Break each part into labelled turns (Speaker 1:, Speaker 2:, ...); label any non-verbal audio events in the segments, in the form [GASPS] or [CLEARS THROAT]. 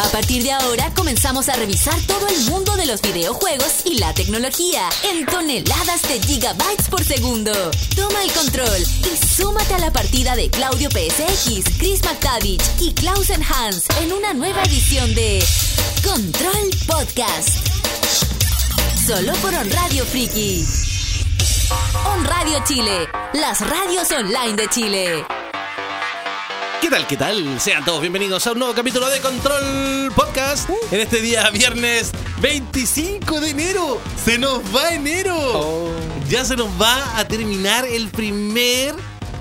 Speaker 1: A partir de ahora comenzamos a revisar todo el mundo de los videojuegos y la tecnología en toneladas de gigabytes por segundo. Toma el control y súmate a la partida de Claudio PSX, Chris McTavish y Klausen Hans en una nueva edición de Control Podcast. Solo por On Radio Friki. On Radio Chile, las radios online de Chile.
Speaker 2: ¿Qué tal? ¿Qué tal? Sean todos bienvenidos a un nuevo capítulo de Control
Speaker 3: Uh.
Speaker 2: Podcast. En este día viernes 25 de enero. Se nos va enero.
Speaker 3: Oh.
Speaker 2: Ya se nos va a terminar el primer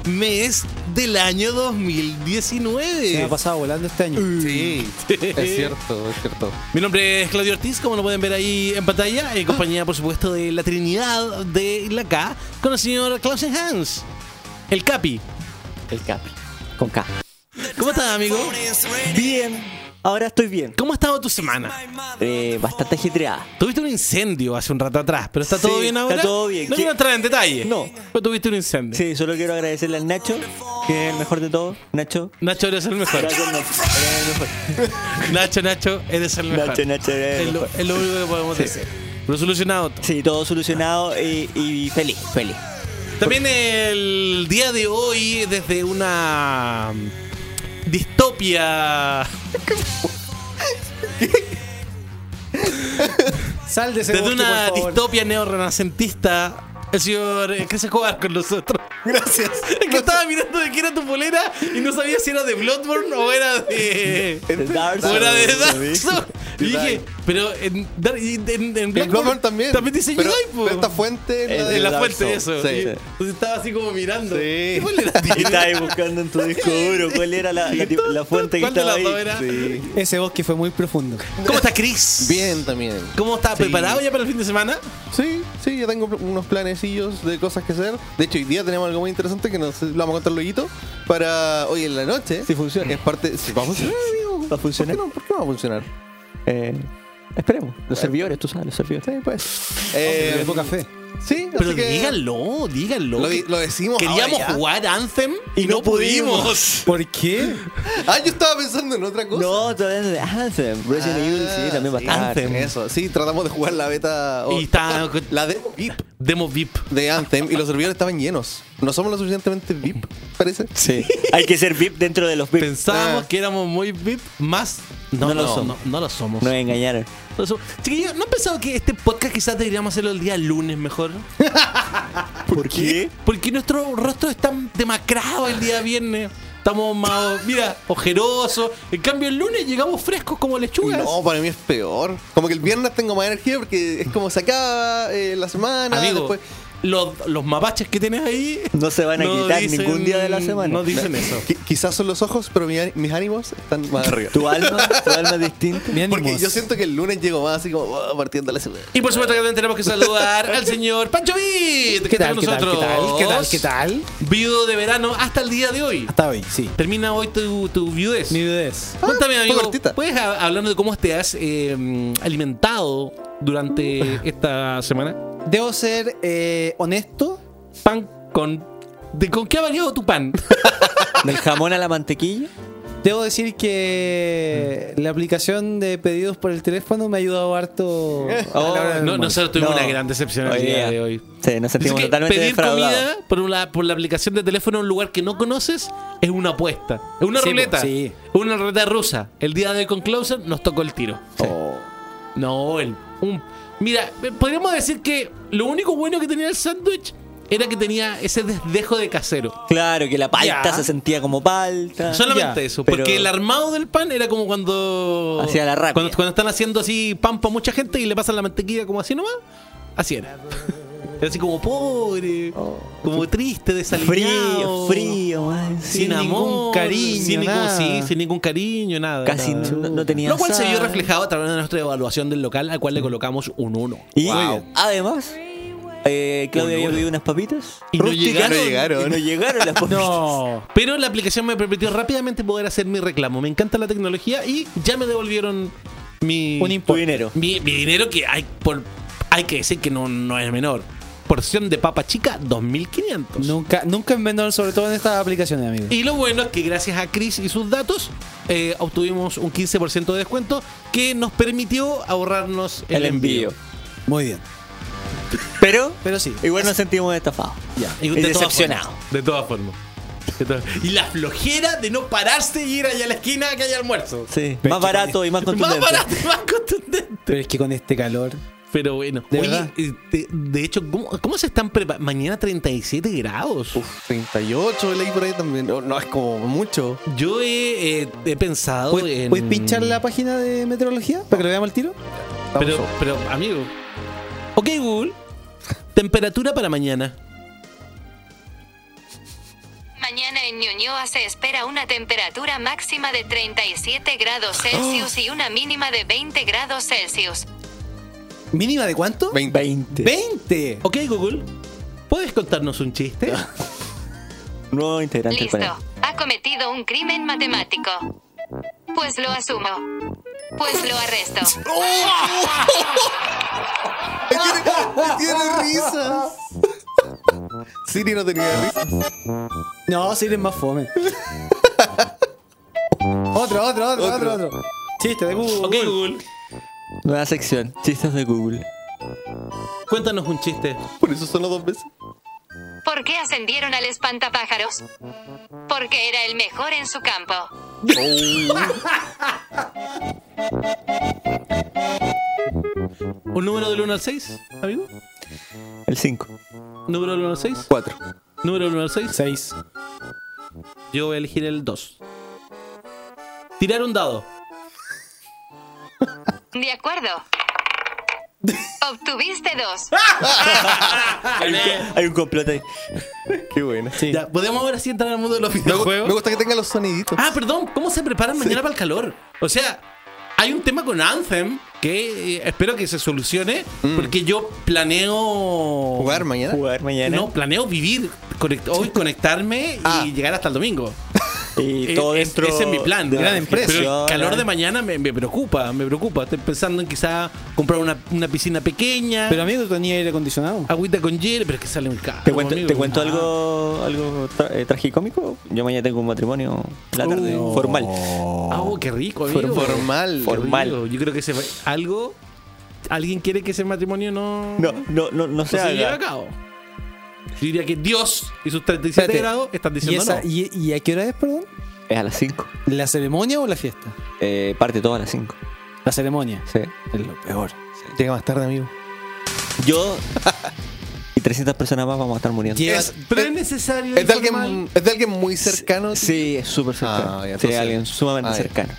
Speaker 2: mes del año
Speaker 3: Eh,
Speaker 4: Se me ha
Speaker 2: 2019.
Speaker 4: pasado volando este año.
Speaker 2: Sí.
Speaker 3: Es cierto, es cierto. Ah.
Speaker 2: Mi nombre es Claudio Ortiz, como lo pueden ver ahí en pantalla, en compañía, por supuesto, de la Trinidad de la K, con el señor Clausen Hans, el Capi.
Speaker 3: El Cap. Con K.
Speaker 2: ¿Cómo estás, amigo?
Speaker 3: Bien. Ahora estoy bien.
Speaker 2: ¿Cómo ha estado tu semana?
Speaker 3: Eh, bastante ajetreada.
Speaker 2: Tuviste un incendio hace un rato atrás, pero está
Speaker 3: Sí,
Speaker 2: todo bien ahora.
Speaker 3: está todo bien.
Speaker 2: No quiero
Speaker 3: ¿Qué?
Speaker 2: entrar en detalle.
Speaker 3: No.
Speaker 2: Pero tuviste un incendio.
Speaker 3: Sí, solo quiero agradecerle al Nacho, que es el mejor de todos. Nacho.
Speaker 2: Nacho, eres el mejor.
Speaker 3: Nacho, no, eres el mejor. [LAUGHS]
Speaker 2: Nacho, Nacho, eres el mejor.
Speaker 3: Nacho, Nacho, eres el
Speaker 2: Es lo,
Speaker 3: mejor.
Speaker 2: es lo único que podemos decir. Lo solucionado.
Speaker 3: Sí, todo solucionado y, y feliz, feliz.
Speaker 2: También el día de hoy, desde una distopia,
Speaker 4: Sal de ese
Speaker 2: desde
Speaker 4: bosque,
Speaker 2: una [LAUGHS]
Speaker 4: por favor.
Speaker 2: distopia neorrenacentista, el señor eh, Chris Escobar con nosotros. [LAUGHS]
Speaker 5: Gracias.
Speaker 2: Es que estaba mirando de qué era tu polera y no sabía si era de Bloodborne o era de.
Speaker 3: The Dark
Speaker 2: O era de
Speaker 3: Souls.
Speaker 2: Dark [LAUGHS] Souls. Y
Speaker 5: Dark.
Speaker 2: dije, pero en, Dark- y en, en
Speaker 5: El
Speaker 2: Blackboard
Speaker 5: Bloodborne también.
Speaker 2: También dice
Speaker 5: Pero
Speaker 2: Jedi, po.
Speaker 5: Esta fuente es
Speaker 3: Es
Speaker 5: la
Speaker 3: de
Speaker 5: de
Speaker 2: En la
Speaker 3: Dark
Speaker 2: fuente,
Speaker 3: Souls,
Speaker 2: eso.
Speaker 5: sí.
Speaker 2: Y Entonces estaba así como mirando.
Speaker 5: Sí.
Speaker 2: ¿Qué polera
Speaker 3: Y
Speaker 2: tiene?
Speaker 3: estaba ahí buscando en tu disco duro cuál era la, la, la fuente que
Speaker 2: ¿Cuál de
Speaker 3: estaba
Speaker 2: las dos
Speaker 3: ahí.
Speaker 2: era?
Speaker 5: Sí.
Speaker 4: Ese bosque fue muy profundo.
Speaker 2: ¿Cómo está Chris?
Speaker 5: Bien también.
Speaker 2: ¿Cómo está? ¿Preparado ya para el fin de semana?
Speaker 5: Sí, sí, yo tengo pl- unos planecillos de cosas que hacer. De hecho, hoy día tenemos algo muy interesante que nos lo vamos a contar luego para hoy en la noche.
Speaker 3: Si funciona.
Speaker 5: Es parte. si va a funcionar, amigo.
Speaker 3: ¿Va a funcionar?
Speaker 5: ¿Por qué no? ¿Por qué no va a funcionar?
Speaker 3: Eh, esperemos. Los servidores, tú sabes, los servidores.
Speaker 5: Sí, pues.
Speaker 4: Pero
Speaker 5: Eh,
Speaker 4: de poca fe.
Speaker 5: sí, así
Speaker 2: Pero
Speaker 5: que
Speaker 2: díganlo, díganlo.
Speaker 5: Lo, di- lo decimos.
Speaker 2: Queríamos
Speaker 5: ahora ya.
Speaker 2: jugar Anthem
Speaker 3: Y no
Speaker 2: pudimos.
Speaker 4: ¿Por qué?
Speaker 5: Ah, yo estaba pensando en otra cosa. Ah,
Speaker 3: No, todavía no. Anthem. Resident Evil, Ah, sí, también va a estar.
Speaker 2: Anthem.
Speaker 5: Eso, sí, tratamos de jugar la beta. o-
Speaker 2: Y está con-
Speaker 5: La de VIP.
Speaker 2: Demo VIP.
Speaker 5: de Anthem y los servidores estaban llenos. No somos lo suficientemente VIP, parece.
Speaker 3: Sí. Hay que ser VIP dentro de los VIP.
Speaker 2: Pensábamos
Speaker 5: Ah.
Speaker 2: que éramos muy VIP, más no,
Speaker 3: No lo
Speaker 2: no,
Speaker 3: somos.
Speaker 2: no- no lo somos.
Speaker 3: Nos engañaron.
Speaker 2: Por eso, chiquillos, ¿no han pensado que este podcast quizás deberíamos hacerlo el día lunes mejor?
Speaker 3: ¿Por qué?
Speaker 2: Porque nuestro rostro es tan demacrado el día viernes. Estamos más, mira, ojerosos. En cambio, el lunes llegamos frescos como lechugas.
Speaker 5: No, para mí es peor. Como que el viernes tengo más energía porque es como se acaba eh, la semana.
Speaker 2: Amigo,
Speaker 5: después-
Speaker 2: los, los mapaches que tienes ahí.
Speaker 3: No se van a quitar
Speaker 2: dicen-
Speaker 3: ningún día de la semana.
Speaker 2: No dicen eso.
Speaker 5: Qui- quizás son los ojos, pero mi- mis ánimos están más arriba.
Speaker 3: Tu alma, tu alma es distinta.
Speaker 4: Mi ánimos.
Speaker 5: Porque yo siento que el lunes llego más así como oh, partiendo la semana.
Speaker 2: Y por supuesto que también tenemos que saludar al señor Pancho Vid. que
Speaker 4: ¿Qué
Speaker 2: está
Speaker 4: tal,
Speaker 2: con
Speaker 4: qué tal, qué tal?
Speaker 2: nosotros.
Speaker 4: ¿Qué tal, qué tal?
Speaker 2: Viudo de verano hasta el día de hoy.
Speaker 4: Hasta hoy, sí.
Speaker 2: Termina hoy tu, tu viudez.
Speaker 4: Mi vez.
Speaker 2: Cuéntame,
Speaker 5: fue
Speaker 2: amigo.
Speaker 5: cortita.
Speaker 2: ¿Puedes hab- hablando de cómo te has eh, alimentado
Speaker 4: [LAUGHS]
Speaker 2: durante esta semana?
Speaker 4: Debo ser eh, honesto.
Speaker 2: Pan con. de- ¿Con qué ha variado tu pan?
Speaker 3: Del jamón a la mantequilla.
Speaker 4: Debo decir que la aplicación de pedidos por el teléfono me ha ayudado harto. a la hora del
Speaker 2: Oh, no,
Speaker 4: almuerzo.
Speaker 2: nosotros tuvimos
Speaker 3: Oh, No.
Speaker 2: una gran decepción el
Speaker 3: Hoy
Speaker 2: día
Speaker 3: día.
Speaker 2: de hoy.
Speaker 3: Sí, nos
Speaker 2: Dice
Speaker 3: sentimos
Speaker 2: que
Speaker 3: totalmente
Speaker 2: pedir
Speaker 3: defraudados.
Speaker 2: comida por la, por la aplicación de teléfono en un lugar que no conoces es una apuesta. Es una
Speaker 4: Sí, po,
Speaker 2: ruleta.
Speaker 4: sí.
Speaker 2: Una ruleta rusa. El día de hoy con Closer nos tocó el tiro.
Speaker 3: Oh.
Speaker 2: No, el. un- mira, eh, podríamos decir que lo único bueno que tenía el sándwich era que tenía ese desdejo de casero.
Speaker 3: Claro, que la palta
Speaker 4: Ya.
Speaker 3: se sentía como palta.
Speaker 2: Solamente
Speaker 4: ya,
Speaker 2: eso,
Speaker 3: pero-
Speaker 2: porque el armado del pan era como cuando.
Speaker 3: Hacía la rápida.
Speaker 2: Cuando, cuando están haciendo así pan para mucha gente y le pasan la mantequilla como así nomás. Así era. Era así como pobre, como triste, desalineado.
Speaker 3: Oh. Frío, frío, man.
Speaker 2: Sin,
Speaker 4: Sin ningún
Speaker 2: amor,
Speaker 4: cariño,
Speaker 2: sin ningún-
Speaker 4: nada.
Speaker 2: sí, sin ningún cariño, nada.
Speaker 3: Casi
Speaker 2: nada.
Speaker 3: no, no tenía
Speaker 2: Lo cual se
Speaker 3: sal. Mm.
Speaker 2: vio reflejado a través de nuestra evaluación del local, al cual le colocamos un no
Speaker 3: Y además, eh, Claudia había pedido unas papitas.
Speaker 2: Y no
Speaker 3: rústicas,
Speaker 2: llegaron.
Speaker 5: No llegaron.
Speaker 3: y no
Speaker 2: [LAUGHS]
Speaker 3: llegaron las papitas. Oh.
Speaker 4: No.
Speaker 2: Pero la aplicación me permitió rápidamente poder hacer mi reclamo. Me encanta la tecnología y ya me devolvieron mi,
Speaker 4: Un
Speaker 3: Tu
Speaker 4: impuesto.
Speaker 3: dinero.
Speaker 2: mi, mi dinero que hay por hay que decir que no, no es menor. Porción de papa chica, 2.500.
Speaker 4: Nunca, nunca es menor, sobre todo en estas aplicaciones, amigo.
Speaker 2: Y lo bueno es que gracias a Chris y sus datos eh, obtuvimos un 15% de descuento que nos permitió ahorrarnos el,
Speaker 3: El envío.
Speaker 4: Muy bien.
Speaker 3: Pero,
Speaker 4: Pero sí.
Speaker 3: igual nos sentimos estafados.
Speaker 4: Ya.
Speaker 2: Y
Speaker 3: Y
Speaker 2: de todas
Speaker 3: decepcionado.
Speaker 2: formas, De todas formas. De todas- Y la flojera de no pararse y ir allá a la esquina que hay almuerzo.
Speaker 3: Sí. Más barato y más contundente.
Speaker 2: Más barato, más contundente.
Speaker 4: Pero es que con este calor.
Speaker 2: Pero bueno.
Speaker 4: ¿De
Speaker 2: Oye,
Speaker 4: verdad?
Speaker 2: eh, de, de hecho, ¿cómo, cómo se están preparando? Mañana 37 grados.
Speaker 5: Uf, 38 leí por ahí también. No, no, es como mucho.
Speaker 2: Yo he, eh, he pensado
Speaker 5: Pues,
Speaker 4: ¿Puedes,
Speaker 2: en...
Speaker 4: puedes pinchar la página de meteorología para que lo veamos al tiro?
Speaker 2: Pero, pero, amigo. Ok, Google. Temperatura para mañana.
Speaker 6: Mañana en Ñuñoa se espera una temperatura máxima de 37 grados Celsius y una mínima de 20 grados Celsius.
Speaker 4: ¿Mínima de cuánto?
Speaker 5: 20.
Speaker 3: 20.
Speaker 4: ¡20!
Speaker 2: Ok, Google. ¿Puedes contarnos un
Speaker 5: [LAUGHS]
Speaker 2: chiste?
Speaker 3: Nuevo integrante del panel.
Speaker 6: Listo. Ha cometido un crimen matemático. Pues lo asumo. Pues lo arresto.
Speaker 5: Tiene, [LAUGHS] tiene risas. Siri no tenía risas.
Speaker 4: No, si eres más fome. otro, otro, otro, otro, otro. Chiste de Google.
Speaker 2: Ok, Google.
Speaker 3: Nueva sección. Chistes de Google.
Speaker 2: Cuéntanos un chiste.
Speaker 5: Por eso solo dos veces.
Speaker 6: ¿Por qué ascendieron al espantapájaros? Porque era el mejor en su campo.
Speaker 2: ¿Un número del 1 al 6, amigo?
Speaker 3: El 5.
Speaker 2: ¿Número del 1 al 6?
Speaker 5: Cuatro.
Speaker 2: ¿Número del 1 al 6?
Speaker 4: 6.
Speaker 2: Yo voy a elegir el 2. Tirar un dado.
Speaker 6: De acuerdo. Obtuviste dos.
Speaker 3: Hay un, hay un complot ahí.
Speaker 5: Qué buena.
Speaker 2: Ya, podemos ahora sí entrar al mundo de los
Speaker 5: Me, gu- me
Speaker 2: videojuegos.
Speaker 5: gusta que tenga los soniditos.
Speaker 2: Ah, perdón, ¿cómo se preparan mañana para el calor? O sea, hay un tema con Anthem que eh, espero que se solucione porque yo planeo.
Speaker 5: ¿Jugar mañana?
Speaker 3: Mm. Jugar mañana.
Speaker 2: No, planeo vivir, conect- hoy conectarme
Speaker 5: Ah.
Speaker 2: y llegar hasta el domingo.
Speaker 3: Y
Speaker 2: Eh,
Speaker 3: todo
Speaker 2: es-
Speaker 3: dentro.
Speaker 2: Ese es mi plan.
Speaker 3: de la
Speaker 2: Gran empresa. Pero el
Speaker 3: gestión, ¿eh?
Speaker 2: calor
Speaker 3: la-
Speaker 2: de mañana me, me preocupa, me preocupa. Estoy pensando en quizá comprar una, una piscina pequeña,
Speaker 4: Pero amigo, tú tenías aire acondicionado.
Speaker 2: agüita con hielo, pero es que sale muy caro.
Speaker 3: ¿Te cuento,
Speaker 2: amigo.
Speaker 3: te cuento
Speaker 2: Ah.
Speaker 3: algo, algo tra- eh, tragicómico? Yo mañana tengo un matrimonio en la tarde,
Speaker 4: Oh.
Speaker 3: formal.
Speaker 2: Ah, oh, qué rico,
Speaker 5: For-
Speaker 2: amigo.
Speaker 5: formal.
Speaker 2: Qué rico.
Speaker 3: formal.
Speaker 2: Yo creo que se va- algo. ¿Alguien quiere que ese matrimonio no,
Speaker 3: No, no, no, no se
Speaker 2: se lleve a
Speaker 3: haga.
Speaker 2: cabo? Yo diría que Dios y sus 37
Speaker 4: Espérate.
Speaker 2: grados están
Speaker 4: ¿Y,
Speaker 2: diciendo no.
Speaker 4: esa, y, y a qué hora es, perdón?
Speaker 3: Es a las 5.
Speaker 4: ¿La ceremonia o la fiesta?
Speaker 3: Eh, parte todo a las 5.
Speaker 4: La ceremonia.
Speaker 3: Sí.
Speaker 4: Es lo peor.
Speaker 5: Llega más tarde, amigo.
Speaker 3: Yo y 300 personas más vamos a estar muriendo.
Speaker 4: Lleva-
Speaker 5: Es-
Speaker 2: Pero es necesario.
Speaker 5: ¿Es de,
Speaker 2: informar.
Speaker 5: alguien, ¿Es de alguien muy cercano?
Speaker 3: Sí, es súper cercano.
Speaker 5: Ah, ya,
Speaker 3: sí,
Speaker 5: entonces-
Speaker 3: alguien sumamente
Speaker 5: Ah, ya.
Speaker 3: cercano.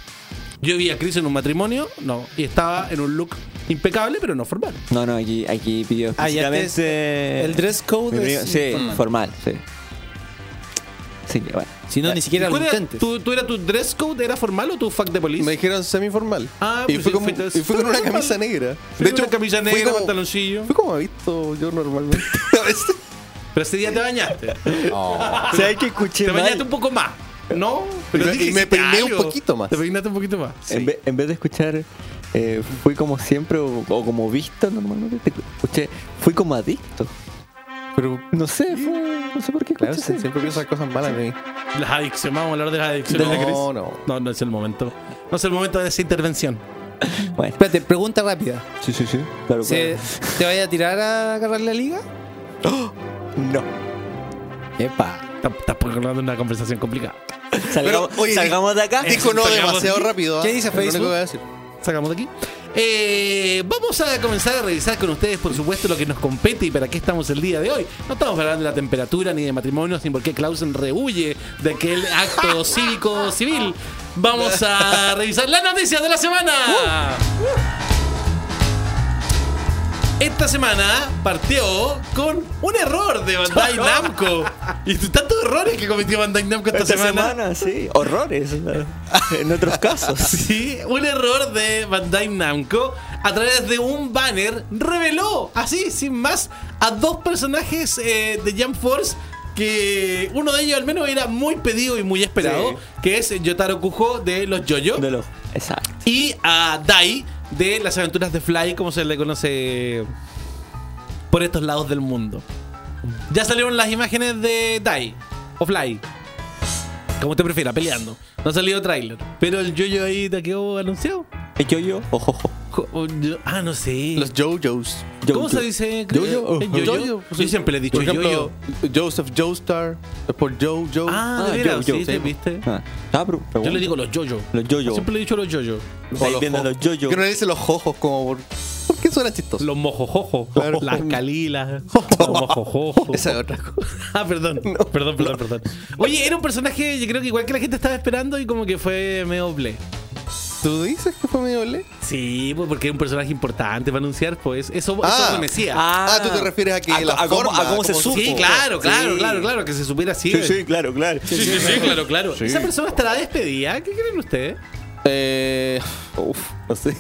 Speaker 2: Yo vi a Chris en un matrimonio, no, y estaba en un look impecable, pero no formal.
Speaker 3: No, no, aquí, aquí pidió
Speaker 4: Ah, ya te-
Speaker 3: específicamente-
Speaker 4: el dress
Speaker 3: Mi
Speaker 4: code
Speaker 3: primo-
Speaker 4: es
Speaker 3: Sí,
Speaker 4: informal.
Speaker 3: formal, sí. Sí, que bueno.
Speaker 4: Si no, ni siquiera lo
Speaker 2: ¿Cuál era
Speaker 4: intentes.
Speaker 2: tu, tu, era tu dress code era formal o tu fuck de
Speaker 5: Me
Speaker 2: police?
Speaker 5: dijeron semiformal.
Speaker 2: Ah,
Speaker 5: y
Speaker 2: pues
Speaker 5: fui
Speaker 2: sí,
Speaker 5: con,
Speaker 2: fuiste-
Speaker 5: y fui con una camisa negra.
Speaker 2: Fui con una camisa
Speaker 5: fui
Speaker 2: negra,
Speaker 5: como-
Speaker 2: pantaloncillo.
Speaker 5: Fui como he visto yo [LAUGHS] normalmente. A veces.
Speaker 2: Pero ese día te bañaste.
Speaker 3: ¿Sabes que escuché
Speaker 2: te
Speaker 3: mal?
Speaker 2: bañaste un poco más. No, pero
Speaker 5: Y me-
Speaker 2: sí que
Speaker 5: y me
Speaker 2: hiciste
Speaker 5: peiné un
Speaker 2: algo.
Speaker 5: poquito más.
Speaker 2: Te peinaste un poquito más.
Speaker 3: en, ve- en vez de escuchar eh, fui como siempre o, o como visto normalmente, te escuché fui como adicto.
Speaker 5: Pero
Speaker 3: No sé, fue- no sé por qué
Speaker 5: claro,
Speaker 3: escuché
Speaker 5: siempre
Speaker 3: eso.
Speaker 5: pienso esas cosas malas de [LAUGHS] mí.
Speaker 2: Las adicciones, vamos a hablar de las adicciones de Chris.
Speaker 5: No, no.
Speaker 2: No, no es el momento. No es el momento de esa intervención.
Speaker 3: Bueno,
Speaker 4: Espérate, pregunta rápida.
Speaker 3: sí, sí, sí.
Speaker 2: [LAUGHS]
Speaker 3: Claro,
Speaker 4: ¿Se- ¿Te vaya a tirar a agarrar la liga?
Speaker 3: claro. No.
Speaker 4: Epa.
Speaker 2: Estás estás hablando de una conversación complicada.
Speaker 3: Salgamos,
Speaker 5: oye,
Speaker 3: salgamos de acá.
Speaker 5: Dijo Ah, no
Speaker 2: Salgamos.
Speaker 5: demasiado rápido. ¿ah?
Speaker 4: ¿Qué dice
Speaker 5: Es lo único
Speaker 4: Facebook?
Speaker 5: que voy a decir.
Speaker 2: sacamos de aquí. Eh, vamos a comenzar a revisar con ustedes, por supuesto, lo que nos compete y para qué estamos el día de hoy. No estamos hablando de la temperatura, ni de matrimonios, ni por qué Clausen rehuye de aquel [LAUGHS] acto cívico civil. Vamos a revisar la noticia de la semana. Esta semana partió con un error de [LAUGHS] Bandai Namco. Y tantos errores que cometió Bandai Namco esta,
Speaker 3: Esta
Speaker 2: semana.
Speaker 3: semana, sí. Horrores. en otros [LAUGHS] casos.
Speaker 2: [LAUGHS] Sí, un error de Bandai Namco a través de un banner reveló, así, sin más, a dos personajes eh, de Jump Force que uno de ellos al menos era muy pedido y muy esperado,
Speaker 3: Sí.
Speaker 2: que es Yotaro Kujo de los Jojo
Speaker 3: De los. Exacto.
Speaker 2: y a Dai de las aventuras de Fly, como se le conoce por estos lados del mundo. Ya salieron las imágenes de Dai o Fly. Como usted prefiera, peleando. No ha salido tráiler. Pero el yo-yo ahí te quedó anunciado.
Speaker 3: El yo-yo, ojo, ojo.
Speaker 2: Jo- o yo- Ah, no sé.
Speaker 5: Los Jojos.
Speaker 2: ¿Cómo se dice?
Speaker 5: Yo-yo.
Speaker 2: ¿Es Eh, yo-yo?
Speaker 5: Yo-yo. pues,
Speaker 2: Yo siempre le he dicho
Speaker 5: Por ejemplo,
Speaker 2: yo-yo.
Speaker 5: Joseph Joestar. es Por Joe, Joe.
Speaker 2: Ah, de veras, sí, te viste.
Speaker 3: Ah, ah, pero- pero
Speaker 2: Yo le
Speaker 3: bueno.
Speaker 2: digo los yo-yo.
Speaker 3: Los yo-yo.
Speaker 2: Siempre le he dicho los yo-yo.
Speaker 3: De ahí vienen los yo-yo.
Speaker 5: Que no le dicen los jojos como por. ¿Por qué suena chistoso?
Speaker 2: Los mojojojo.
Speaker 5: Claro.
Speaker 2: Las calilas. los mojojojo.
Speaker 5: [LAUGHS] Esa es otra cosa.
Speaker 2: [LAUGHS] Ah, perdón. perdón, perdón, perdón. Oye, era un personaje, yo creo que igual que la gente estaba esperando y como que fue medio ble.
Speaker 5: ¿Tú dices que fue medio le?
Speaker 2: Sí, pues porque era un personaje importante para anunciar, pues. Eso,
Speaker 5: Ah.
Speaker 2: eso me decía.
Speaker 5: Ah, tú te refieres a que la
Speaker 3: a cómo-
Speaker 5: forma,
Speaker 3: a cómo se
Speaker 5: como-
Speaker 3: supo.
Speaker 2: sí, claro, claro,
Speaker 3: Sí.
Speaker 2: claro, claro, que se supiera así.
Speaker 3: Sí, sí, claro, claro.
Speaker 2: Sí, sí, sí, claro, claro.
Speaker 5: Sí.
Speaker 2: ¿Esa persona estará despedida? ¿Qué creen ustedes?
Speaker 5: Eh. Uf, no sé.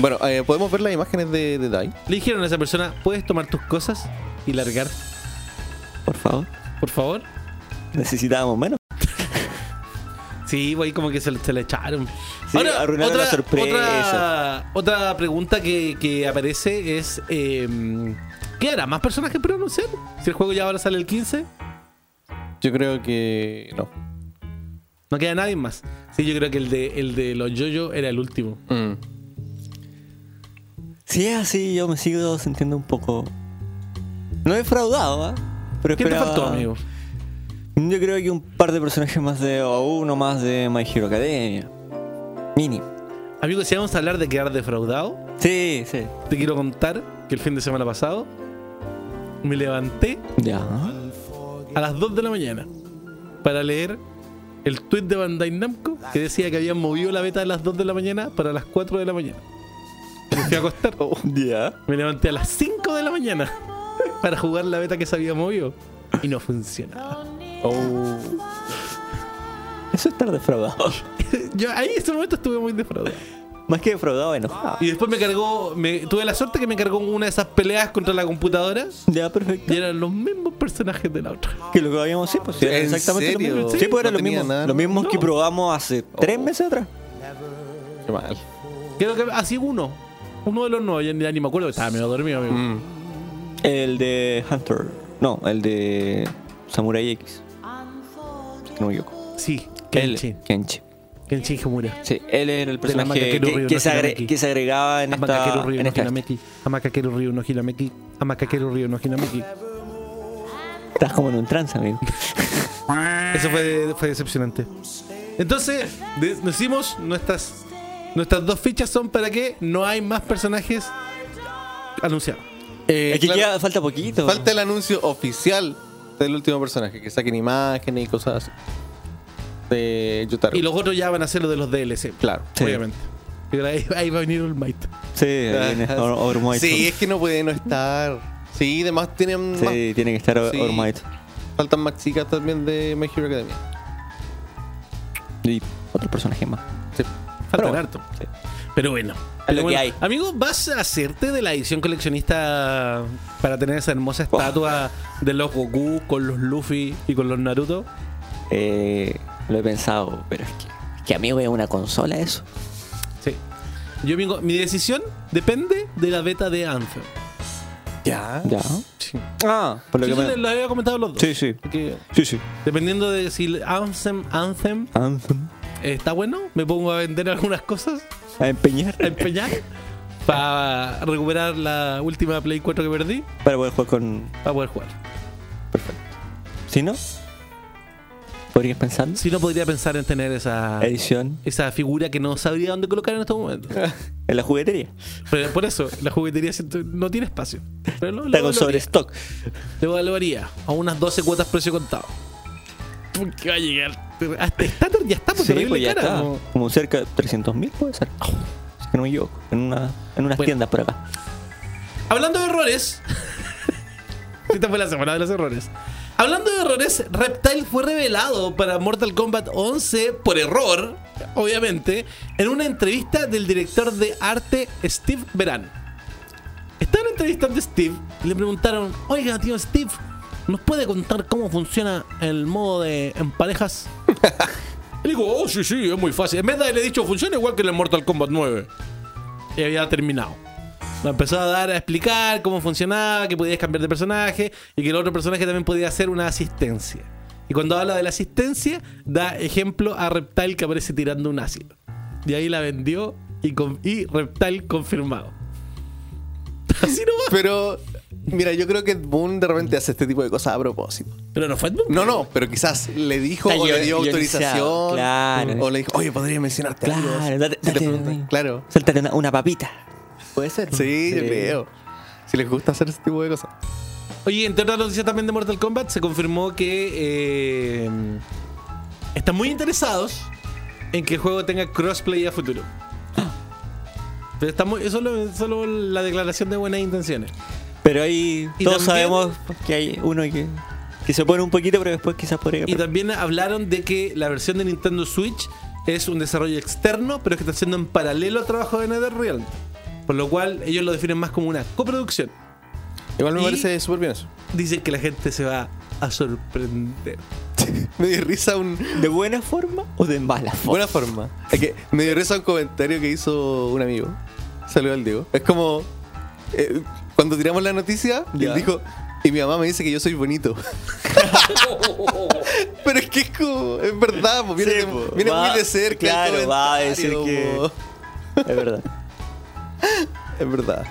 Speaker 5: Bueno, eh, podemos ver las imágenes de, de Dai.
Speaker 2: Le dijeron a esa persona, ¿puedes tomar tus cosas y largar,
Speaker 3: Por favor.
Speaker 2: por favor?
Speaker 3: Necesitábamos menos.
Speaker 2: Sí, güey, como que se, le- se le echaron.
Speaker 3: Sí, arruinaron la sorpresa.
Speaker 2: Otra, otra pregunta que, que aparece es: eh, ¿Qué hará? ¿Más personajes por anunciar? Si el juego ya ahora sale el 15,
Speaker 5: Yo creo que. No.
Speaker 2: no queda nadie más. Sí, yo creo que el de, el de los Jojo era el último.
Speaker 3: Si es así, yo me sigo sintiendo un poco. No he fraudado, ¿ah? Pero
Speaker 2: ¿Qué te
Speaker 3: esperaba-
Speaker 2: faltó, amigo?
Speaker 3: Yo creo que un par de personajes más de. o uno más de My Hero Academia. Mini.
Speaker 2: Amigo, si vamos a hablar de quedar defraudado,
Speaker 3: Sí, sí.
Speaker 2: te quiero contar que el fin de semana pasado me levanté
Speaker 3: Ya.
Speaker 5: [LAUGHS]
Speaker 2: a las 2 de la mañana para leer el tweet de Bandai Namco que decía que habían movido la beta a las 2 de la mañana para las 4 de la mañana. Me fui a acostar.
Speaker 3: Ya.
Speaker 2: Me levanté a las 5 de la mañana [LAUGHS] para jugar la beta que se había movido y no funcionaba.
Speaker 3: Eso es estar defraudado.
Speaker 2: Yo ahí en ese momento estuve muy defraudado.
Speaker 3: más que defraudado, enojado.
Speaker 2: Y después me cargó, me, tuve la suerte que me cargó una de esas peleas contra la computadora
Speaker 3: Ya, perfecto.
Speaker 2: y eran los mismos personajes de la otra.
Speaker 3: Que lo que habíamos, sí, pues sí, era
Speaker 5: ¿En
Speaker 3: exactamente
Speaker 5: serio?
Speaker 3: lo mismo. Sí, pues
Speaker 5: No
Speaker 3: era lo
Speaker 5: tenía
Speaker 3: mismo.
Speaker 5: nada,
Speaker 3: Lo
Speaker 5: ¿no? Oh.
Speaker 3: mismo que
Speaker 2: No.
Speaker 3: probamos hace tres meses atrás.
Speaker 5: Qué mal.
Speaker 2: Creo que así uno. Uno de los nuevos, ya ni, ya ni me acuerdo, estaba medio dormido, amigo.
Speaker 3: El de Hunter. No, el de Samurai X. Si No me equivoco.
Speaker 2: Sí,
Speaker 3: El
Speaker 2: Kenshin.
Speaker 3: Kenchi.
Speaker 2: Kenshin Hamura.
Speaker 3: Sí, él era el
Speaker 2: la manga
Speaker 3: personaje que,
Speaker 2: Keru Ryu,
Speaker 3: que
Speaker 2: no
Speaker 3: se agre-
Speaker 2: Hirameki.
Speaker 3: que se agregaba en esta.
Speaker 2: Amakakeru Ryu
Speaker 3: en este
Speaker 2: no
Speaker 3: esta-
Speaker 2: Hinameki. Amakakeru Ryu no Hinameki. Amakakeru Ryu no Hinameki.
Speaker 3: Estás como en un trance, amigo.
Speaker 2: Eso fue, fue decepcionante. Entonces, de- decimos nuestras nuestras dos fichas son para que no hay más personajes anunciados. Eh,
Speaker 3: es que
Speaker 5: claro.
Speaker 3: queda- falta poquito.
Speaker 5: Falta el anuncio oficial del último personaje, que saquen imágenes y cosas así. De Yotaro.
Speaker 2: Y los otros ya van a ser los de los DLC,
Speaker 5: Claro.
Speaker 3: Sí.
Speaker 2: obviamente. Y ahí, ahí va a venir el Might.
Speaker 3: Sí, ahí viene
Speaker 4: Ah,
Speaker 3: Or- Or Might.
Speaker 5: Sí, es que no puede no estar. Sí, además tienen. más-
Speaker 3: Sí, tiene que estar Or-
Speaker 5: Sí.
Speaker 3: Or Might.
Speaker 5: Faltan más chicas también de My Hero Academia.
Speaker 3: Y otro personaje más.
Speaker 5: Sí.
Speaker 2: Falta
Speaker 3: bueno,
Speaker 2: harto.
Speaker 3: sí.
Speaker 2: Pero bueno.
Speaker 3: Es lo
Speaker 2: Pero
Speaker 3: que
Speaker 2: bueno.
Speaker 3: hay.
Speaker 2: Amigo, ¿vas a hacerte de la edición coleccionista para tener esa hermosa estatua de los Goku con los Luffy y con los Naruto?
Speaker 3: Eh, lo he pensado, pero es que. es Que amigo es una consola eso.
Speaker 2: Sí. Yo, amigo, mi decisión depende de la beta de Anthem.
Speaker 5: Ya.
Speaker 3: Ya. Ah, por lo
Speaker 2: Sí,
Speaker 3: que
Speaker 2: sí,
Speaker 3: me-
Speaker 2: les- les había comentado a los dos.
Speaker 3: Sí, sí.
Speaker 2: Que
Speaker 3: Sí, sí.
Speaker 2: dependiendo de si Anthem, Anthem
Speaker 3: Anthem.
Speaker 2: está bueno, me pongo a vender algunas cosas,
Speaker 3: A empeñar.
Speaker 2: a
Speaker 3: [LAUGHS]
Speaker 2: empeñar, para recuperar la última Play 4 que perdí,
Speaker 3: Para poder jugar con.
Speaker 2: para poder jugar.
Speaker 3: Perfecto. Si no, podrías pensar.
Speaker 2: Si no, podría pensar en tener esa,
Speaker 3: Edición
Speaker 2: esa figura que no sabría dónde colocar en estos
Speaker 3: [LAUGHS]
Speaker 2: momentos.
Speaker 3: en la juguetería.
Speaker 2: Pero por eso, la juguetería siento- no tiene espacio. Pero lo,
Speaker 3: Está
Speaker 2: lo,
Speaker 3: con
Speaker 2: valoraría,
Speaker 3: sobrestock.
Speaker 2: lo valoraría a unas 12 cuotas precio contado. ¿Qué va a llegar? Hasta- está, ya está, por
Speaker 3: Sí,
Speaker 2: terrible
Speaker 3: pues ya
Speaker 2: cara.
Speaker 3: está.
Speaker 2: Como-
Speaker 3: Como cerca de 300 mil puede ser. Si no me equivoco. En, una, en unas
Speaker 2: Bueno.
Speaker 3: tiendas por acá.
Speaker 2: Hablando de
Speaker 3: [LAUGHS]
Speaker 2: errores. Esta fue la semana de los errores. Hablando de errores, Reptile fue revelado para Mortal Kombat 11 por error, obviamente, en una entrevista del director de arte Steve Beran. Estaban entrevistando a Steve y le preguntaron, oiga, tío Steve, ¿nos puede contar cómo funciona el modo de en parejas? y le digo, oh, sí, sí, es muy fácil. En vez de le he dicho, funciona igual que en el Mortal Kombat 9. Y había terminado. Lo empezó a dar a explicar cómo funcionaba, que podías cambiar de personaje y que el otro personaje también podía hacer una asistencia. Y cuando habla de la asistencia, da ejemplo a Reptile que aparece tirando un ácido. Y ahí la vendió y, con- y Reptile confirmado. [LAUGHS] Así no va.
Speaker 5: Pero, mira, yo creo que Ed Boon de repente hace este tipo de cosas a propósito.
Speaker 2: Pero no fue Edmund.
Speaker 5: No, no, pero quizás le dijo
Speaker 3: Está
Speaker 5: o le
Speaker 3: guion-
Speaker 5: dio
Speaker 3: guionizado,
Speaker 5: autorización.
Speaker 3: claro.
Speaker 5: O le dijo, oye, podría mencionarte algo?"
Speaker 3: Claro, date,
Speaker 5: Si te
Speaker 3: date-
Speaker 5: preguntan, Claro.
Speaker 3: Suéltate una, una papita.
Speaker 5: Puede ser. Sí, yo
Speaker 3: Sí.
Speaker 5: creo. Si les gusta hacer ese tipo de cosas.
Speaker 2: Oye, entre otras noticias también de Mortal Kombat, se confirmó que eh, están muy interesados en que el juego tenga crossplay a futuro. Pero está muy, es solo, solo la declaración de buenas intenciones.
Speaker 3: Pero ahí
Speaker 2: Y
Speaker 3: todos
Speaker 2: también-
Speaker 3: sabemos que hay uno que, que se pone un poquito, pero después quizás podría.
Speaker 2: Y también hablaron de que la versión de Nintendo Switch es un desarrollo externo, pero que está haciendo en paralelo al trabajo de NetherRealm. Por lo cual ellos lo definen más como una coproducción.
Speaker 5: Igual me
Speaker 2: Y-
Speaker 5: parece súper bien eso.
Speaker 2: Dicen que la gente se va a sorprender.
Speaker 5: Me dio risa un.
Speaker 3: ¿De buena forma o de mala forma?
Speaker 5: Buena forma. Es que me dio risa un comentario que hizo un amigo. Saludo al Diego. Es como. eh, cuando tiramos la noticia,
Speaker 3: Ya.
Speaker 5: él dijo. Y mi mamá me dice que yo soy bonito.
Speaker 3: [LAUGHS]
Speaker 5: Pero es que es como. Es verdad, po, viene,
Speaker 3: Sí, po.
Speaker 5: viene
Speaker 3: Va-
Speaker 5: muy de cerca. el
Speaker 3: claro, va a decir
Speaker 5: comentario,
Speaker 3: que- Es [LAUGHS] verdad.
Speaker 5: po. Es verdad.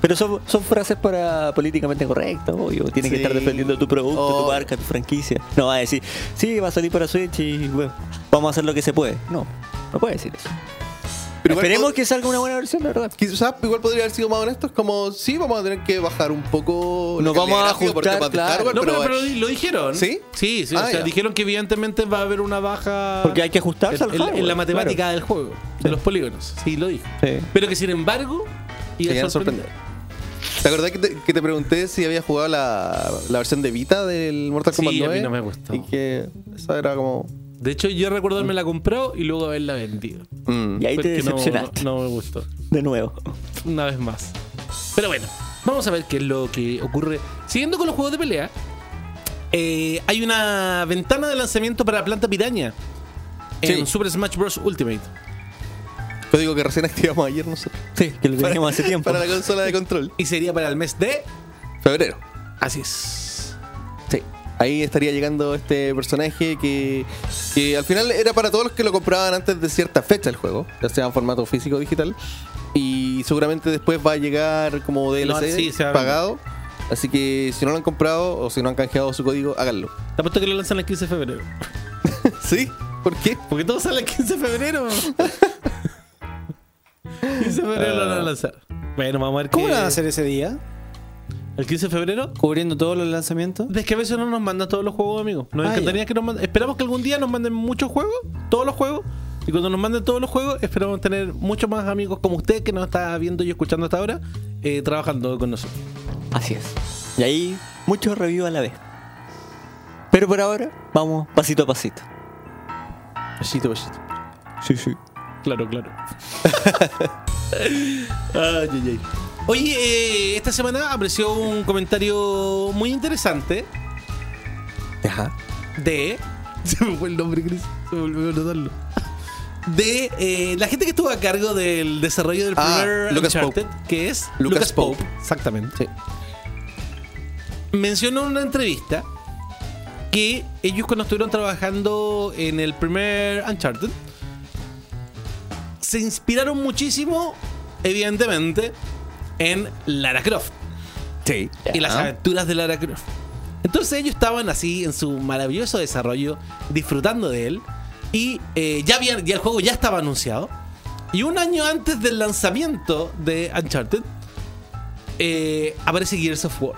Speaker 3: Pero son, son frases para políticamente correctas, obvio. Tienes
Speaker 5: Sí.
Speaker 3: que estar defendiendo tu producto,
Speaker 5: Oh.
Speaker 3: tu marca, tu franquicia. No va a decir, sí, va a salir para Switch y bueno, vamos a hacer lo que se puede. No, no puede decir eso.
Speaker 5: Pero igual
Speaker 3: Esperemos
Speaker 5: pod-
Speaker 3: que salga una buena versión, la verdad.
Speaker 5: Quizás igual podría haber sido más honestos, como sí, vamos a tener que bajar un poco. la
Speaker 3: Nos vamos
Speaker 5: calidad
Speaker 3: a
Speaker 5: gráfica porque
Speaker 3: ajustar,
Speaker 5: para
Speaker 3: claro.
Speaker 5: dejar, igual,
Speaker 2: No,
Speaker 5: pero,
Speaker 2: pero, pero lo dijeron.
Speaker 5: ¿Sí?
Speaker 2: Sí, sí. o
Speaker 5: Ah,
Speaker 2: sea,
Speaker 5: ya.
Speaker 2: dijeron que evidentemente va a haber una baja.
Speaker 3: Porque hay que ajustarse al
Speaker 2: en, en- en
Speaker 3: hardware,
Speaker 2: la matemática del juego, de los polígonos. Sí, lo dijo.
Speaker 3: Sí.
Speaker 2: Pero que sin embargo.
Speaker 5: Se
Speaker 2: Iba a
Speaker 5: iban a
Speaker 2: sorprender.
Speaker 5: sorprender. ¿Te acordás que te, que te pregunté si había jugado la, la versión de Vita del Mortal
Speaker 2: Sí,
Speaker 5: Kombat
Speaker 2: a mí
Speaker 5: 9?
Speaker 2: no me gustó.
Speaker 5: Y que esa era como.
Speaker 2: De hecho, yo recuerdo haberme la comprado y luego haberla vendido.
Speaker 5: mm.
Speaker 3: Y ahí te
Speaker 2: Porque no-
Speaker 3: decepcionaste.
Speaker 2: no- no me gustó.
Speaker 3: De nuevo.
Speaker 2: una vez más. Pero bueno, vamos a ver qué es lo que ocurre. Siguiendo con los juegos de pelea, eh, hay una ventana de lanzamiento para Planta Piraña en
Speaker 5: Sí.
Speaker 2: Super Smash Bros. Ultimate.
Speaker 5: Código que recién activamos ayer nosotros.
Speaker 3: Sí, que lo teníamos hace tiempo.
Speaker 5: Para la consola de control.
Speaker 2: Y sería para el mes de.
Speaker 5: Febrero.
Speaker 2: Así es.
Speaker 5: Sí. Ahí estaría llegando este personaje que, que al final era para todos los que lo compraban antes de cierta fecha el juego, ya sea en formato físico o digital. Y seguramente después va a llegar como DLC
Speaker 2: sí, se va a
Speaker 5: pagado. Así que si no lo han comprado o si no han canjeado su código, háganlo.
Speaker 2: Te apuesto que lo lanzan el 15 de febrero.
Speaker 5: ¿Sí? ¿Por qué?
Speaker 2: Porque todo sale el 15 de
Speaker 4: [LAUGHS]
Speaker 2: febrero. 15 de febrero lo van a lanzar. Bueno, vamos a ver
Speaker 4: Ah. ¿Cómo
Speaker 2: qué-
Speaker 4: lo van a hacer ese día?
Speaker 2: ¿El 15 de febrero?
Speaker 4: ¿Cubriendo todos los lanzamientos?
Speaker 2: Es que a veces no nos mandan todos los juegos, amigos. Nos
Speaker 4: Ah,
Speaker 2: encantaría que nos manden. Esperamos que algún día nos manden muchos juegos, todos los juegos. Y cuando nos manden todos los juegos, esperamos tener muchos más amigos como usted que nos está viendo y escuchando hasta ahora, eh, trabajando con nosotros.
Speaker 3: Así es. Y ahí muchos reviews a la vez. Pero por ahora, vamos pasito a pasito.
Speaker 5: Pasito, pasito.
Speaker 3: Sí, sí.
Speaker 2: Claro, claro. [LAUGHS] Ay, ay, ay. Oye, eh, esta semana apareció un comentario muy interesante
Speaker 5: Ajá.
Speaker 2: de. [LAUGHS] Se me fue el nombre, Chris. Se me olvidó anotarlo. De eh, la gente que estuvo a cargo del desarrollo del
Speaker 5: Ah,
Speaker 2: primer
Speaker 5: Lucas
Speaker 2: Uncharted, que es
Speaker 5: Lucas
Speaker 2: Lucas Pope.
Speaker 5: Pope.
Speaker 2: Exactamente.
Speaker 5: Sí.
Speaker 2: Mencionó en una entrevista que ellos cuando estuvieron trabajando en el primer Uncharted se inspiraron muchísimo, evidentemente, en Lara Croft
Speaker 5: Sí.
Speaker 2: y
Speaker 3: Ah.
Speaker 2: las aventuras de Lara Croft. Entonces ellos estaban así en su maravilloso desarrollo, disfrutando de él. Y eh, ya, habían- ya el juego ya estaba anunciado. Y un año antes del lanzamiento de Uncharted, eh, aparece Gears of War.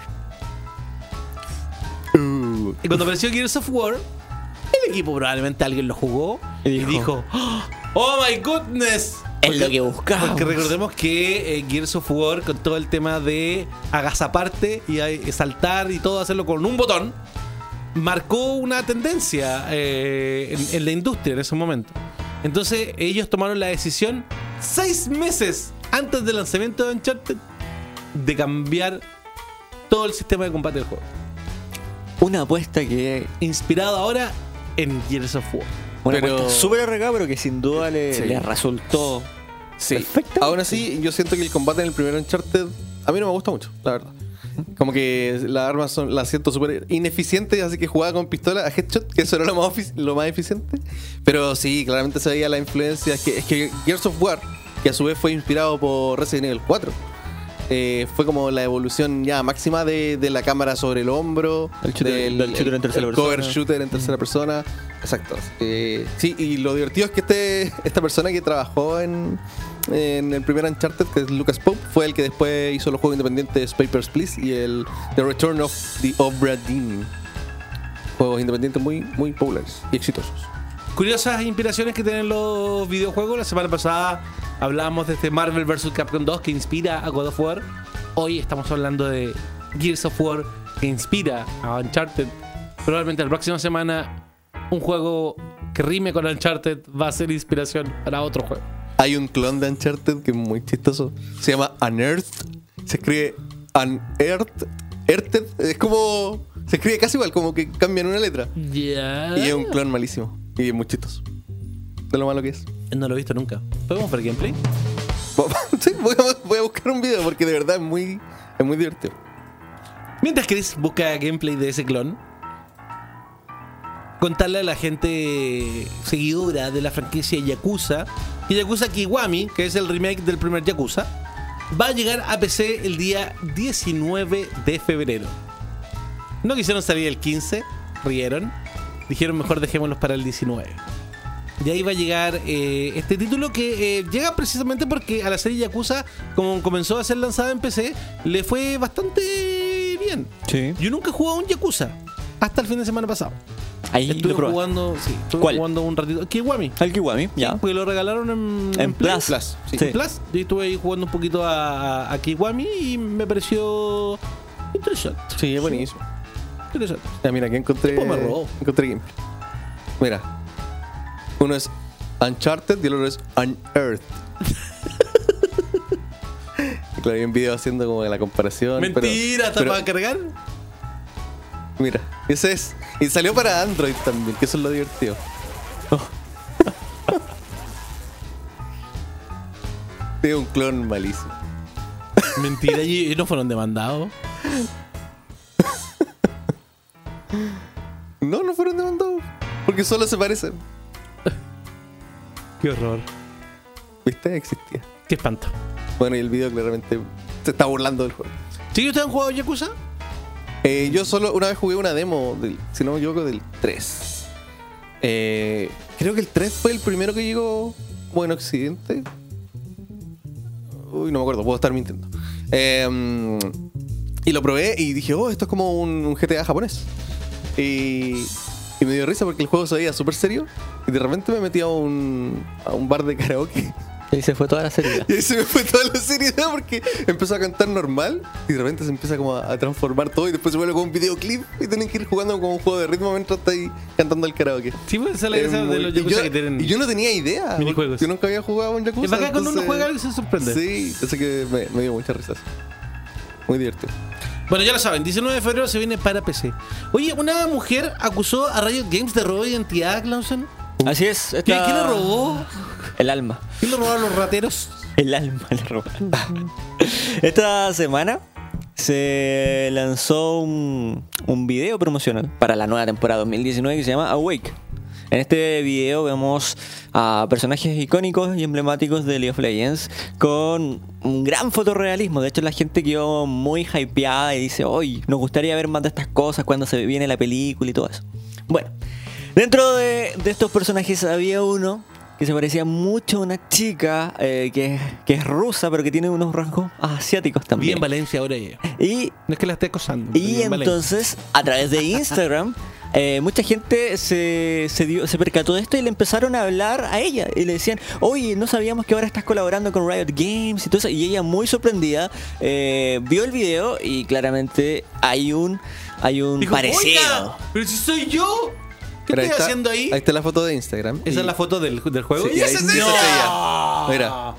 Speaker 3: Uh.
Speaker 2: Y cuando apareció Gears of War, el equipo probablemente alguien lo jugó y
Speaker 3: Y
Speaker 2: dijo,
Speaker 3: dijo,
Speaker 2: "Oh, ¡Oh my goodness!
Speaker 3: Es lo
Speaker 2: Porque-
Speaker 3: que buscamos.
Speaker 2: Porque recordemos que eh, Gears of War, con todo el tema de agazaparte y eh, saltar y todo, hacerlo con un botón, marcó una tendencia eh, en, en la industria en ese momento. Entonces, ellos tomaron la decisión seis meses antes del lanzamiento de Uncharted de cambiar todo el sistema de combate del juego.
Speaker 3: Una apuesta que.
Speaker 2: Inspirado ahora en Gears of War.
Speaker 3: Una
Speaker 5: Pero-
Speaker 3: apuesta súper arriesgada, pero que sin duda le,
Speaker 5: Sí.
Speaker 3: le resultó.
Speaker 5: Sí.
Speaker 3: Perfectamente.
Speaker 5: Aún así, yo siento que el combate en el primer Uncharted a mí no me gusta mucho, la verdad. Como que las armas son, las siento súper ineficientes, así que jugaba con pistola a headshot, que eso era lo más, ofici- lo más eficiente. Pero sí, claramente se veía la influencia. Es que, es que Gears of War, que a su vez fue inspirado por Resident Evil 4, eh, fue como la evolución ya máxima de, de la cámara sobre el hombro,
Speaker 3: El shooter- del shooter en tercera
Speaker 5: el cover
Speaker 3: persona. Mm.
Speaker 5: shooter en tercera persona. Exacto. Eh, sí, y lo divertido es que este, esta persona que trabajó en, en el primer Uncharted, que es Lucas Pope, fue el que después hizo los juegos independientes Papers, Please y el The Return of the Obra Dinn. Juegos independientes muy, muy populares y exitosos.
Speaker 2: Curiosas inspiraciones que tienen los videojuegos. La semana pasada hablábamos de este Marvel vs. Capcom 2 que inspira a God of War. Hoy estamos hablando de Gears of War que inspira a Uncharted. Probablemente la próxima semana un juego que rime con Uncharted va a ser inspiración para otro juego.
Speaker 5: Hay un clon de Uncharted que es muy chistoso. Se llama Unearthed. Se escribe Unearthed. Earthed. Es como. Se escribe casi igual, como que cambian una letra.
Speaker 2: Ya.
Speaker 5: Y es un clon malísimo. Y es muy chistoso. De lo malo que es. [LAUGHS]
Speaker 2: No lo he visto nunca. ¿Podemos ver gameplay?
Speaker 5: Sí, voy a, voy a buscar un video porque de verdad es muy, es muy divertido.
Speaker 2: Mientras Chris busca gameplay de ese clon, contarle a la gente seguidora de la franquicia Yakuza que Yakuza Kiwami, que es el remake del primer Yakuza, va a llegar a PC el día 19 de febrero. No quisieron salir el 15, rieron, dijeron mejor dejémoslos para el 19. De ahí va a llegar eh, este título que eh, llega precisamente porque a la serie Yakuza, como comenzó a ser lanzada en PC, le fue bastante bien.
Speaker 3: Sí.
Speaker 2: Yo nunca he jugado un Yakuza hasta el fin de semana pasado.
Speaker 3: Ahí
Speaker 2: Estuve
Speaker 3: lo probaste.
Speaker 2: jugando, sí, estuve
Speaker 3: ¿Cuál?
Speaker 2: jugando un ratito. Kiwami.
Speaker 3: Al Kiwami, ya.
Speaker 2: Porque lo regalaron en,
Speaker 3: En
Speaker 2: Play.
Speaker 3: Plus.
Speaker 5: sí.
Speaker 3: Sí.
Speaker 2: En Plus. Yo estuve ahí jugando un poquito a, a Kiwami y me pareció interesante.
Speaker 5: Sí, es buenísimo.
Speaker 2: Interesante.
Speaker 5: Ya, mira, aquí encontré.
Speaker 2: Tipo me robó.
Speaker 5: Encontré gameplay. Mira. Uno es Uncharted y el otro es Unearthed. [LAUGHS] claro, hay un video haciendo como la comparación. pero-
Speaker 2: Mentira, ¿está
Speaker 5: pero-
Speaker 2: para cargar?
Speaker 5: Mira, ese es. Y salió para Android también, que eso es lo divertido. Oh. [LAUGHS] Tiene un clon malísimo.
Speaker 2: Mentira, y, y no fueron demandados.
Speaker 5: No, no fueron demandados. Porque solo se parecen.
Speaker 2: Qué horror.
Speaker 5: ¿Viste? Existía.
Speaker 2: Qué espanto.
Speaker 5: Bueno, y el video claramente se está burlando del juego.
Speaker 2: ¿Sí ustedes han jugado Yakuza?
Speaker 5: Eh, yo solo una vez jugué una demo, del, si no me equivoco, del 3. Eh, creo que el 3 fue el primero que llegó bueno en Occidente. Uy, no me acuerdo, puedo estar mintiendo. Eh, y lo probé y dije, oh, esto es como un, un GTA japonés. Y, y me dio risa porque el juego se veía súper serio. Y de repente me metí a un, a un bar de karaoke.
Speaker 3: Y se fue toda la serie.
Speaker 5: Y ahí se me fue toda la seriedad porque empezó a cantar normal y de repente se empieza como a, a transformar todo y después se vuelve como un videoclip y tienen que ir jugando como un juego de ritmo mientras está ahí cantando el karaoke.
Speaker 2: Sí, pues esa es la
Speaker 5: Es
Speaker 2: gracia de
Speaker 5: muy-
Speaker 2: los
Speaker 5: y,
Speaker 2: Yakuza
Speaker 5: yo,
Speaker 2: que tienen.
Speaker 5: y yo no tenía idea.
Speaker 2: Minijuegos.
Speaker 5: Yo nunca había jugado a un Yakuza.
Speaker 2: Es bacán cuando uno
Speaker 5: entonces-
Speaker 2: juega algo y se sorprende.
Speaker 5: Sí, así que me, me dio muchas risas. Muy divertido.
Speaker 2: Bueno, ya lo saben, 19 de febrero se viene para PC. Oye, una mujer acusó a Riot Games de robo de identidad, Clausen.
Speaker 3: Así es.
Speaker 2: ¿Qué,
Speaker 3: esta-
Speaker 2: ¿Quién le robó?
Speaker 3: El alma.
Speaker 2: ¿Quién le robó a los rateros?
Speaker 3: El alma le robaron. Esta semana se lanzó un, un video promocional para la nueva temporada 2019 que se llama Awake. En este video vemos a personajes icónicos y emblemáticos de League of Legends con un gran fotorrealismo. De hecho, la gente quedó muy hypeada y dice, hoy nos gustaría ver más de estas cosas cuando se viene la película y todo eso. Bueno, dentro de, de estos personajes había uno que se parecía mucho a una chica eh, que, que es rusa, pero que tiene unos rasgos asiáticos
Speaker 2: Bien
Speaker 3: también.
Speaker 2: Valencia ahora ella.
Speaker 3: Y
Speaker 2: No es que la esté acosando.
Speaker 3: y
Speaker 2: bien Valencia.
Speaker 3: entonces, a través de Instagram, [LAUGHS] eh, mucha gente se, se, dio- se percató de esto y le empezaron a hablar a ella. Y le decían, oye, no sabíamos que ahora estás colaborando con Riot Games y todo eso. Y ella, muy sorprendida, eh, vio el video y claramente hay un, hay un
Speaker 2: Dijo,
Speaker 3: parecido.
Speaker 2: "Oiga, Ah, pero si soy yo. ¿Qué
Speaker 5: Mira,
Speaker 2: estoy
Speaker 5: está-
Speaker 2: haciendo ahí?
Speaker 5: Ahí está la foto de Instagram.
Speaker 2: Esa
Speaker 5: Y-
Speaker 2: es la foto del, del juego.
Speaker 5: Sí,
Speaker 2: ¡Y
Speaker 5: ahí
Speaker 2: esa es
Speaker 5: sí,
Speaker 2: ella!
Speaker 5: esa es ella. Mira.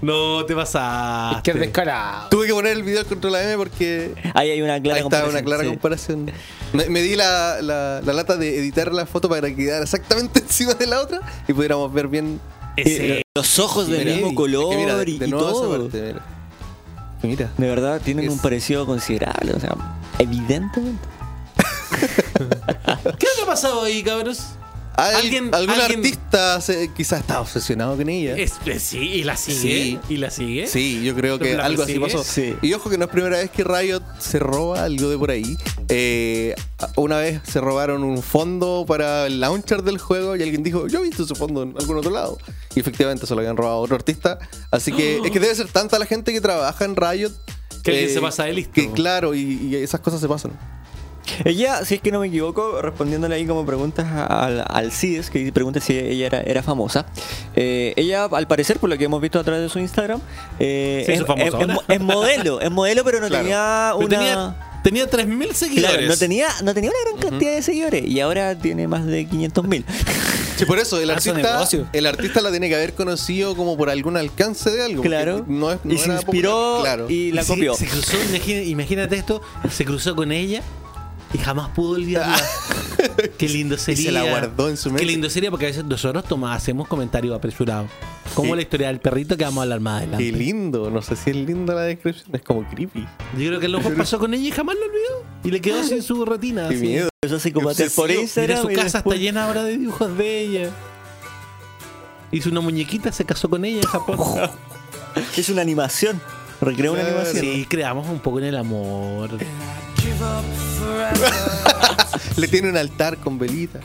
Speaker 2: No, te pasa.
Speaker 4: Es que es
Speaker 2: Ah.
Speaker 4: descarado.
Speaker 5: Tuve que poner el video del control M porque
Speaker 3: Ahí hay una clara
Speaker 5: ahí está
Speaker 3: comparación,
Speaker 5: una clara
Speaker 3: sí.
Speaker 5: comparación. Me, me di la, la- la lata de editar la foto para quedar exactamente [LAUGHS] encima de la otra y pudiéramos ver bien.
Speaker 2: Ese-
Speaker 3: Eh, Los ojos del
Speaker 5: Mira,
Speaker 3: mismo
Speaker 5: es que
Speaker 3: color
Speaker 5: mira, de-
Speaker 3: y,
Speaker 5: de
Speaker 3: y
Speaker 5: nuevo esa
Speaker 3: todo.
Speaker 5: parte, mira. Mira.
Speaker 3: De verdad, tienen
Speaker 5: Es-
Speaker 3: un parecido considerable. O sea, evidentemente.
Speaker 2: ¿Qué ha pasado ahí, cabros?
Speaker 5: Al-
Speaker 2: Alguien-
Speaker 5: algún
Speaker 2: alguien-
Speaker 5: artista se- quizás está obsesionado con ella.
Speaker 2: Es- eh, sí, y la sigue.
Speaker 5: Sí.
Speaker 2: Y la sigue.
Speaker 5: Sí, yo creo que
Speaker 2: ¿La
Speaker 5: algo así
Speaker 2: persigue?
Speaker 5: pasó.
Speaker 3: Sí.
Speaker 5: Y ojo que no es primera vez que Riot se roba algo de por ahí. Eh, una vez se robaron un fondo para el launcher del juego y alguien dijo, yo he visto ese fondo en algún otro lado. Y efectivamente se lo habían robado a otro artista.
Speaker 2: [GASPS]
Speaker 5: Así que es que debe ser tanta la gente que trabaja en Riot. eh,
Speaker 2: Que alguien se pasa de listo.
Speaker 5: Que claro, y, y esas cosas se pasan.
Speaker 3: Ella, Eh, si es que no me equivoco, respondiéndole ahí como preguntas al, al CIDES, que pregunta si ella era, era famosa. eh, ella, al parecer, por lo que hemos visto a través de su Instagram, eh,
Speaker 2: Se
Speaker 3: es,
Speaker 2: hizo famosa
Speaker 3: es-
Speaker 2: ahora.
Speaker 3: es mo- es modelo, es modelo, pero no
Speaker 5: [LAUGHS] Claro.
Speaker 3: tenía
Speaker 2: Pero
Speaker 3: una.
Speaker 2: Tenía, tenía 3.000 seguidores.
Speaker 3: Claro, no tenía, no tenía una gran cantidad de seguidores y ahora tiene más de 500 mil.
Speaker 5: Sí, por eso, el
Speaker 4: Hace
Speaker 5: artista,
Speaker 4: negocio.
Speaker 5: el artista la tiene que haber conocido como por algún alcance de algo.
Speaker 3: [LAUGHS]
Speaker 5: porque
Speaker 3: Claro.
Speaker 5: No es, no
Speaker 3: y se
Speaker 5: era
Speaker 3: inspiró
Speaker 5: popular, claro.
Speaker 3: y la
Speaker 2: se-
Speaker 3: copió.
Speaker 2: Se, cruzó, imagina- imagínate esto, se cruzó con ella y jamás pudo olvidarla.
Speaker 5: [LAUGHS]
Speaker 2: Qué lindo sería.
Speaker 5: la guardó en su mente.
Speaker 2: Qué lindo sería porque a veces nosotros toma- hacemos comentarios apresurados. Como
Speaker 5: Sí.
Speaker 2: la historia del perrito que vamos a hablar más
Speaker 5: Qué
Speaker 2: adelante.
Speaker 5: lindo, no sé si es linda la descripción, es como creepy.
Speaker 2: Yo creo que lo mejor pasó con ella y jamás lo olvidó. Y le
Speaker 5: [LAUGHS]
Speaker 2: quedó sin su retina.
Speaker 5: Qué
Speaker 2: así.
Speaker 5: miedo.
Speaker 3: Empezó así como a hacer por
Speaker 2: Mira,
Speaker 3: Instagram.
Speaker 2: su
Speaker 3: y
Speaker 2: casa
Speaker 3: después-
Speaker 2: está llena ahora de dibujos de ella. Hizo una muñequita, se casó con ella en Japón.
Speaker 3: Es una animación. Recrea una
Speaker 5: Claro.
Speaker 3: animación.
Speaker 2: Sí, creamos un poco en el amor.
Speaker 5: Le tiene un altar con velita.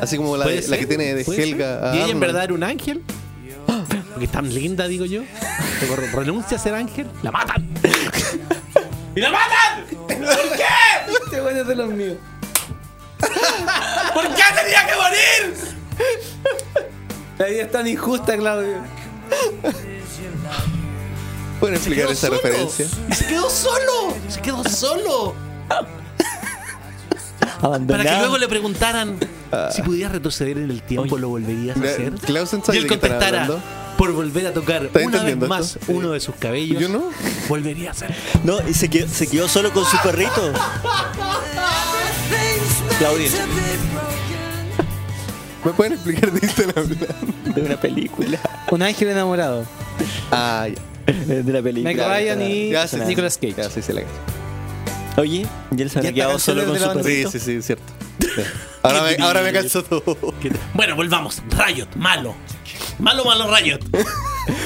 Speaker 5: Así como la,
Speaker 2: Puede
Speaker 5: de- la que
Speaker 2: ser,
Speaker 5: tiene de
Speaker 2: puede
Speaker 5: Helga.
Speaker 2: ser.
Speaker 5: a
Speaker 2: ¿Y ella en
Speaker 5: Arnold.
Speaker 2: verdad era un ángel? [GASPS] Porque es tan linda, digo yo. Pero re- renuncia a ser ángel, la matan. ¡Y la matan!
Speaker 4: Este weón es de los míos.
Speaker 2: ¿Por qué tenía que morir?
Speaker 4: La vida es tan injusta, Claudio.
Speaker 5: ¿Pueden explicar
Speaker 2: quedó
Speaker 5: esa
Speaker 2: solo.
Speaker 5: referencia?
Speaker 2: Y se quedó solo. Se quedó solo. Para
Speaker 3: Abandonada.
Speaker 2: que luego le preguntaran si pudieras retroceder en el tiempo, ¿lo volverías a
Speaker 5: Mira,
Speaker 2: hacer?
Speaker 5: Klaus, ¿sabes
Speaker 2: y
Speaker 5: de
Speaker 2: él
Speaker 5: qué están
Speaker 2: contestara
Speaker 5: hablando?
Speaker 2: por volver a tocar una
Speaker 5: ¿Estás
Speaker 2: vez
Speaker 5: entendiendo
Speaker 2: más
Speaker 5: esto? Sí.
Speaker 2: uno de sus cabellos.
Speaker 5: Yo no.
Speaker 2: Volvería a hacer.
Speaker 3: No, y se quedó, se quedó solo con su perrito. Claudio,
Speaker 5: ¿Me pueden explicar de qué están hablando?
Speaker 3: de una película.
Speaker 4: Un ángel enamorado.
Speaker 5: [LAUGHS] Ah,
Speaker 3: [LAUGHS]
Speaker 5: ya.
Speaker 3: De una película.
Speaker 4: Meg Ryan y
Speaker 5: Ya, sí, sí.
Speaker 4: Nicolas Cage.
Speaker 5: Ya, sí, sí, la cacho.
Speaker 3: Oye, ya él se había
Speaker 4: Ya está
Speaker 3: quedado solo con
Speaker 4: cancelado
Speaker 3: su
Speaker 4: de la
Speaker 3: perrito.
Speaker 5: Sí, sí,
Speaker 3: [LAUGHS]
Speaker 5: sí, cierto. Sí. Ahora, me, ahora me canso todo.
Speaker 2: Que- Bueno, volvamos. Riot, malo. Malo, malo, Riot.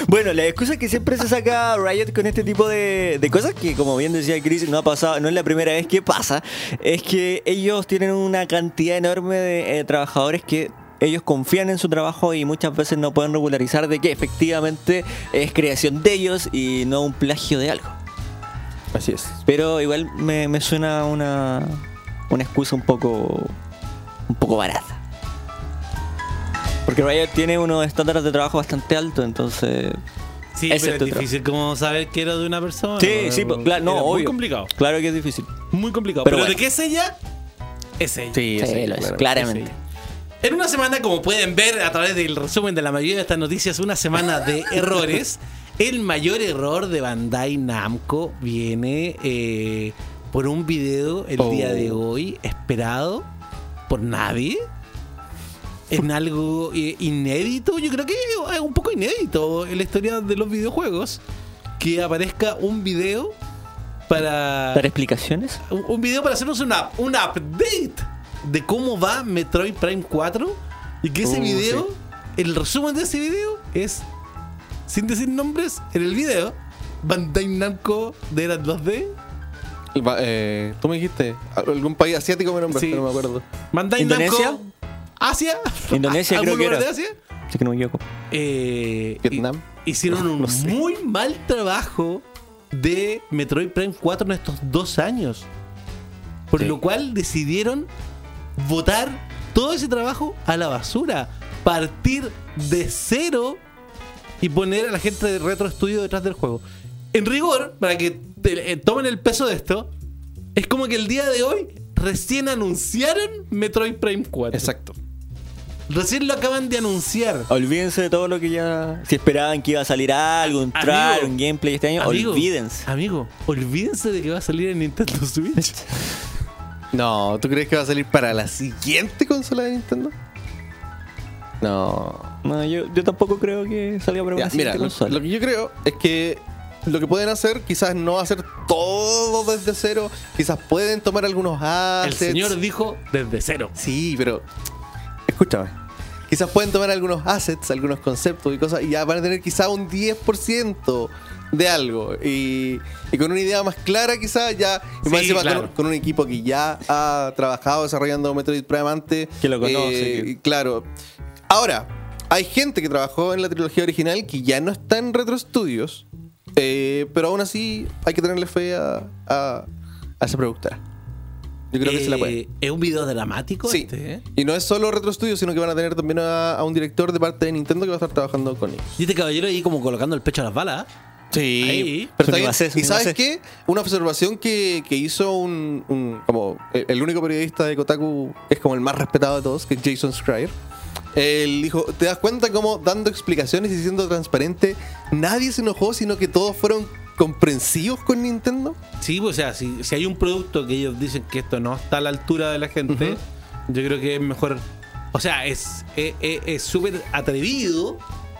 Speaker 3: Bueno, la excusa que siempre se saca Riot con este tipo de, de cosas, que como bien decía Chris, no ha pasado, no es la primera vez que pasa, es que ellos tienen una cantidad enorme de eh, trabajadores que ellos confían en su trabajo y muchas veces no pueden regularizar de que efectivamente es creación de ellos y no un plagio de algo.
Speaker 5: Así es.
Speaker 3: Pero igual me, me suena una, una excusa un poco, un poco barata. Porque Riot tiene unos estándares de trabajo bastante altos, entonces...
Speaker 2: Sí,
Speaker 3: Ese es
Speaker 2: pero
Speaker 3: tu
Speaker 2: es difícil como saber que era de una [LAUGHS] persona.
Speaker 3: Sí, sí, po- claro, no,
Speaker 2: Era Muy
Speaker 3: obvio.
Speaker 2: complicado.
Speaker 3: Claro que es difícil.
Speaker 2: Muy complicado. Pero,
Speaker 3: Pero
Speaker 2: de
Speaker 3: bueno.
Speaker 2: qué es ella, es ella.
Speaker 5: Sí,
Speaker 3: Sí,
Speaker 5: sí,
Speaker 3: lo es,
Speaker 5: claro.
Speaker 3: claramente.
Speaker 2: En una semana, como pueden ver a través del resumen de la mayoría de estas noticias, una semana de errores. El mayor error de Bandai Namco viene eh, por un video el día de hoy, esperado por nadie. En algo eh, inédito, yo creo que es eh, un poco inédito en la historia de los videojuegos, que aparezca un video para
Speaker 3: ¿Dar explicaciones?
Speaker 2: un, un video para hacernos una, un update de cómo va Metroid Prime 4 y que ese
Speaker 5: Uh,
Speaker 2: video, el resumen de ese video es, sin decir nombres, en el video, Bandai Namco de era 2D,
Speaker 5: Y va- eh, Tú me dijiste, algún país asiático me nombraste,
Speaker 2: Sí.
Speaker 5: no me acuerdo.
Speaker 2: Bandai
Speaker 3: ¿Indonesia?
Speaker 2: Namco Asia, [LAUGHS]
Speaker 3: Indonesia
Speaker 2: ¿Algún
Speaker 3: creo que
Speaker 2: lugar
Speaker 3: era.
Speaker 2: de Asia?
Speaker 3: Sí que no me equivoco.
Speaker 2: Eh,
Speaker 5: Vietnam.
Speaker 2: hi- Hicieron un muy mal trabajo de Metroid Prime 4 en estos dos años. Por lo cual decidieron votar todo ese trabajo a la basura. Partir de cero y poner a la gente de Retro Studio detrás del juego. En rigor, para que te- eh, tomen el peso de esto, es como que el día de hoy recién anunciaron Metroid Prime 4.
Speaker 5: Exacto.
Speaker 2: Recién lo acaban de anunciar.
Speaker 3: Olvídense de todo lo que ya. Si esperaban que iba a salir algo, un trial,
Speaker 2: Amigo.
Speaker 3: un gameplay este año,
Speaker 2: Amigo,
Speaker 3: olvídense.
Speaker 2: Amigo, olvídense de que va a salir en Nintendo Switch. [LAUGHS]
Speaker 5: No, ¿tú crees que va a salir para la siguiente consola de Nintendo? No.
Speaker 3: No, yo, yo tampoco creo que salga para una
Speaker 5: Ya, mira,
Speaker 3: siguiente
Speaker 5: lo,
Speaker 3: consola.
Speaker 5: lo que yo creo es que lo que pueden hacer, quizás no hacer todo desde cero, quizás pueden tomar algunos
Speaker 2: El
Speaker 5: assets.
Speaker 2: señor dijo desde cero.
Speaker 5: Sí, pero escúchame. Quizás pueden tomar algunos assets, algunos conceptos y cosas, y ya van a tener quizás un 10% de algo. Y, y con una idea más clara, quizás ya. Y más
Speaker 2: Sí,
Speaker 5: encima
Speaker 2: claro.
Speaker 5: con, con un equipo que ya ha trabajado desarrollando Metroid Prime antes.
Speaker 3: Que lo conoce,
Speaker 5: eh,
Speaker 3: que-
Speaker 5: Claro. Ahora, hay gente que trabajó en la trilogía original que ya no está en Retro Studios, eh, pero aún así hay que tenerle fe a, a, a esa productora. Yo creo que se la puede.
Speaker 2: Eh, Es un video dramático
Speaker 5: Sí.
Speaker 2: este, ¿eh?
Speaker 5: Y no es solo Retro Studios, sino que van a tener también a, a un director de parte de Nintendo que va a estar trabajando con ellos.
Speaker 2: Y este caballero ahí como colocando el pecho a las balas.
Speaker 5: Sí.
Speaker 2: Ahí.
Speaker 5: Pero está bien.
Speaker 3: Subimacé,
Speaker 5: Y sabes
Speaker 3: subimacé.
Speaker 5: qué? Una observación que, que hizo un, un- como el, el único periodista de Kotaku, que es como el más respetado de todos, que es Jason Schreier. Él dijo, ¿te das cuenta cómo dando explicaciones y siendo transparente, nadie se enojó, sino que todos fueron comprensivos con Nintendo?
Speaker 2: Sí, pues, o sea, si, si hay un producto que ellos dicen que esto no está a la altura de la gente, yo creo que es mejor. O sea, es es- es- es súper atrevido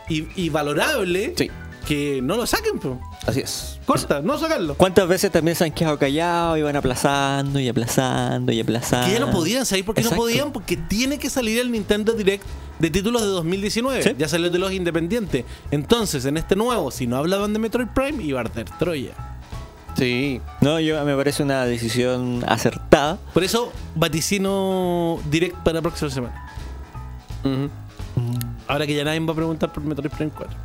Speaker 2: y, y valorable
Speaker 5: Sí.
Speaker 2: que no lo saquen, pero
Speaker 5: Así es.
Speaker 2: corta, no sacarlo.
Speaker 3: ¿Cuántas veces también se han quedado callados y van aplazando y aplazando y aplazando?
Speaker 2: Que ya no podían salir porque no
Speaker 3: Ah, Exacto.
Speaker 2: podían, porque tiene que salir el Nintendo Direct de títulos de 2019.
Speaker 3: Sí.
Speaker 2: Ya salió de los independientes. Entonces, en este nuevo, si no hablaban de Metroid Prime, iba a arder Troya.
Speaker 5: Sí.
Speaker 3: No, yo me parece una decisión acertada.
Speaker 2: Por eso, vaticino Direct para la próxima semana. Mm.
Speaker 5: Ujú.
Speaker 2: Ahora que ya nadie va a preguntar por Metroid Prime 4.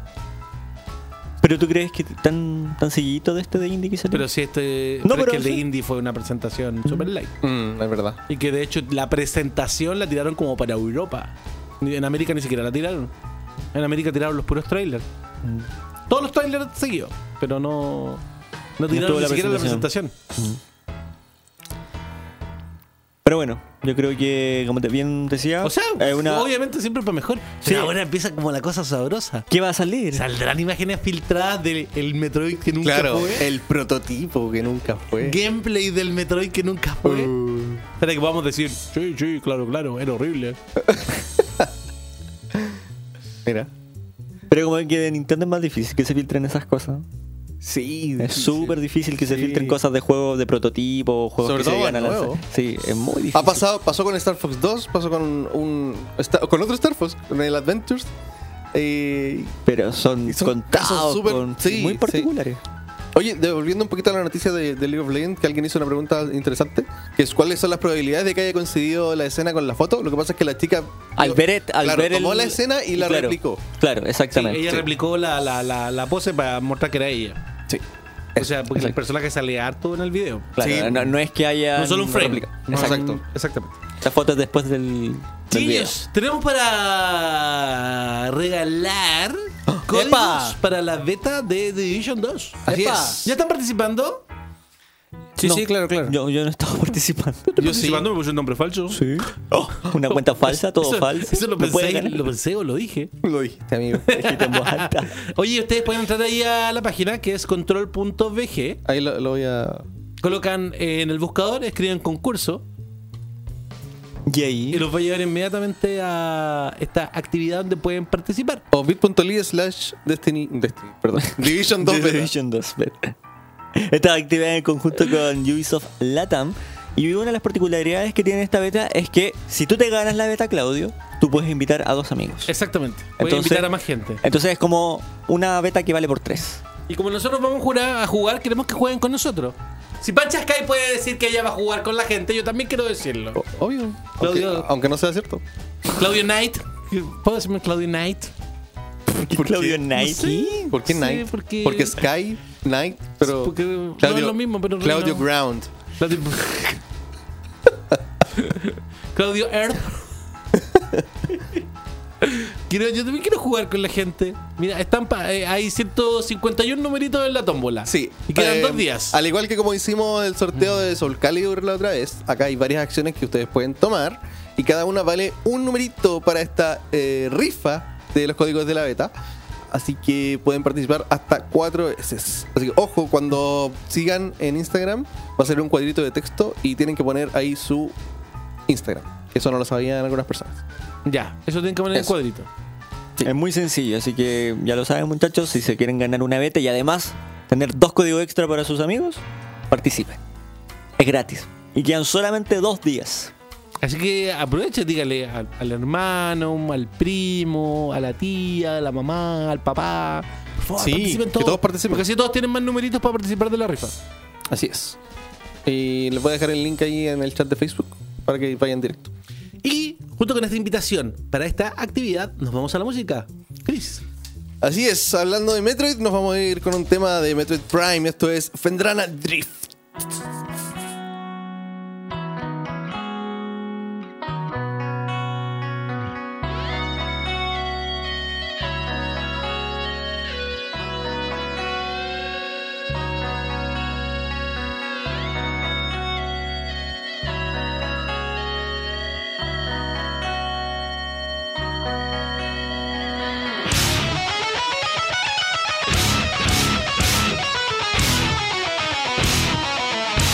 Speaker 3: Pero tú crees que tan, tan seguidito de este de indie que salió.
Speaker 2: Pero si este.
Speaker 3: No,
Speaker 2: pero es
Speaker 3: pero
Speaker 2: que el de
Speaker 3: sí.
Speaker 2: Indie fue una presentación super light.
Speaker 5: Mm, es verdad.
Speaker 2: Y que de hecho la presentación la tiraron como para Europa. Ni- En América ni siquiera la tiraron. En América tiraron los puros trailers. Todos los trailers seguidos, pero no. No tiraron
Speaker 3: tuvo
Speaker 2: ni
Speaker 3: la
Speaker 2: siquiera la presentación.
Speaker 3: Pero bueno, yo creo que, como te bien decía,
Speaker 2: O sea,
Speaker 3: Ah. es una-
Speaker 2: obviamente siempre para mejor. Pero ahora empieza como la cosa sabrosa.
Speaker 3: ¿qué va a salir?
Speaker 2: Saldrán imágenes filtradas del el Metroid que nunca
Speaker 5: Claro, Eh.
Speaker 2: fue.
Speaker 5: el prototipo que nunca fue.
Speaker 2: Gameplay del Metroid que nunca fue. Espera que vamos a decir, sí, sí, claro, claro, era horrible.
Speaker 5: Mira.
Speaker 3: Pero como que de Nintendo es más difícil que se filtren esas cosas.
Speaker 5: Sí,
Speaker 3: Es súper difícil que se
Speaker 5: Sí.
Speaker 3: filtren cosas de juegos de prototipo, juegos
Speaker 5: Sobre
Speaker 3: que se
Speaker 5: todo
Speaker 3: llegan a
Speaker 5: el
Speaker 3: lanzar.
Speaker 5: nuevo.
Speaker 3: Sí, es muy difícil.
Speaker 5: Ha pasado, pasó con Star Fox 2, pasó con un Star- con otro Star Fox, con el Adventures. Eh,
Speaker 3: Pero son,
Speaker 5: Y son casos
Speaker 3: contados,
Speaker 5: súper-
Speaker 3: con-
Speaker 5: sí,
Speaker 3: muy
Speaker 5: sí.
Speaker 3: particulares.
Speaker 5: oye, devolviendo un poquito a la noticia de, de League of Legends, que alguien hizo una pregunta interesante, que es cuáles son las probabilidades de que haya coincidido la escena con la foto. Lo que pasa es que la chica
Speaker 3: Al ver, et- al
Speaker 5: claro,
Speaker 3: ver
Speaker 5: tomó
Speaker 3: el-
Speaker 5: la escena y la
Speaker 3: claro,
Speaker 5: replicó.
Speaker 3: Claro,
Speaker 2: Sí,
Speaker 3: exactamente.
Speaker 2: ella replicó la, la, la, la pose para mostrar que era ella.
Speaker 5: Sí.
Speaker 2: O sea, porque el personaje sale harto en el video.
Speaker 3: Claro,
Speaker 5: sí.
Speaker 3: no, no es que haya.
Speaker 2: No solo un frame.
Speaker 3: replica.
Speaker 2: No,
Speaker 5: Exacto.
Speaker 2: Exactamente.
Speaker 3: Las fotos después del. del video.
Speaker 2: Chiquillos, tenemos para regalar códigos
Speaker 3: ¡Ah! ¡Epa!
Speaker 2: para la beta de The Division 2.
Speaker 5: Así
Speaker 3: Epa.
Speaker 5: es.
Speaker 2: ¿Ya están participando?
Speaker 4: Sí,
Speaker 3: No.
Speaker 4: sí, claro, claro.
Speaker 3: Yo, yo no estaba [LAUGHS] participando. Oh,
Speaker 2: Yo participando me puse un nombre falso. Sí.
Speaker 3: Una cuenta falsa, todo falso.
Speaker 2: [LAUGHS] Eso lo
Speaker 3: ¿Me puede
Speaker 2: pensé,
Speaker 3: ganar?
Speaker 2: lo pensé o lo dije.
Speaker 5: Lo dijiste, amigo.
Speaker 3: Dijiste en voz alta.
Speaker 2: Oye, ustedes pueden entrar ahí a la página que es control.bg.
Speaker 5: Ahí lo, lo voy a.
Speaker 2: Colocan eh, en el buscador, escriben concurso
Speaker 3: Y
Speaker 2: [LAUGHS]
Speaker 3: ahí.
Speaker 2: y los va a llevar inmediatamente a esta actividad donde pueden participar.
Speaker 5: O bit.ly slash Destiny. Destiny,
Speaker 3: [LAUGHS]
Speaker 5: perdón. Division 2
Speaker 3: The
Speaker 5: beta.
Speaker 3: Division 2 beta. [LAUGHS] Esta actividad en conjunto con Ubisoft Latam. Y una de las particularidades que tiene esta beta es que si tú te ganas la beta, Claudio, tú puedes invitar a dos amigos.
Speaker 2: Exactamente. Pueden
Speaker 3: Entonces-
Speaker 2: invitar a más gente.
Speaker 3: Entonces es como una beta que vale por tres.
Speaker 2: Y como nosotros vamos a jugar, a jugar, queremos que jueguen con nosotros. Si Pancha Sky puede decir que ella va a jugar con la gente, yo también quiero decirlo.
Speaker 5: O- Obvio. Aunque,
Speaker 2: Claudio.
Speaker 5: aunque no sea cierto.
Speaker 2: Claudio Knight. ¿Puedo decirme Claudio Knight?
Speaker 3: ¿Por Claudio Nike.
Speaker 5: ¿Por qué
Speaker 2: Sí,
Speaker 5: Knight?
Speaker 2: porque-
Speaker 5: Sky, Knight, pero.
Speaker 2: Porque no es lo mismo, pero
Speaker 5: Claudio
Speaker 2: no.
Speaker 5: Ground.
Speaker 2: [LAUGHS] Claudio, Claudio Earth. [LAUGHS] Quiero, yo también quiero jugar con la gente. Mira, están pa- eh, hay 151 numeritos en la tómbola.
Speaker 5: Sí.
Speaker 2: Y quedan
Speaker 5: Eh,
Speaker 2: dos días.
Speaker 5: Al igual que como hicimos el sorteo de Soul Calibur la otra vez, acá hay varias acciones que ustedes pueden tomar y cada una vale un numerito para esta eh, rifa de los códigos de la beta. Así que pueden participar hasta cuatro veces. Así que ojo, cuando sigan en Instagram va a ser un cuadrito de texto y tienen que poner ahí su Instagram. Eso no lo sabían algunas personas.
Speaker 2: Ya, eso tienen que poner en el
Speaker 5: Eso.
Speaker 2: cuadrito.
Speaker 3: Es muy sencillo, así que ya lo saben muchachos, si se quieren ganar una beta y además tener dos códigos extra para sus amigos, participen. Es gratis. Y quedan solamente dos días.
Speaker 2: Así que aprovechen, dígale al, al hermano, al primo, a la tía, a la mamá, al papá. Por favor,
Speaker 5: Sí,
Speaker 2: participen
Speaker 5: que
Speaker 2: todos.
Speaker 5: todos participen.
Speaker 2: Porque así todos tienen más numeritos para participar de la rifa.
Speaker 5: Así es. Y les voy a dejar el link ahí en el chat de Facebook para que vayan directo.
Speaker 2: Y junto con esta invitación para esta actividad, nos vamos a la música. Chris.
Speaker 5: Así es, hablando de Metroid, nos vamos a ir con un tema de Metroid Prime. Esto es Fendrana Drift.
Speaker 7: Thank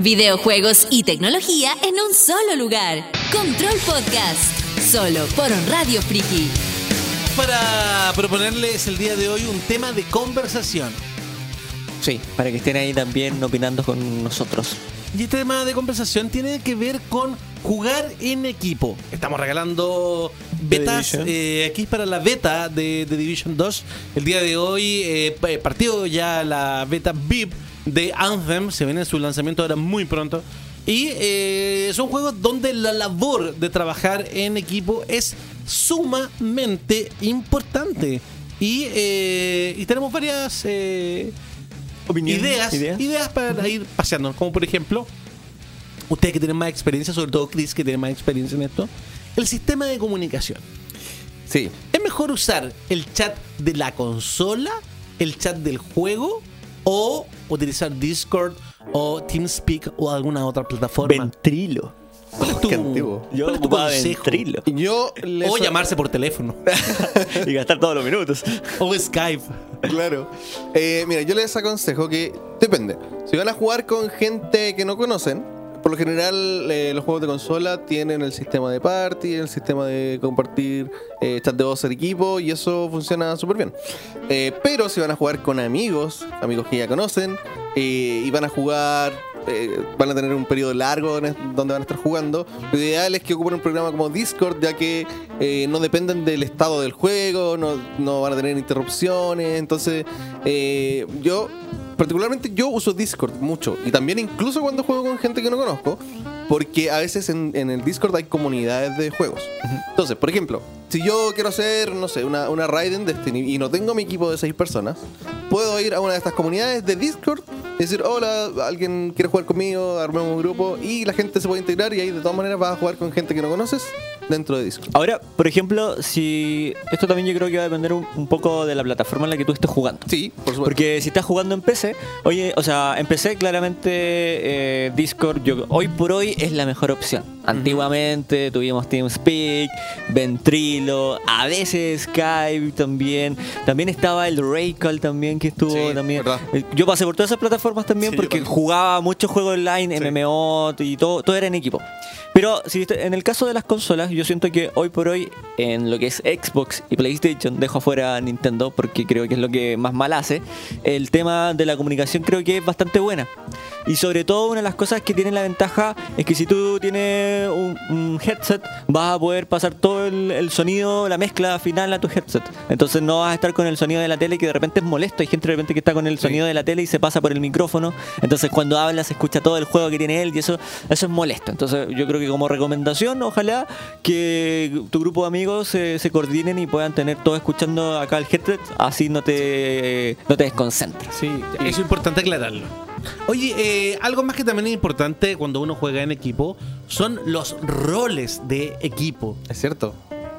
Speaker 1: videojuegos y tecnología en un solo lugar. Control Podcast, solo por Radio Friki.
Speaker 2: Para proponerles el día de hoy un tema de conversación.
Speaker 3: Sí, para que estén ahí también opinando con nosotros.
Speaker 2: Y este tema de conversación tiene que ver con jugar en equipo. Estamos regalando betas
Speaker 3: Division.
Speaker 2: eh, aquí para la beta de, de Division 2. El día de hoy eh, pa- partió ya la beta VIP de Anthem. Se viene su lanzamiento ahora muy pronto. Y eh, son juegos donde la labor de trabajar en equipo es sumamente importante. Y, eh, y tenemos varias... eh, ideas, ideas, para ir paseando. Como por ejemplo, ustedes que tienen más experiencia, sobre todo Chris que tiene más experiencia en esto, el sistema de comunicación.
Speaker 5: Sí.
Speaker 2: ¿Es mejor usar el chat de la consola, el chat del juego o utilizar Discord o TeamSpeak o alguna otra plataforma?
Speaker 3: Ventrilo.
Speaker 2: ¿Cuál es tu,
Speaker 5: Qué antiguo.
Speaker 3: Yo
Speaker 2: cuál es tu
Speaker 3: ocupaba
Speaker 2: consejo?
Speaker 3: ventrilo.
Speaker 5: Yo le
Speaker 2: O
Speaker 5: so-
Speaker 2: llamarse por teléfono.
Speaker 3: [LAUGHS] Y gastar todos los minutos.
Speaker 2: o Skype.
Speaker 5: Claro. Eh, mira, yo les aconsejo que depende. Si van a jugar con gente que no conocen, por lo general eh, los juegos de consola tienen el sistema de party, el sistema de compartir eh, chat de voz en equipo y eso funciona súper bien. Eh, pero si van a jugar con amigos, amigos que ya conocen, eh, y van a jugar, eh, van a tener un periodo largo en es- donde van a estar jugando, lo ideal es que ocupen un programa como Discord, ya que eh, no dependen del estado del juego, no, no van a tener interrupciones, entonces eh, yo, particularmente yo uso Discord mucho, y también incluso cuando juego con gente que no conozco, porque a veces en, en el Discord hay comunidades de juegos. Entonces, por ejemplo, si yo quiero hacer, no sé, una, una raid en Destiny y no tengo mi equipo de seis personas, puedo ir a una de estas comunidades de Discord y decir, hola, alguien quiere jugar conmigo, armemos un grupo y la gente se puede integrar y ahí de todas maneras vas a jugar con gente que no conoces dentro de Discord.
Speaker 3: Ahora, por ejemplo, si. Esto también yo creo que va a depender un, un poco de la plataforma en la que tú estés jugando.
Speaker 5: Sí, por supuesto.
Speaker 3: Porque si estás jugando en PC, oye, o sea, en PC claramente eh, Discord, yo, hoy por hoy es la mejor opción. Antiguamente tuvimos TeamSpeak, Ventrilo, a veces Skype también. También estaba el Raycall también que estuvo
Speaker 5: Sí,
Speaker 3: también.
Speaker 5: verdad.
Speaker 3: Eh, Yo pasé por todas esas plataformas también
Speaker 5: Sí, yo
Speaker 3: porque
Speaker 5: también.
Speaker 3: jugaba muchos juegos online, MMO y todo, todo era en equipo. Pero si está- en el caso de las consolas, yo siento que hoy por hoy en lo que es Xbox y PlayStation dejo afuera a Nintendo porque creo que es lo que más mal hace. El tema de la comunicación creo que es bastante buena. Y sobre todo una de las cosas que tiene la ventaja es que si tú tienes un, un headset vas a poder pasar todo el, el sonido, la mezcla final a tu headset. Entonces no vas a estar con el sonido de la tele que de repente es molesto. Hay gente de repente que está con el sonido de la tele y se pasa por el micrófono. Entonces cuando habla se escucha todo el juego que tiene él y eso, eso es molesto. Entonces yo creo que como recomendación, ojalá que tu grupo de amigos eh, se coordinen y puedan tener todo escuchando acá el headset, así no te, no te desconcentras.
Speaker 4: Sí.
Speaker 2: Eso es importante aclararlo. Oye, eh, algo más que también es importante cuando uno juega en equipo son los roles de equipo.
Speaker 5: Es cierto.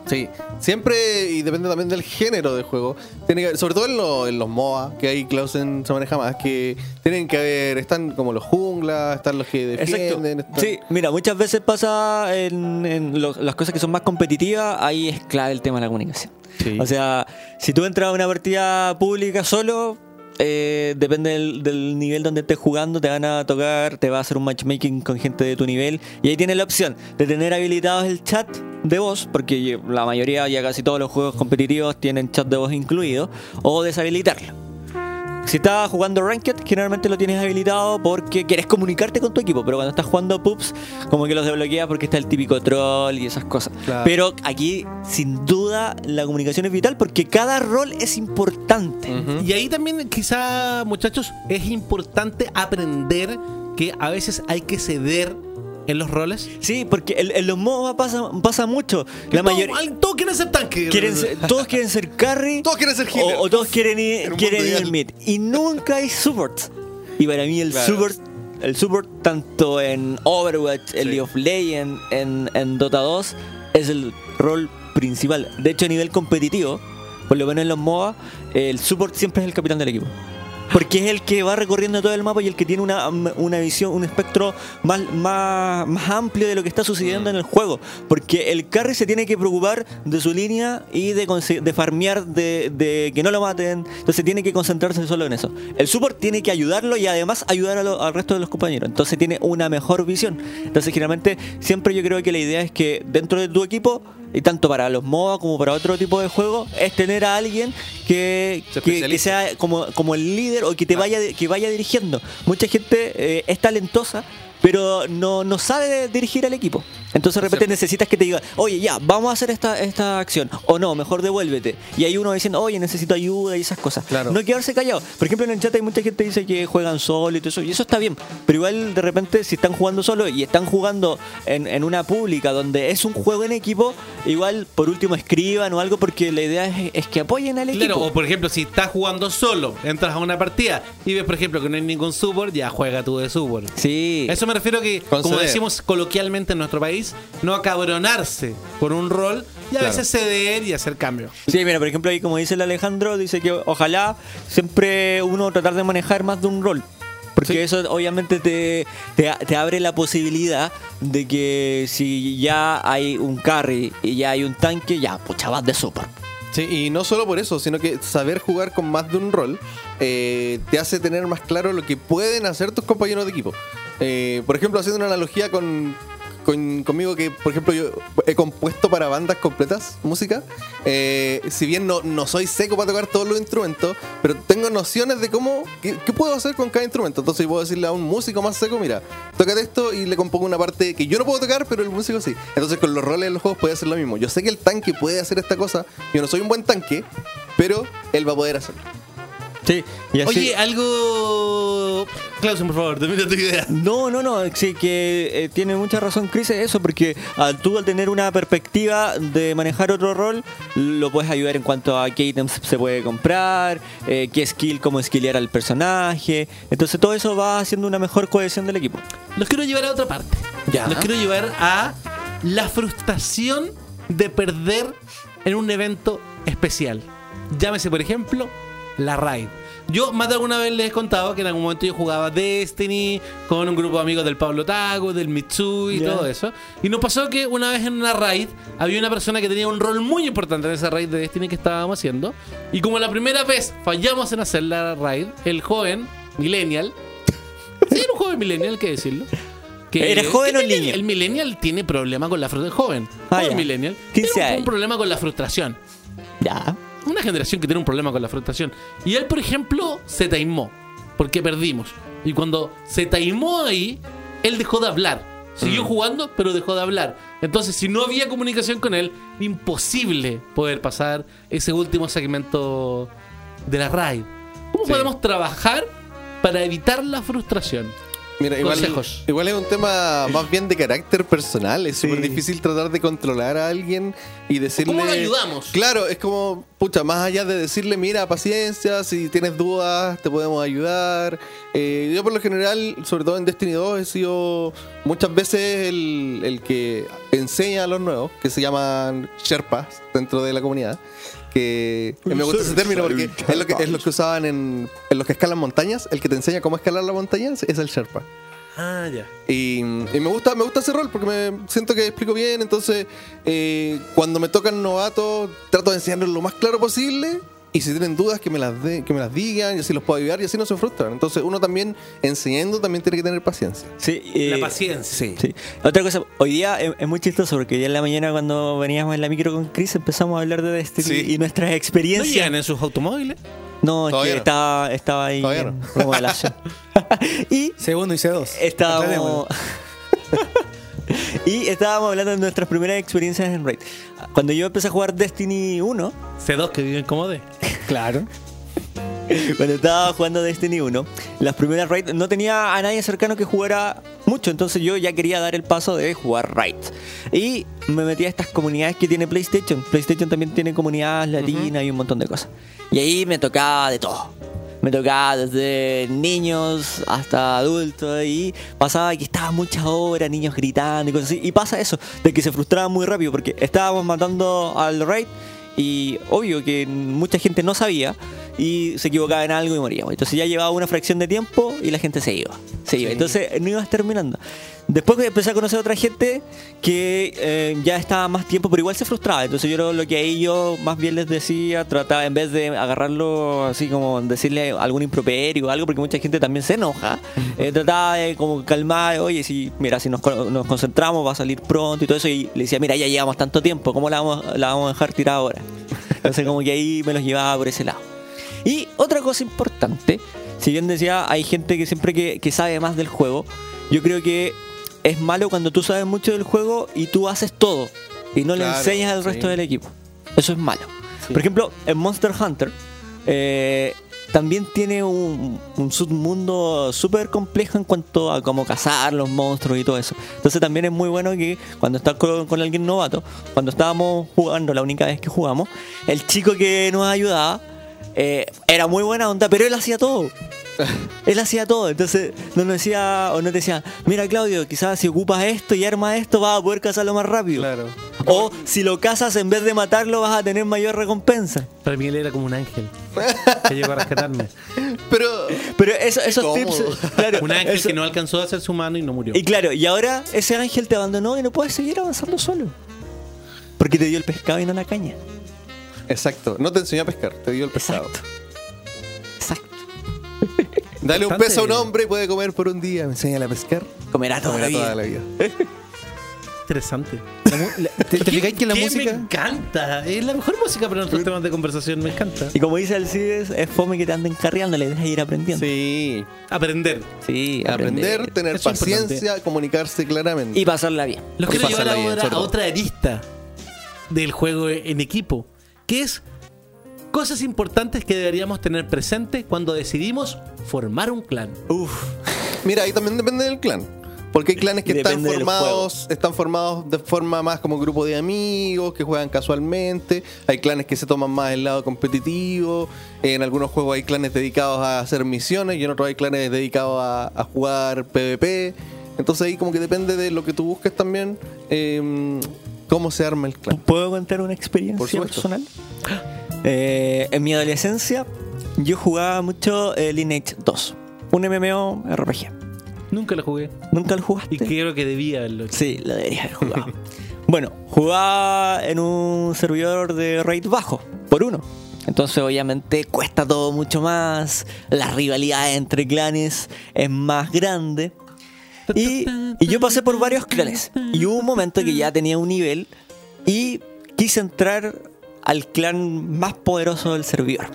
Speaker 5: Sí, siempre, y depende también del género de juego, tiene que haber- sobre todo en, lo- en los MOA, que ahí Clausen se maneja más, que tienen que haber, están como los junglas, están los que defienden. están-
Speaker 3: Sí, mira, muchas veces pasa en, en lo- las cosas que son más competitivas, ahí es clave el tema de la comunicación.
Speaker 5: Sí.
Speaker 3: O sea, si tú entras a una partida pública solo, eh, depende del, del nivel donde estés jugando, te van a tocar, te va a hacer un matchmaking con gente de tu nivel. Y ahí tienes la opción de tener habilitados el chat de voz, porque la mayoría, ya casi todos los juegos competitivos tienen chat de voz incluido, o deshabilitarlo. Si estás jugando Ranked, generalmente lo tienes habilitado porque quieres comunicarte con tu equipo, pero cuando estás jugando Pups, como que los desbloqueas porque está el típico troll y esas cosas.
Speaker 5: Claro.
Speaker 3: Pero aquí, sin duda, la comunicación es vital porque cada rol es importante.
Speaker 2: Y ahí también quizá, muchachos, es importante aprender que a veces hay que ceder en los roles.
Speaker 3: Sí, porque en, en los MOBA pasa, pasa mucho. La
Speaker 2: Todo-
Speaker 3: mayoría.
Speaker 2: al- Todos quieren ser tanque.
Speaker 3: quieren ser- todos quieren ser carry.
Speaker 5: Todos quieren ser healer.
Speaker 3: O, o todos quieren
Speaker 5: En
Speaker 3: ir,
Speaker 5: un
Speaker 3: quieren
Speaker 5: mundo
Speaker 3: ir
Speaker 5: ideal.
Speaker 3: mid. Y nunca hay support. Y para mí el
Speaker 5: Claro.
Speaker 3: support, el support tanto en Overwatch, en League of Legends, en, en Dota 2, es el rol principal. De hecho, a nivel competitivo, por lo menos en los MOBA, el support siempre es el capitán del equipo. Porque es el que va recorriendo todo el mapa y el que tiene una, una visión, un espectro más, más, más amplio de lo que está sucediendo en el juego. Porque el carry se tiene que preocupar de su línea y de, conse- de farmear, de, de que no lo maten. Entonces tiene que concentrarse solo en eso. El support tiene que ayudarlo y además ayudar a lo- al resto de los compañeros. Entonces tiene una mejor visión. Entonces generalmente siempre yo creo que la idea es que dentro de tu equipo... Y tanto para los MOBA como para otro tipo de juego, es tener a alguien que,
Speaker 2: Se
Speaker 3: que- que
Speaker 2: especialice.
Speaker 3: sea sea como, como el líder o que te vaya que vaya dirigiendo. Mucha gente eh, es talentosa, pero no, no sabe dirigir al equipo. Entonces de repente necesitas que te diga, oye, ya, vamos a hacer esta, esta acción. O no, mejor devuélvete. Y hay uno diciendo, oye, necesito ayuda y esas cosas.
Speaker 5: Claro.
Speaker 3: No quedarse callado. Por ejemplo, en el chat hay mucha gente que dice que juegan solo y todo eso. Y eso está bien. Pero igual de repente si están jugando solo y están jugando en, en una pública donde es un juego en equipo, igual por último escriban o algo porque la idea es, es que apoyen al equipo.
Speaker 2: Claro, o por ejemplo, si estás jugando solo, entras a una partida y ves, por ejemplo, que no hay ningún support, ya juega tú de support.
Speaker 3: Sí.
Speaker 2: Eso me refiero que, como
Speaker 5: Conceder.
Speaker 2: decimos coloquialmente en nuestro país, no acabronarse por un rol y a veces ceder y hacer cambios.
Speaker 3: Sí, mira, por ejemplo, ahí como dice el Alejandro, dice que ojalá siempre uno tratar de manejar más de un rol. Porque eso obviamente te, te, te abre la posibilidad de que si ya hay un carry y ya hay un tanque, ya, pucha, vas de super.
Speaker 5: Sí, y no solo por eso, sino que saber jugar con más de un rol eh, te hace tener más claro lo que pueden hacer tus compañeros de equipo. Eh, por ejemplo, haciendo una analogía con, con- conmigo que, por ejemplo, yo he compuesto para bandas completas música. Eh, si bien no, no soy seco para tocar todos los instrumentos, pero tengo nociones de cómo, qué, qué puedo hacer con cada instrumento. Entonces yo puedo decirle a un músico más seco, mira, tócate esto y le compongo una parte que yo no puedo tocar, pero el músico sí. Entonces con los roles de los juegos puede hacer lo mismo. Yo sé que el tanque puede hacer esta cosa, yo no soy un buen tanque, pero él va a poder hacerlo.
Speaker 3: Sí, y así.
Speaker 2: Oye, algo. Clausen, por favor, termina tu idea.
Speaker 3: No, no, no, sí que eh, tiene mucha razón Chris en eso, porque al tú al tener una perspectiva de manejar otro rol, lo puedes ayudar en cuanto a qué ítems se puede comprar, eh, qué skill, cómo skillear al personaje. Entonces todo eso va haciendo una mejor cohesión del equipo.
Speaker 2: Los quiero llevar a otra parte.
Speaker 3: Ya.
Speaker 2: Los quiero llevar a la frustración de perder en un evento especial. Llámese, por ejemplo, la raid. Yo más de alguna vez les he contado que en algún momento yo jugaba Destiny con un grupo de amigos del Pablo Tago, del Mitsui y
Speaker 3: Ya.
Speaker 2: todo eso. Y nos pasó que una vez en una raid había una persona que tenía un rol muy importante en esa raid de Destiny que estábamos haciendo. Y como la primera vez fallamos en hacer la raid, el joven, millennial, sí, era un joven millennial, hay que decirlo.
Speaker 3: ¿Era joven
Speaker 2: que
Speaker 3: o
Speaker 2: millennial-
Speaker 3: niño?
Speaker 2: El millennial tiene problema con la frustración. Joven.
Speaker 3: Ah,
Speaker 2: joven
Speaker 3: ya.
Speaker 2: millennial.
Speaker 3: 15
Speaker 2: Tiene un- un
Speaker 3: años.
Speaker 2: problema con la frustración.
Speaker 3: Ya.
Speaker 2: Una generación que tiene un problema con la frustración. Y él, por ejemplo, se taimó. Porque perdimos. Y cuando se taimó ahí, él dejó de hablar. Siguió
Speaker 3: Mm.
Speaker 2: jugando, pero dejó de hablar. Entonces, si no había comunicación con él, imposible poder pasar ese último segmento de la raid. ¿Cómo podemos trabajar para evitar la frustración?
Speaker 5: Mira, igual,
Speaker 2: Consejos.
Speaker 5: igual es un tema más bien de carácter personal. Es súper difícil tratar de controlar a alguien y decirle.
Speaker 2: lo ayudamos?
Speaker 5: Claro, es como, pucha, más allá de decirle, mira, paciencia, si tienes dudas, te podemos ayudar. Eh, yo, por lo general, sobre todo en Destiny 2, he sido muchas veces el, el que enseña a los nuevos, que se llaman Sherpas dentro de la comunidad. Que eh, me gusta ese término porque es lo que, es lo que usaban en, en los que escalan montañas. El que te enseña cómo escalar la montaña es el Sherpa.
Speaker 2: Ah, ya.
Speaker 5: Y, y me gusta me gusta ese rol porque me siento que explico bien. Entonces, eh, cuando me tocan novatos, trato de enseñarles lo más claro posible. Y si tienen dudas, que me las de- que me las digan y así los puedo ayudar y así no se frustran. Entonces, uno también enseñando también tiene que tener paciencia.
Speaker 3: Sí, eh,
Speaker 2: La paciencia.
Speaker 3: Sí. Otra cosa, hoy día es, es muy chistoso porque hoy día en la mañana cuando veníamos en la micro con Chris empezamos a hablar de Destiny
Speaker 5: Sí.
Speaker 3: y nuestras
Speaker 2: ¿No
Speaker 3: experiencias.
Speaker 2: llegan en sus automóviles?
Speaker 3: No, es
Speaker 5: Todavía
Speaker 3: que
Speaker 5: no.
Speaker 3: estaba, estaba ahí
Speaker 5: Todavía
Speaker 3: en
Speaker 5: no.
Speaker 3: remodelación. [LAUGHS] y
Speaker 4: C1 y C2.
Speaker 3: estábamos.
Speaker 4: Aclarémoslo.
Speaker 3: [LAUGHS] y estábamos hablando de nuestras primeras experiencias en Raid. Cuando yo empecé a jugar Destiny 1,
Speaker 2: C2 que viven como de.
Speaker 4: Claro.
Speaker 3: cuando estaba jugando Destiny 1, las primeras Raid no tenía a nadie cercano que jugara mucho, entonces yo ya quería dar el paso de jugar Raid. Y me metí a estas comunidades que tiene PlayStation. PlayStation también tiene comunidades latinas y un montón de cosas. Y ahí me tocaba de todo. Me tocaba desde niños hasta adultos y pasaba que estaba muchas horas, niños gritando y cosas así. Y pasa eso, de que se frustraba muy rápido porque estábamos matando al raid y obvio que mucha gente no sabía y se equivocaba en algo y moríamos. Entonces ya llevaba una fracción de tiempo y la gente se iba. Se iba. Entonces no ibas terminando. Después empecé a conocer a otra gente que eh, ya estaba más tiempo, pero igual se frustraba. Entonces yo lo, lo que ahí yo más bien les decía, trataba en vez de agarrarlo así como decirle algún improperio o algo, porque mucha gente también se enoja, eh, trataba de como calmar, oye, si, mira, si nos, co- nos concentramos va a salir pronto y todo eso. Y le decía, mira, ya llevamos tanto tiempo, ¿cómo la vamos, la vamos a dejar tirada ahora? Entonces como que ahí me los llevaba por ese lado. Y otra cosa importante, si bien decía, hay gente que siempre que, que sabe más del juego, yo creo que es malo cuando tú sabes mucho del juego y tú haces todo y no le
Speaker 5: Claro,
Speaker 3: enseñas al
Speaker 5: sí.
Speaker 3: resto del equipo. Eso es malo. Por ejemplo, en Monster Hunter eh, también tiene un, un submundo súper complejo en cuanto a cómo cazar los monstruos y todo eso. Entonces también es muy bueno que cuando estás con, con alguien novato, cuando estábamos jugando, la única vez que jugamos, el chico que nos ayudaba eh, era muy buena onda, pero él hacía todo. Él hacía todo, entonces no nos decía, o no te decía, mira Claudio, quizás si ocupas esto y armas esto vas a poder cazarlo más rápido.
Speaker 5: Claro.
Speaker 3: O si lo cazas en vez de matarlo vas a tener mayor recompensa.
Speaker 4: Para mí él era como un ángel que llegó
Speaker 2: [LAUGHS]
Speaker 4: a rescatarme.
Speaker 5: Pero
Speaker 3: Pero eso- esos tips,
Speaker 5: cómodo. [LAUGHS]
Speaker 3: claro,
Speaker 2: Un ángel
Speaker 3: eso-
Speaker 2: que no alcanzó a hacer su mano y no murió.
Speaker 3: Y claro, y ahora ese ángel te abandonó y no puedes seguir avanzando solo. Porque te dio el pescado y no la caña.
Speaker 5: exacto, no te enseñó a pescar, te dio el pescado.
Speaker 3: Exacto. Exacto.
Speaker 5: Dale un
Speaker 4: Bastante-
Speaker 5: peso a un hombre y puede comer por un día, me enseña a pescar,
Speaker 3: Comerá toda, la
Speaker 5: comerá
Speaker 3: vida.
Speaker 5: toda la vida.
Speaker 2: Interesante.
Speaker 4: La mu- la- ¿Te, te fijáis que la
Speaker 2: ¿Qué
Speaker 4: música?
Speaker 2: Me encanta. Es la mejor música para nuestros temas de conversación. Me encanta.
Speaker 3: Y como dice Alcides, es fome que te anden carreando, le dejas ir aprendiendo.
Speaker 5: Sí,
Speaker 2: Aprender.
Speaker 3: Sí,
Speaker 5: aprender, tener
Speaker 2: Eso es
Speaker 5: paciencia, comunicarse claramente.
Speaker 3: Y pasarla bien.
Speaker 2: Los
Speaker 5: Por
Speaker 2: quiero llevar
Speaker 5: pasarla bien,
Speaker 2: ahora
Speaker 5: sobre
Speaker 2: a
Speaker 5: todo.
Speaker 2: otra arista del juego en equipo, que es cosas importantes que deberíamos tener presente cuando decidimos formar un clan.
Speaker 5: Mira, ahí también depende del clan. Porque hay clanes que
Speaker 3: Y
Speaker 5: están
Speaker 3: depende del
Speaker 5: formados, están formados de forma más como grupo de amigos, que juegan casualmente, hay clanes que se toman más el lado competitivo, en algunos juegos hay clanes dedicados a hacer misiones y en otros hay clanes dedicados a, a jugar PvP. Entonces ahí como que depende de lo que tú busques también, eh, cómo se arma el clan.
Speaker 3: ¿Puedo contar una experiencia
Speaker 5: Por supuesto.
Speaker 3: personal? Eh, en mi adolescencia, yo jugaba mucho eh, Lineage 2, un MMORPG.
Speaker 2: Nunca lo jugué.
Speaker 3: ¿Nunca lo jugaste?
Speaker 2: Y creo que debía haberlo hecho.
Speaker 3: Sí, lo debería haber jugado. [LAUGHS] bueno, jugaba en un servidor de raid bajo, por uno. Entonces, obviamente, cuesta todo mucho más. La rivalidad entre clanes es más grande. Y, y yo pasé por varios clanes. Y hubo un momento que ya tenía un nivel y quise entrar al clan más poderoso del servidor.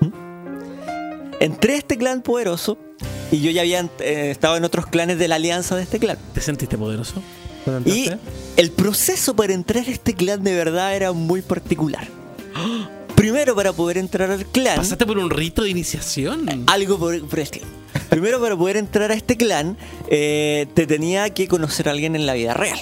Speaker 3: ¿Mm? Entré a este clan poderoso y yo ya había eh, estado en otros clanes de la alianza de este clan.
Speaker 2: ¿Te sentiste poderoso?
Speaker 3: Y el proceso para entrar a este clan de verdad era muy particular. Primero para poder entrar al clan,
Speaker 2: ¿Pasaste por un rito de iniciación?
Speaker 3: algo por, por el clan. Primero para poder entrar a este clan, eh, te tenía que conocer a alguien en la vida real.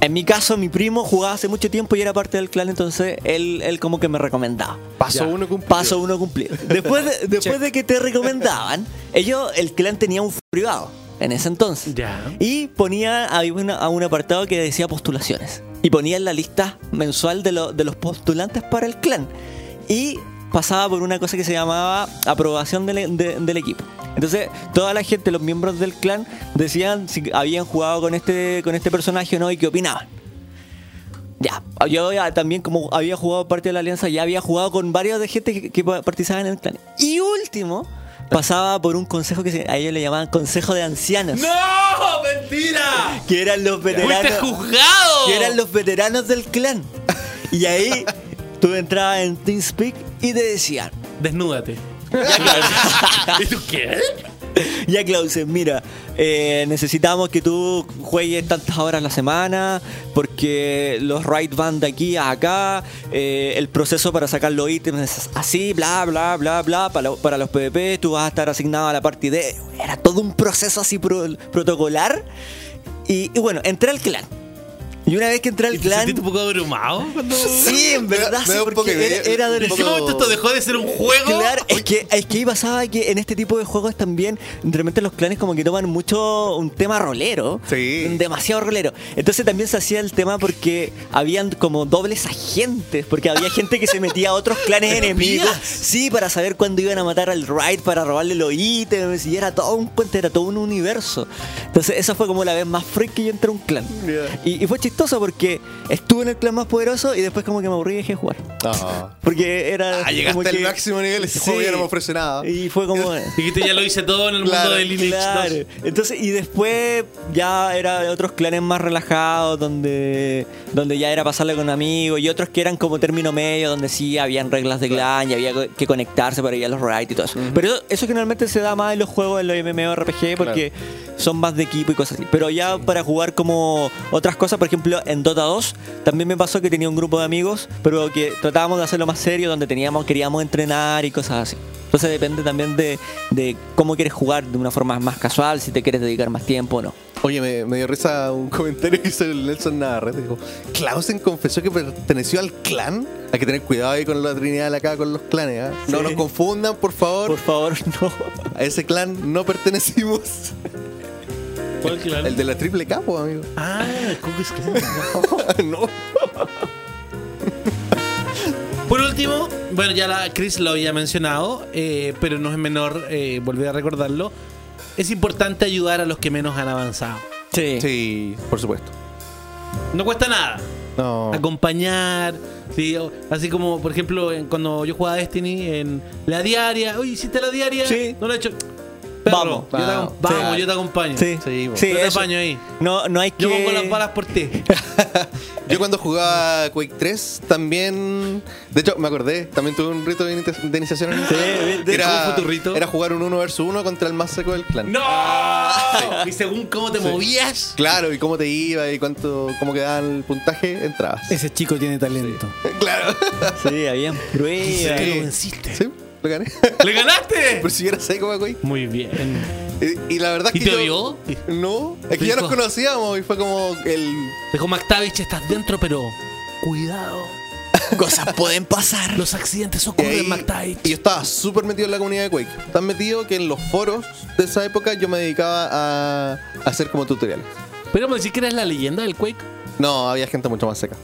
Speaker 3: En mi caso, mi primo jugaba hace mucho tiempo y era parte del clan, entonces él, él como que me recomendaba.
Speaker 5: Paso uno cumplido.
Speaker 3: Paso uno cumplido. Después
Speaker 5: [LAUGHS]
Speaker 3: de, después de que te recomendaban, ellos, el clan tenía un privado en ese entonces.
Speaker 2: Ya.
Speaker 3: Y ponía a un, a un apartado que decía postulaciones. Y ponía en la lista mensual de, lo- de los postulantes para el clan. Y pasaba por una cosa que se llamaba aprobación del, de- del equipo. Entonces, toda la gente, los miembros del clan, decían si habían jugado con este, con este personaje o no y qué opinaban. Ya, yo ya también como había jugado parte de la alianza, ya había jugado con varios de gente que, que participaban en el clan. Y último, pasaba por un consejo que se- a ellos le llamaban consejo de ancianos
Speaker 2: ¡No! ¡Mentira!
Speaker 3: que eran los
Speaker 2: ¡Fuiste
Speaker 3: veteranos
Speaker 2: juzgado!
Speaker 3: que eran los veteranos del clan y ahí tú entrabas en TeamSpeak y
Speaker 2: [LAUGHS]
Speaker 3: te decían
Speaker 2: Desnúdate.
Speaker 3: Ah.
Speaker 2: ¿Y tú qué?
Speaker 3: [LAUGHS] ya Clausen, mira, eh, necesitamos que tú juegues tantas horas a la semana, porque los raid van de aquí a acá, eh, el proceso para sacar los ítems es así, bla, bla, bla, bla, para, lo- para los PvP tú vas a estar asignado a la parte de... Era todo un proceso así pro- protocolar. Y, y bueno, entré al clan. Y una vez que entré al
Speaker 2: ¿Y te
Speaker 3: clan.
Speaker 2: sentiste un poco abrumado cuando.?
Speaker 3: Sí, en
Speaker 5: [LAUGHS] Me da-
Speaker 3: verdad,
Speaker 5: me
Speaker 3: sí,
Speaker 5: da un poco
Speaker 3: porque
Speaker 5: de
Speaker 3: era,
Speaker 5: miedo,
Speaker 3: era
Speaker 5: un
Speaker 3: de
Speaker 2: ¿En qué
Speaker 5: poco-
Speaker 2: momento esto dejó de ser un juego?
Speaker 3: Claro, es que, es que ahí pasaba que en este tipo de juegos también, de repente los clanes como que toman mucho un tema rolero.
Speaker 5: Sí.
Speaker 3: Demasiado rolero. Entonces también se hacía el tema porque habían como dobles agentes, porque había gente que se metía a otros
Speaker 5: [LAUGHS]
Speaker 3: clanes enemigos. Sí, para saber cuándo iban a matar al Raid, para robarle los ítems, y era todo un cuento, era todo un universo. Entonces esa fue como la vez más freak que yo entré a un clan.
Speaker 5: Ya.
Speaker 3: Y, y fue chistoso porque estuve en el clan más poderoso y después como que me aburrí y dejé de jugar.
Speaker 5: Ah.
Speaker 3: Porque era.
Speaker 5: Ah, llegaste
Speaker 3: como
Speaker 5: al
Speaker 3: que-
Speaker 5: máximo nivel, ese juego ya no me ofrece nada.
Speaker 3: Y fue
Speaker 5: [LAUGHS]
Speaker 3: como.
Speaker 2: Dijiste, ya lo hice todo en el
Speaker 5: Claro,
Speaker 2: mundo de Lineage 2.
Speaker 3: claro. Entonces, y después ya era de otros clanes más relajados, donde, donde ya era pasarle con amigos, y otros que eran como término medio, donde sí habían reglas de clan y había co- que conectarse para ir a los raids y todo eso. Pero eso, eso generalmente se da más en los juegos, en los MMORPG, porque son más de equipo y cosas así. Pero ya para jugar como otras cosas, por ejemplo, en Dota 2 también me pasó que tenía un grupo de amigos, pero que tratábamos de hacerlo más serio, donde teníamos, queríamos entrenar y cosas así. Entonces depende también de, de cómo quieres jugar de una forma más casual, si te quieres dedicar más tiempo o no.
Speaker 5: Oye, me, me dio risa un [LAUGHS] comentario que hizo el Nelson Navarrete. Dijo, Clausen confesó que perteneció al clan. Hay que tener cuidado ahí con la trinidad de acá, con los clanes. ¿ah? No
Speaker 3: Sí.
Speaker 5: nos confundan, por favor.
Speaker 3: Por favor,
Speaker 2: [LAUGHS]
Speaker 3: no.
Speaker 5: A ese clan no pertenecimos.
Speaker 2: ¿Cuál clan?
Speaker 5: El de la triple K, po, [LAUGHS] amigo.
Speaker 2: Ah, Cuckoo's Clan.
Speaker 5: no.
Speaker 2: Por último, bueno, ya la Chris lo había mencionado, eh, pero no es menor eh, volver a recordarlo. Es importante ayudar a los que menos han avanzado.
Speaker 3: Sí.
Speaker 5: Sí, por supuesto.
Speaker 2: No cuesta nada.
Speaker 5: No.
Speaker 2: acompañar. ¿sí? o- Así como, por ejemplo, en- cuando yo jugaba Destiny en la diaria. Oye, ¿hiciste la diaria?
Speaker 3: Sí.
Speaker 2: No lo he hecho.
Speaker 3: Vamos.
Speaker 2: Perro, yo te acom-
Speaker 5: Vamos.
Speaker 2: vamos,
Speaker 5: Sí.
Speaker 2: yo te acompaño.
Speaker 3: Sí.
Speaker 5: Sí,
Speaker 3: Sí,
Speaker 2: yo te
Speaker 3: eso.
Speaker 2: apaño ahí.
Speaker 3: No, no hay que.
Speaker 2: Yo pongo las balas por ti.
Speaker 5: Yo cuando jugaba Quake 3 también. De hecho, me acordé, también tuve un rito de inite- de iniciación en el
Speaker 3: de- de-
Speaker 2: ¿cómo fue tu rito?
Speaker 5: Era jugar un 1 versus 1 contra el más seco del clan.
Speaker 2: ¡No! Y según cómo te movías.
Speaker 5: Claro, y cómo te iba y cuánto cómo quedaba el puntaje, entrabas.
Speaker 4: Ese chico tiene talento.
Speaker 5: Claro.
Speaker 3: Sí, había
Speaker 2: [LAUGHS]
Speaker 3: pruebas.
Speaker 2: Te lo venciste.
Speaker 5: Sí, lo gané. [LAUGHS]
Speaker 2: ¡Le ganaste!
Speaker 5: Por si yo era seco, Quake.
Speaker 2: Muy bien.
Speaker 5: Y, y la verdad es
Speaker 2: ¿Y
Speaker 5: que.
Speaker 2: te
Speaker 5: yo-
Speaker 2: vio?
Speaker 5: No, es que ya nos
Speaker 2: Dijo-
Speaker 5: conocíamos y fue como el.
Speaker 2: Dijo McTavish, estás dentro, pero cuidado.
Speaker 3: Cosas pueden pasar.
Speaker 2: Los accidentes
Speaker 5: [LAUGHS] Y,
Speaker 2: ocurren,
Speaker 5: ahí-
Speaker 2: McTavish.
Speaker 5: y yo estaba súper metido en la comunidad de Quake. Tan metido que en los foros de esa época yo me dedicaba a, a hacer como tutoriales.
Speaker 2: Pero me decís que eres la leyenda del Quake.
Speaker 5: No, había gente mucho más seca.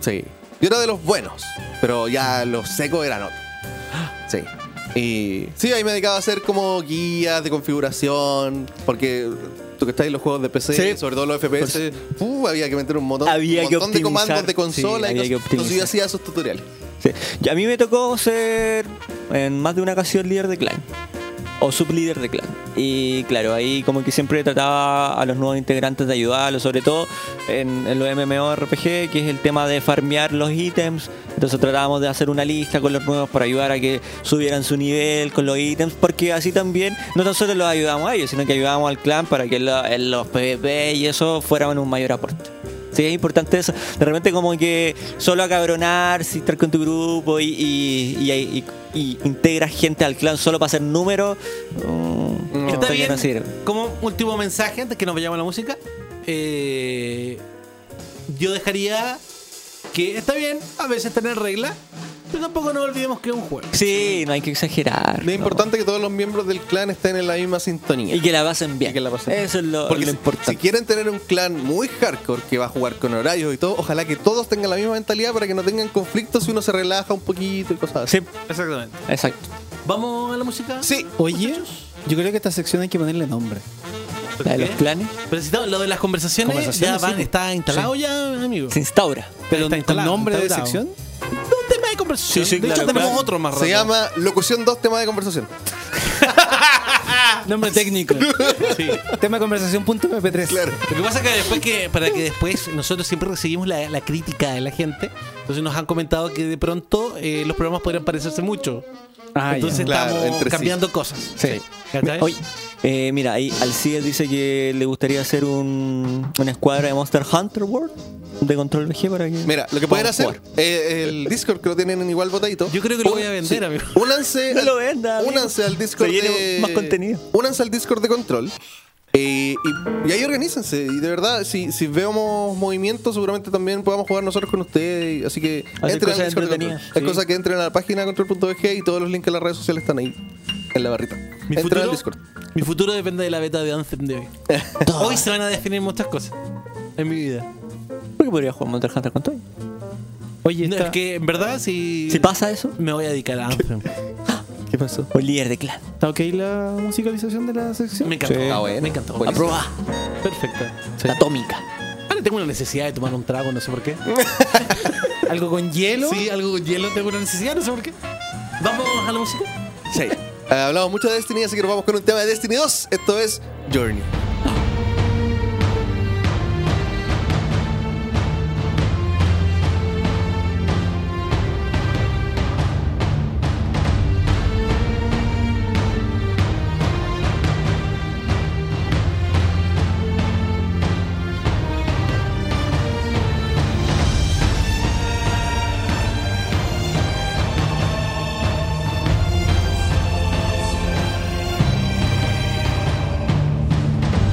Speaker 5: Sí. Yo era de los buenos, pero ya los secos eran otros. Sí. Y sí, ahí me dedicaba a hacer como guías de configuración, porque tú que estás en los juegos de PC,
Speaker 3: Sí. Pues,
Speaker 5: sobre todo los FPS, uh, había que meter un montón,
Speaker 3: Había
Speaker 5: un
Speaker 3: que
Speaker 5: montón de
Speaker 3: optimizar.
Speaker 5: comandos de consola
Speaker 3: Sí,
Speaker 5: y
Speaker 3: había que
Speaker 5: cosas. Entonces yo
Speaker 3: optimizar.
Speaker 5: hacía esos tutoriales.
Speaker 3: Sí. Y a mí me tocó ser en más de una ocasión líder de clan. O sublíder de clan. Y claro, ahí como que siempre trataba a los nuevos integrantes de ayudarlos, sobre todo en, en los MMORPG, que es el tema de farmear los ítems. Entonces tratábamos de hacer una lista con los nuevos para ayudar a que subieran su nivel con los ítems, porque así también no tan solo los ayudamos a ellos, sino que ayudábamos al clan para que lo- en los PvP y eso fueran un mayor aporte. Sí, es importante eso. De repente como que solo acabronar, si estar con tu grupo y, y, y, y- y integras gente al clan solo para hacer números. mm,
Speaker 5: No.
Speaker 3: esto
Speaker 2: Está
Speaker 3: ya
Speaker 2: bien.
Speaker 3: no sirve.
Speaker 2: Como último mensaje, antes que nos vayamos a la música, eh, yo dejaría que está bien a veces tener reglas, pero tampoco nos olvidemos que es un juego.
Speaker 3: Sí, no hay que exagerar.
Speaker 5: Es
Speaker 3: no.
Speaker 5: importante que todos los miembros del clan estén en la misma sintonía.
Speaker 3: Y que la pasen bien.
Speaker 5: Y que la pasen
Speaker 3: Eso es lo,
Speaker 5: Porque
Speaker 3: lo
Speaker 5: si-
Speaker 3: importante.
Speaker 5: si quieren tener un clan muy hardcore que va a jugar con horarios y todo, ojalá que todos tengan la misma mentalidad para que no tengan conflictos si uno se relaja un poquito y cosas así.
Speaker 3: Sí,
Speaker 2: Exactamente.
Speaker 3: exacto.
Speaker 2: ¿Vamos a la música?
Speaker 5: Sí.
Speaker 4: Oye, yo creo que esta sección hay que ponerle nombre.
Speaker 2: ¿Por
Speaker 3: La de
Speaker 2: qué?
Speaker 3: los clanes
Speaker 2: Pero si no, lo de las conversaciones,
Speaker 4: Conversaciones,
Speaker 2: ya van,
Speaker 4: sí.
Speaker 2: está instalado ya, amigo.
Speaker 3: se instaura.
Speaker 4: Pero
Speaker 2: Está
Speaker 4: con
Speaker 2: instalado,
Speaker 4: nombre de
Speaker 2: instaurado.
Speaker 4: sección.
Speaker 2: Un tema de conversación.
Speaker 3: Sí, sí,
Speaker 2: de hecho,
Speaker 3: claro,
Speaker 2: tenemos
Speaker 3: claro.
Speaker 2: otro más
Speaker 5: Se llama Locución 2, tema de conversación.
Speaker 4: Ah, [LAUGHS] Nombre técnico.
Speaker 2: Sí.
Speaker 4: Tema de conversación.mp3.
Speaker 5: Claro.
Speaker 2: Lo que pasa es que después que, para que después nosotros siempre recibimos la, la crítica de la gente, entonces nos han comentado que de pronto eh, los programas podrían parecerse mucho.
Speaker 4: Ah, ya.
Speaker 2: entonces
Speaker 5: Claro,
Speaker 2: estamos
Speaker 5: entre sí.
Speaker 2: cambiando cosas.
Speaker 4: Sí.
Speaker 2: ¿Cachai?
Speaker 3: Oye, eh, mira, ahí Alcides dice que le gustaría hacer un, una escuadra de Monster Hunter World de control VG para que.
Speaker 5: Mira, lo que pueden
Speaker 3: podamos
Speaker 5: hacer, eh, el Discord que lo tienen en igual botadito.
Speaker 2: Yo creo que lo
Speaker 5: Un-
Speaker 2: voy a vender, amigo.
Speaker 3: [LAUGHS]
Speaker 5: Únanse,
Speaker 3: No
Speaker 5: al,
Speaker 3: lo venda, amigo.
Speaker 5: únanse al Discord
Speaker 3: Se viene
Speaker 5: de-
Speaker 3: más contenido.
Speaker 5: Únanse al Discord de Control. Eh, y, y ahí organícense. Y de verdad, si, si vemos movimientos, seguramente también podamos jugar nosotros con ustedes. y- Así que
Speaker 3: Hacer cosas
Speaker 5: al Discord de Control.
Speaker 3: entretenidas,
Speaker 5: Hay
Speaker 3: sí.
Speaker 5: cosas que entren a la página control.org y todos los links a las redes sociales están ahí, en la barrita.
Speaker 2: Mi
Speaker 5: entren
Speaker 2: futuro,
Speaker 5: al Discord.
Speaker 2: mi futuro depende de la beta de Anthem de
Speaker 5: [LAUGHS]
Speaker 2: hoy. hoy se van a definir muchas cosas en mi vida.
Speaker 3: ¿Por qué podría jugar Monster Hunter con todo?
Speaker 4: Oye,
Speaker 2: No,
Speaker 4: esta-
Speaker 2: es que en verdad si,
Speaker 3: Si pasa eso,
Speaker 2: me voy a dedicar a Anthem.
Speaker 5: ¿Qué pasó?
Speaker 3: o líder de clan.
Speaker 4: ¿está ok la musicalización de la sección?
Speaker 2: Me encantó.
Speaker 4: Sí.
Speaker 5: Ah, bueno.
Speaker 2: Me encantó.
Speaker 5: Bueno.
Speaker 3: Aproba.
Speaker 4: Perfecta.
Speaker 3: Atómica.
Speaker 2: Ahora Ah, tengo una necesidad de tomar un trago, no sé por [LAUGHS] qué.
Speaker 4: ¿Algo con hielo?
Speaker 2: Sí, algo con hielo tengo una necesidad, no sé por qué. Vamos a la música.
Speaker 5: Sí. Eh, hablamos mucho de Destiny, así que nos vamos con un tema de Destiny 2. Esto es Journey.
Speaker 7: Journey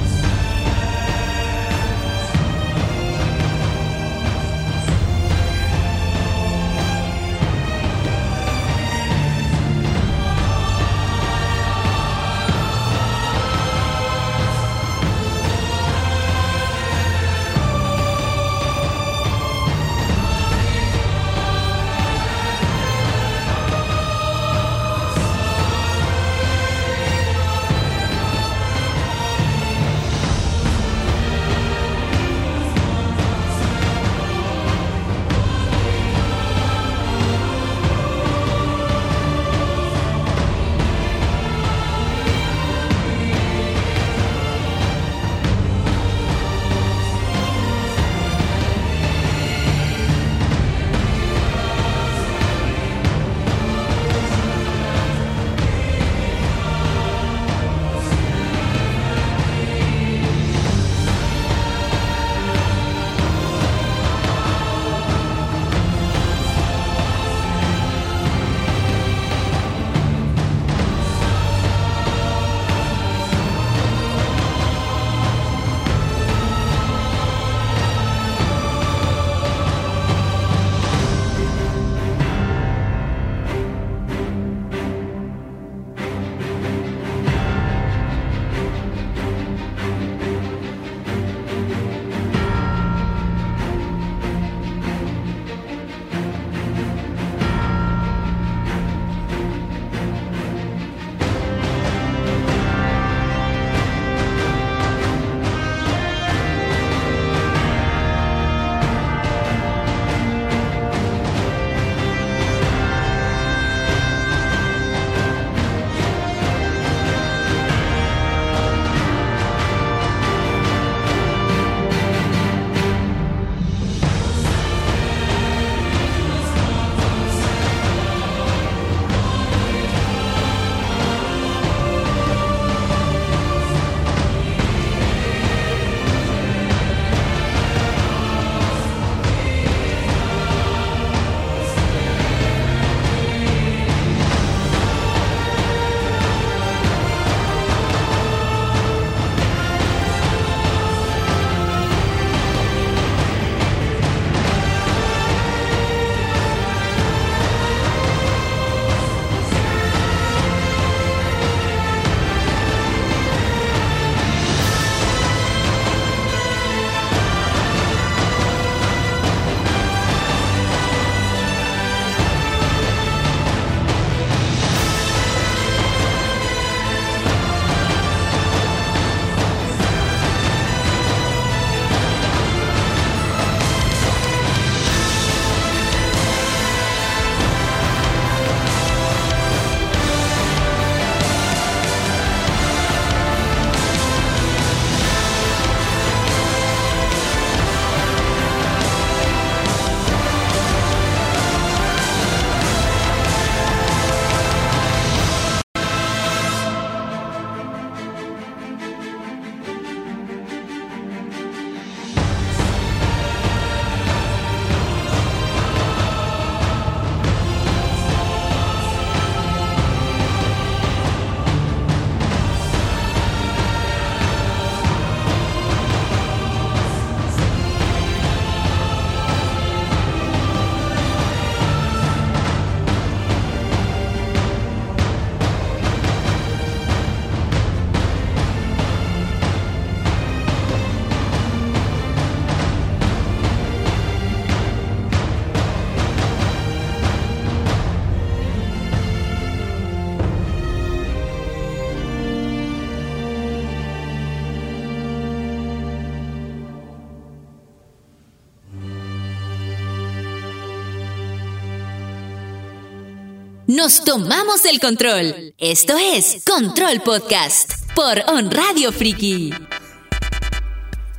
Speaker 1: nos tomamos el control. Esto es Control Podcast por On Radio Friki.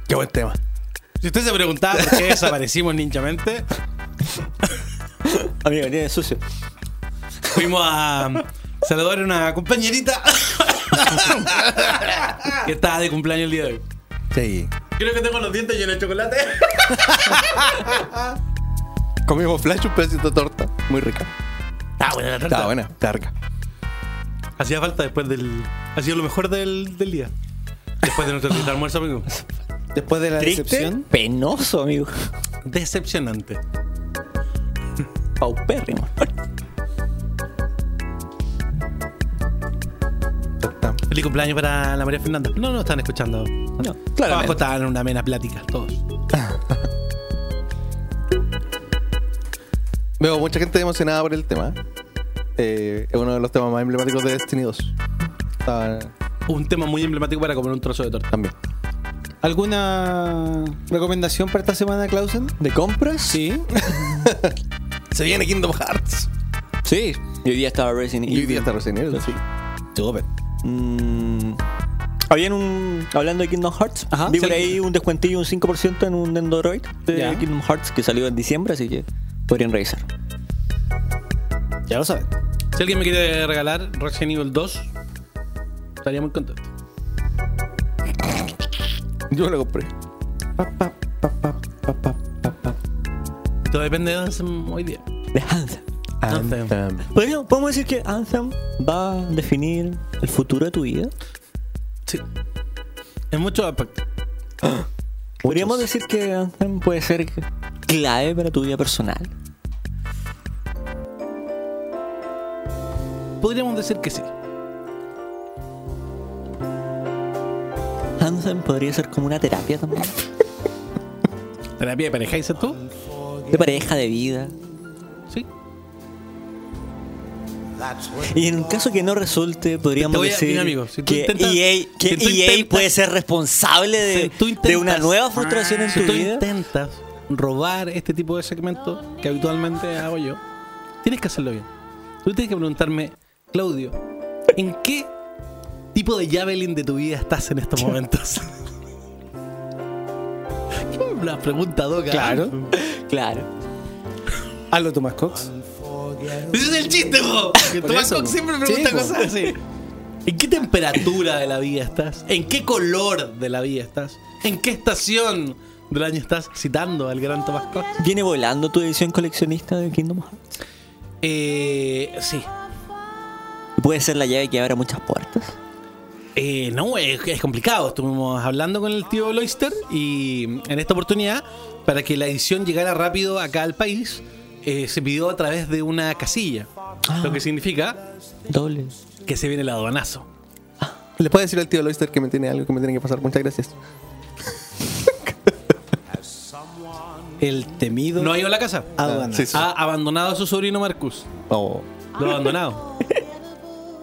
Speaker 5: Qué buen tema.
Speaker 2: Si usted se preguntaba por qué desaparecimos ninjamente,
Speaker 3: Amigo, tiene sucio.
Speaker 2: fuimos a saludar a una [LAUGHS] compañerita que estaba de cumpleaños el día de hoy.
Speaker 5: Sí.
Speaker 2: Creo que tengo los dientes llenos de chocolate.
Speaker 5: Comimos flash un pedacito de torta. Muy rica.
Speaker 2: Está buena la
Speaker 5: Está
Speaker 2: tarta.
Speaker 5: buena, está rica.
Speaker 2: Hacía falta después del. Ha sido lo mejor del, del día. Después de [LAUGHS] nuestro triste almuerzo, amigo.
Speaker 4: Después de la
Speaker 3: Triste,
Speaker 4: decepción.
Speaker 3: penoso, amigo.
Speaker 2: Decepcionante.
Speaker 3: Paupérrimo.
Speaker 2: Feliz cumpleaños para la María Fernanda. No, no están escuchando.
Speaker 3: No.
Speaker 2: Abajo estaban en una amena plática, todos.
Speaker 5: Veo mucha gente emocionada por el tema. Eh, es uno de los temas más emblemáticos de Destiny 2. Está-
Speaker 2: Un tema muy emblemático para comer un trozo de torta.
Speaker 5: también.
Speaker 4: ¿Alguna recomendación para esta semana, Clausen?
Speaker 3: ¿De compras?
Speaker 4: Sí.
Speaker 5: [LAUGHS] Se viene Kingdom Hearts.
Speaker 3: Sí. Y hoy día estaba Resident
Speaker 5: Y
Speaker 3: Evil.
Speaker 5: hoy día está recién Evil, sí.
Speaker 3: Mm, habían un. Hablando de Kingdom Hearts,
Speaker 4: Ajá,
Speaker 3: vi por
Speaker 4: sí.
Speaker 3: ahí un descuentillo, un 5% en un Android de
Speaker 4: Ya.
Speaker 3: Kingdom Hearts que salió en diciembre, así que podrían revisar.
Speaker 4: Ya lo saben.
Speaker 2: Si alguien me quiere regalar Resident Evil 2, estaría muy contento.
Speaker 5: Yo me lo compré.
Speaker 2: Todo depende de Anthem hoy día.
Speaker 3: De Anthem.
Speaker 2: Anthem.
Speaker 3: Bueno, podemos decir que Anthem va a definir el futuro de tu vida.
Speaker 2: Sí. En muchos aspectos.
Speaker 3: Podríamos decir que Anthem puede ser clave para tu vida personal.
Speaker 2: Podríamos decir que sí.
Speaker 3: Anthem Ah, podría ser como una terapia también.
Speaker 2: Terapia de pareja, dices tú.
Speaker 3: De pareja, de vida.
Speaker 2: Sí.
Speaker 3: Y en un caso que no resulte, podríamos
Speaker 2: Te voy a-
Speaker 3: decir
Speaker 2: mira, amigo, si tú
Speaker 3: que,
Speaker 2: intentas-
Speaker 3: EA, que
Speaker 2: si tú
Speaker 3: EA
Speaker 2: intentas-
Speaker 3: puede ser responsable de,
Speaker 2: Si tú
Speaker 3: de una
Speaker 2: intentas-
Speaker 3: nueva frustración en
Speaker 2: Si
Speaker 3: tu
Speaker 2: tú
Speaker 3: vida.
Speaker 2: intentas robar este tipo de segmentos que habitualmente hago yo, tienes que hacerlo bien. Tú tienes que preguntarme, Claudio, ¿en qué tipo de Javelin de tu vida estás en
Speaker 3: [LAUGHS]
Speaker 2: estos momentos? [LAUGHS] Una pregunta ¿ah? doca.
Speaker 4: Claro.
Speaker 3: Claro.
Speaker 4: Hazlo, Tomás Cox.
Speaker 2: Ese es el chiste, po. Que
Speaker 4: Por
Speaker 2: Tomás
Speaker 4: eso,
Speaker 2: Cox
Speaker 4: po.
Speaker 2: siempre pregunta
Speaker 4: Sí, po.
Speaker 2: cosas así. ¿En qué temperatura de la vida estás? ¿En qué color de la vida estás? ¿En qué estación del año estás citando al gran Tomás Cox?
Speaker 3: ¿Viene volando tu edición coleccionista de Kingdom Hearts?
Speaker 2: Eh, sí.
Speaker 3: ¿Y ¿Puede ser la llave que abra muchas puertas?
Speaker 2: Eh, no, es, es complicado. Estuvimos hablando con el tío Loister y en esta oportunidad, para que la edición llegara rápido acá al país, eh, se pidió a través de una casilla. Lo que significa
Speaker 3: Doble.
Speaker 2: que se viene el aduanazo.
Speaker 5: ¿Le puedo decir al tío Loister que me tiene algo que me tiene que pasar? Muchas gracias.
Speaker 4: El temido.
Speaker 2: No ha ido a la casa.
Speaker 4: aduanas.
Speaker 5: Sí, sí.
Speaker 2: Ha abandonado a su sobrino Marcus.
Speaker 5: Oh.
Speaker 2: Lo ha abandonado.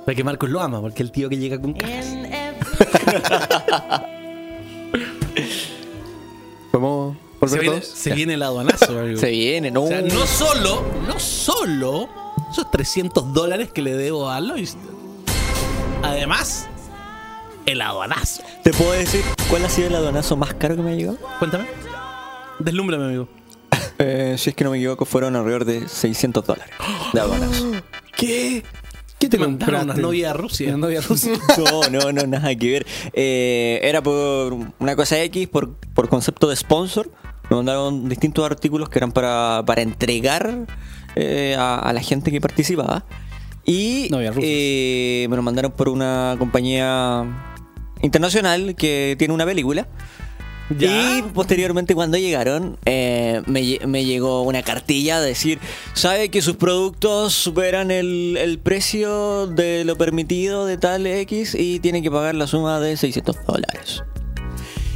Speaker 2: Porque Marcus lo ama, porque el tío que llega con cajas.
Speaker 5: ¿Podemos volver
Speaker 2: Se viene,
Speaker 5: todos?
Speaker 2: se
Speaker 5: Ya.
Speaker 2: viene el aduanazo. amigo.
Speaker 3: Se viene, no.
Speaker 2: O sea, no solo, no solo esos 300 dólares que le debo a Lois. Además, el aduanazo.
Speaker 3: ¿Te puedo decir cuál ha sido el aduanazo más caro que me ha llegado?
Speaker 2: Cuéntame. Deslúmbrame, amigo.
Speaker 3: Eh, si es que no me equivoco, fueron alrededor de 600 dólares de aduanazo.
Speaker 4: ¿Qué? ¿Qué te
Speaker 2: Mandaron
Speaker 4: compraron?
Speaker 2: unas novias a Rusia.
Speaker 4: Una novia [LAUGHS] rusa.
Speaker 3: [LAUGHS] No, no, no, nada que ver. Eh, era por una cosa X, por, por concepto de sponsor. Me mandaron distintos artículos que eran para, para entregar eh, a, a la gente que participaba. Y
Speaker 4: No había rusos.
Speaker 3: eh, me lo mandaron por una compañía internacional que tiene una película.
Speaker 2: Ya.
Speaker 3: Y posteriormente cuando llegaron, eh, me, lle- me llegó una cartilla a decir, sabe que sus productos superan el, el precio de lo permitido de tal X y tiene que pagar la suma de 600 dólares.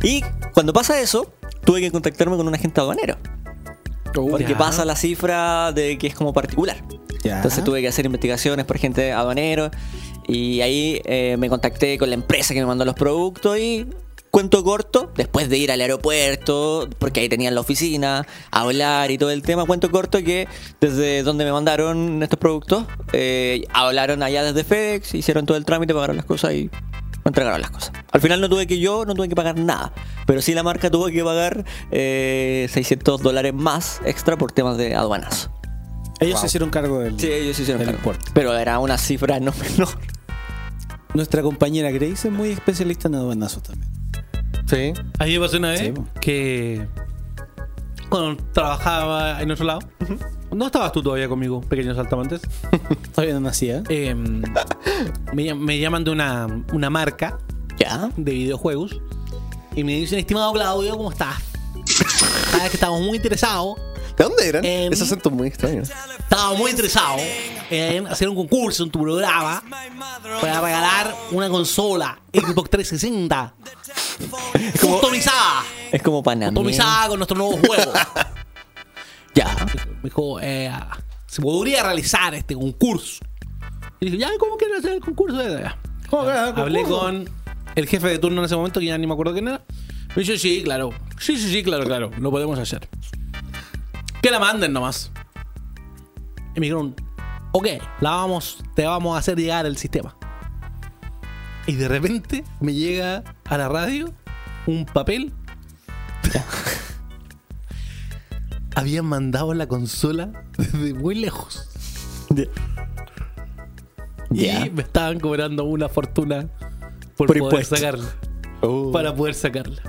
Speaker 3: Y cuando pasa eso, tuve que contactarme con un agente aduanero. Porque
Speaker 2: Ya.
Speaker 3: pasa la cifra de que es como particular.
Speaker 4: Ya.
Speaker 3: Entonces tuve que hacer investigaciones por gente aduanero y ahí eh, me contacté con la empresa que me mandó los productos y cuento corto, después de ir al aeropuerto, porque ahí tenían la oficina, hablar y todo el tema, cuento corto que desde donde me mandaron estos productos, eh, hablaron allá desde FedEx, hicieron todo el trámite, pagaron las cosas y me entregaron las cosas. Al final no tuve que yo, no tuve que pagar nada, pero sí la marca tuvo que pagar eh, 600 dólares más extra por temas de aduanas.
Speaker 4: Ellos se hicieron cargo del.
Speaker 3: Sí, ellos hicieron
Speaker 4: Del
Speaker 3: cargo.
Speaker 4: importe.
Speaker 3: Pero era una cifra no menor. [LAUGHS]
Speaker 4: Nuestra compañera Grace es muy especialista en aduanazos también. [LAUGHS]
Speaker 5: Sí.
Speaker 2: Ahí me pasó una vez
Speaker 4: Sí, po.
Speaker 2: que cuando trabajaba en otro lado, no estabas tú todavía conmigo, pequeños saltamontes.
Speaker 4: Todavía no nacía.
Speaker 2: Eh, me, llam- me llaman de una, una marca
Speaker 3: ¿Ya?
Speaker 2: de videojuegos y me dicen, estimado Claudio, ¿cómo estás? Sabes que estamos muy interesados,
Speaker 5: ¿De dónde eran?
Speaker 2: Em.
Speaker 5: Esos acentos muy extraños.
Speaker 2: estamos muy interesados en hacer un concurso en tu programa para regalar una consola Xbox 360 customizada,
Speaker 3: Es como Panamá.
Speaker 2: customizada con nuestro nuevo juego.
Speaker 3: Ya.
Speaker 2: Me dijo, eh, se podría realizar este concurso. Y dije, ya, ¿cómo quieren hacer el concurso? Eh, Ya, ya. Hablé con el jefe de turno en ese momento, que ya ni me acuerdo quién era. Me dice, sí, claro. Sí, sí, sí, claro, claro. Lo podemos hacer. Que la manden nomás. Y me dijeron, ok, la vamos, te vamos a hacer llegar el sistema. Y de repente me llega a la radio un papel. [LAUGHS] Habían mandado la consola desde muy lejos.
Speaker 3: Ya.
Speaker 2: Y me estaban cobrando una fortuna por,
Speaker 3: Por
Speaker 2: poder
Speaker 3: impuesto.
Speaker 2: sacarla. Para poder sacarla.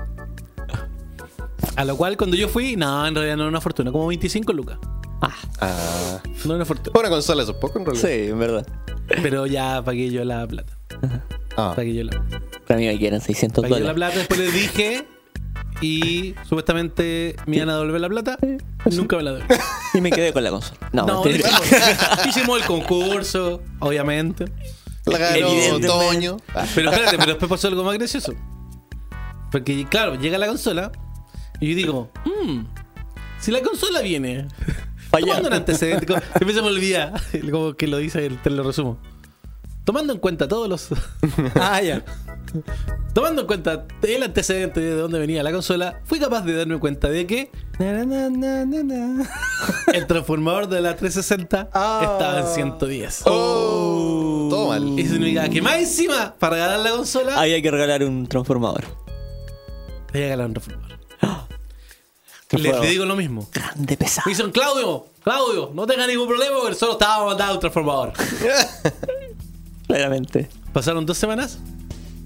Speaker 2: A lo cual cuando yo fui, no, en realidad no era una fortuna, como 25 lucas.
Speaker 5: Ah.
Speaker 2: No era una fortuna.
Speaker 5: Fue una consola, eso es poco en realidad.
Speaker 3: Sí, en verdad.
Speaker 2: Pero ya pagué yo la plata.
Speaker 5: Ah.
Speaker 2: Pagué yo la plata.
Speaker 3: Para mí me quedan 600
Speaker 2: Pagué yo la
Speaker 3: dólares.
Speaker 2: plata, después les dije y supuestamente me iban a devolver la plata. Nunca me la devolvieron.
Speaker 3: Y me quedé con
Speaker 2: [LAUGHS]
Speaker 3: la consola. No,
Speaker 2: No,
Speaker 3: mentira.
Speaker 2: hicimos, hicimos el concurso, obviamente.
Speaker 5: La ganó
Speaker 3: Evidentemente.
Speaker 5: Toño. Ah.
Speaker 2: Pero espérate, pero después pasó algo más gracioso. Porque, claro, llega la consola y yo digo, "Mm, si la consola viene,
Speaker 3: Fallado.
Speaker 2: tomando un antecedente, como- siempre se me olvida, como que lo dice, el- te lo resumo. Tomando en cuenta todos los.
Speaker 3: [LAUGHS]
Speaker 4: Ah, ya.
Speaker 2: Tomando en cuenta el antecedente de dónde venía la consola, fui capaz de darme cuenta de que
Speaker 4: Na, na, na, na, na.
Speaker 2: [LAUGHS] el transformador de la 360 estaba en 110.
Speaker 5: Oh, todo mal.
Speaker 2: Y significa que más encima, para ganar la consola,
Speaker 3: Había que regalar un transformador.
Speaker 2: te voy a ganar un transformador.
Speaker 3: Por
Speaker 2: Les
Speaker 3: favor.
Speaker 2: digo lo mismo.
Speaker 3: Grande pesado.
Speaker 2: Me dicen, Claudio, Claudio, no tengas ningún problema porque solo estábamos mandando un transformador.
Speaker 3: Claramente.
Speaker 2: Pasaron dos semanas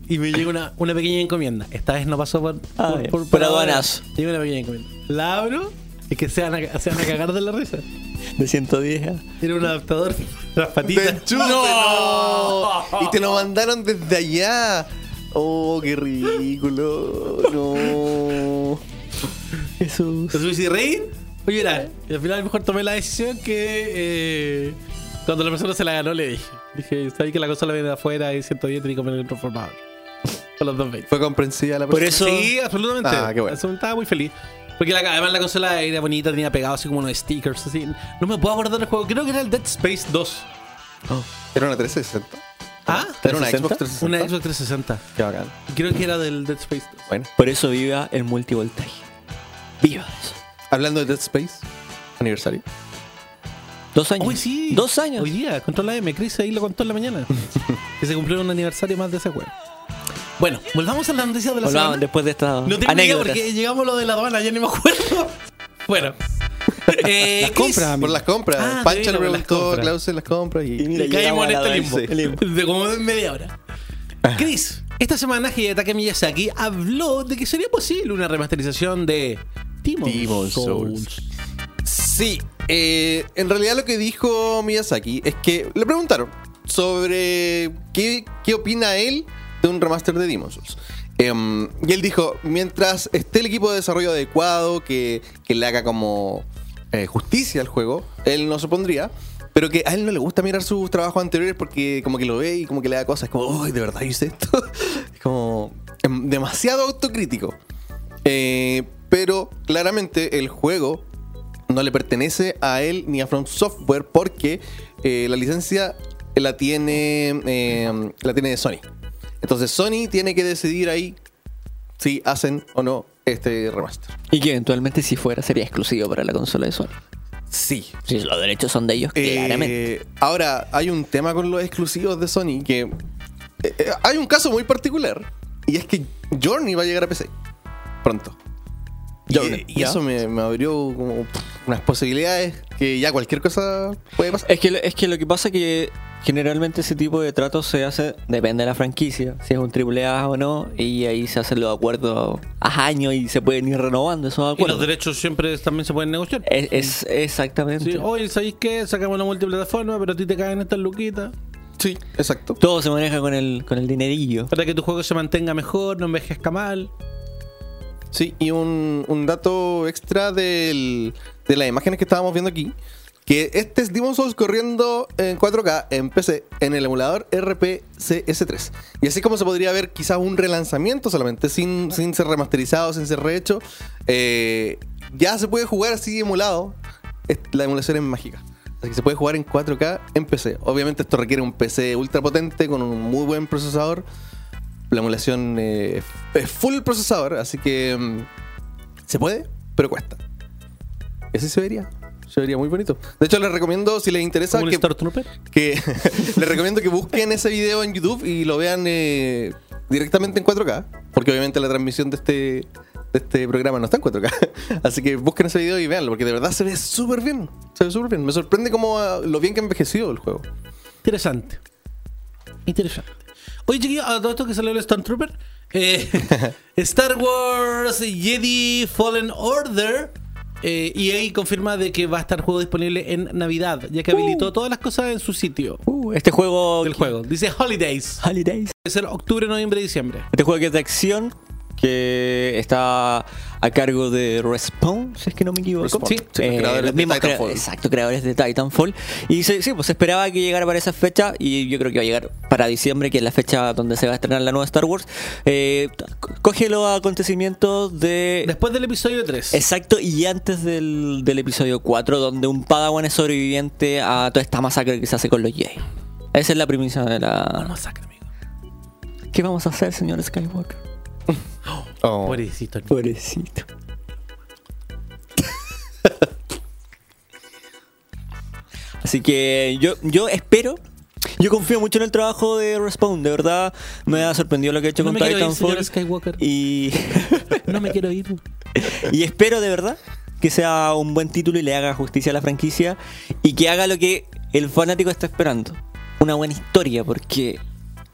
Speaker 2: y me llegó una, una pequeña encomienda. Esta vez no pasó por,
Speaker 3: Ah,
Speaker 2: por,
Speaker 3: bien. Por aduanas.
Speaker 2: aduanas. Llegó una pequeña encomienda. La abro y que se van a, se van a cagar de la risa.
Speaker 3: De 110. a-
Speaker 2: Era un adaptador para
Speaker 5: [LAUGHS]
Speaker 2: las
Speaker 5: ¡De
Speaker 2: patitas.
Speaker 5: enchufe, no. Y te lo mandaron desde allá. Oh, qué ridículo. No.
Speaker 3: Jesús.
Speaker 2: Entonces me hice reír o llorar. Y al final mejor tomé la decisión que eh, cuando la persona se la ganó le dije. Dije, sabes que la cosa la viene de afuera y 110 tenía que poner el transformador. Con los dos veinte.
Speaker 5: Fue comprensiva la
Speaker 3: Por
Speaker 5: persona.
Speaker 3: eso.
Speaker 2: Pues, Sí, absolutamente.
Speaker 5: Ah, qué bueno.
Speaker 2: Absolutamente, Estaba muy feliz. Porque la- además la consola era bonita, tenía pegado así como unos stickers. Así. No me puedo acordar del juego. Creo que era el Dead Space 2.
Speaker 5: Era una 360.
Speaker 2: ¿Ah?
Speaker 5: Era una Xbox 360.
Speaker 2: Una Xbox 360.
Speaker 5: Qué bacán.
Speaker 2: Creo que era del Dead Space 2.
Speaker 5: Bueno.
Speaker 3: Por eso viva el multivoltaje. Viva eso.
Speaker 5: Hablando de Dead Space, aniversario.
Speaker 3: Dos años.
Speaker 2: Hoy sí.
Speaker 3: Dos años.
Speaker 2: Hoy día, control la M. Chris ahí lo contó en la mañana. que se cumplió un aniversario más de ese juego. Bueno, volvamos a las noticias de la
Speaker 3: Volvamos
Speaker 2: semana.
Speaker 3: después de esta
Speaker 2: No tengo idea
Speaker 3: anécdota.
Speaker 2: porque llegamos a lo de la aduana, ya ni me acuerdo. [LAUGHS] Bueno. Eh, Chris,
Speaker 4: compras,
Speaker 5: Por las compras.
Speaker 2: Ah,
Speaker 5: Pancho
Speaker 2: te
Speaker 5: le
Speaker 2: vino por las
Speaker 5: preguntó,
Speaker 2: compras.
Speaker 5: Klaus en las compras. Y,
Speaker 3: mira,
Speaker 2: Y caímos en
Speaker 3: llegamos
Speaker 2: este
Speaker 3: a
Speaker 2: limbo.
Speaker 3: la limbo. Ah.
Speaker 2: De como media hora. Chris, esta semana Hidetaka Miyazaki habló de que sería posible una remasterización de Demon's,
Speaker 5: Demon's
Speaker 2: Souls.
Speaker 5: Sí, eh, en realidad lo que dijo Miyazaki es que le preguntaron sobre qué, qué opina él de un remaster de Demon's Souls. Em, y él dijo, mientras esté el equipo de desarrollo adecuado que, que le haga como eh, justicia al juego, él no se opondría. Pero que a él no le gusta mirar sus trabajos anteriores porque como que lo ve y como que le da cosas como, ¡ay, de verdad hice esto! [LAUGHS] es como em, demasiado autocrítico. Eh, pero claramente el juego no le pertenece a él ni a From Software porque eh, la licencia la tiene eh, la tiene Sony. Entonces Sony tiene que decidir ahí si hacen o no este remaster.
Speaker 3: Y que eventualmente si fuera sería exclusivo para la consola de Sony.
Speaker 5: Sí.
Speaker 3: Si los derechos son de ellos, claramente.
Speaker 5: Eh, ahora, hay un tema con los exclusivos de Sony que. eh, eh, hay un caso muy particular. Y es que Journey va a llegar a PC. Pronto. Y,
Speaker 3: Journey,
Speaker 5: y
Speaker 3: ¿ya?
Speaker 5: eso me, me abrió como pff, unas posibilidades que ya cualquier cosa puede pasar.
Speaker 3: Es que, lo- es que lo que pasa es que generalmente ese tipo de tratos se hace, depende de la franquicia, si es un AAA o no, y ahí se hacen los acuerdos a años y se pueden ir renovando esos
Speaker 2: Y los
Speaker 3: acuerdos.
Speaker 2: derechos siempre también se pueden
Speaker 3: Eh,
Speaker 2: negociar.
Speaker 3: Es, es- exactamente.
Speaker 2: Sí, oye, ¿sabéis qué? Sacamos la multiplataforma, pero a ti te caen estas luquitas.
Speaker 5: Sí, exacto.
Speaker 3: Todo se maneja con el, con el dinerillo.
Speaker 2: Para que tu juego se mantenga mejor, no envejezca mal.
Speaker 5: Sí, y un, un dato extra del- de las imágenes que estábamos viendo aquí. Que este es Demon Souls corriendo en 4K en PC en el emulador RPCS3. Y así como se podría ver quizás un relanzamiento solamente, sin, sin ser remasterizado, sin ser rehecho, eh, ya se puede jugar así emulado. Es- La emulación es mágica. Así que se puede jugar en 4K en PC. Obviamente esto requiere un PC ultra potente con un muy buen procesador la emulación eh, es full procesador, así que mm, se puede, pero cuesta. Y así se vería. Se vería muy bonito. De hecho, les recomiendo, si les interesa,
Speaker 2: Como un
Speaker 5: que,
Speaker 2: Star Trooper.
Speaker 5: que- [LAUGHS] les recomiendo que busquen ese video en YouTube y lo vean eh, directamente en 4K, porque obviamente la transmisión de este, de este programa no está en 4K. [LAUGHS] Así que busquen ese video y véanlo, porque de verdad se ve súper bien. Se ve súper bien. Me sorprende cómo ah, lo bien que ha envejecido el juego.
Speaker 2: Interesante. Interesante. Oye, chiquillo, a todo esto que salió el Stormtrooper. eh, [LAUGHS] Star Wars Jedi Fallen Order. eh, y ahí confirma de que va a estar juego disponible en Navidad, ya que habilitó todas las cosas en su sitio
Speaker 3: Uh, este juego.
Speaker 2: del juego. Dice Holidays.
Speaker 3: Holidays.
Speaker 2: Puede ser octubre, noviembre, diciembre.
Speaker 3: Este juego que es de acción, que está a cargo de Respawn, si es que no me equivoco.
Speaker 5: Respawn, sí, los
Speaker 3: Eh,
Speaker 5: creadores
Speaker 3: los
Speaker 5: de
Speaker 3: mismos crea-
Speaker 5: Titanfall.
Speaker 3: exacto, creadores de Titanfall. Y se- sí, pues se esperaba que llegara para esa fecha y yo creo que va a llegar para diciembre, que es la fecha donde se va a estrenar la nueva Star Wars. Eh, c- coge los acontecimientos de...
Speaker 2: Después del episodio 3.
Speaker 3: Exacto, y antes del, del episodio 4, donde un Padawan es sobreviviente a toda esta masacre que se hace con los Jedi. Esa es la premisa de
Speaker 5: Ah,
Speaker 3: la...
Speaker 2: masacre, amigo.
Speaker 3: ¿Qué vamos a hacer, señor Skywalker?
Speaker 5: Oh.
Speaker 2: Oh. Pobrecito.
Speaker 3: Pobrecito. Así que yo, yo espero. Yo confío mucho en el trabajo de Respawn, de verdad me ha sorprendido lo que ha hecho
Speaker 2: No
Speaker 3: con
Speaker 2: me quiero ir,
Speaker 3: Titanfall.
Speaker 2: señor Skywalker.
Speaker 3: Y, [LAUGHS]
Speaker 2: No me quiero ir.
Speaker 3: y espero de verdad que sea un buen título y le haga justicia a la franquicia y que haga lo que el fanático está esperando. Una buena historia, porque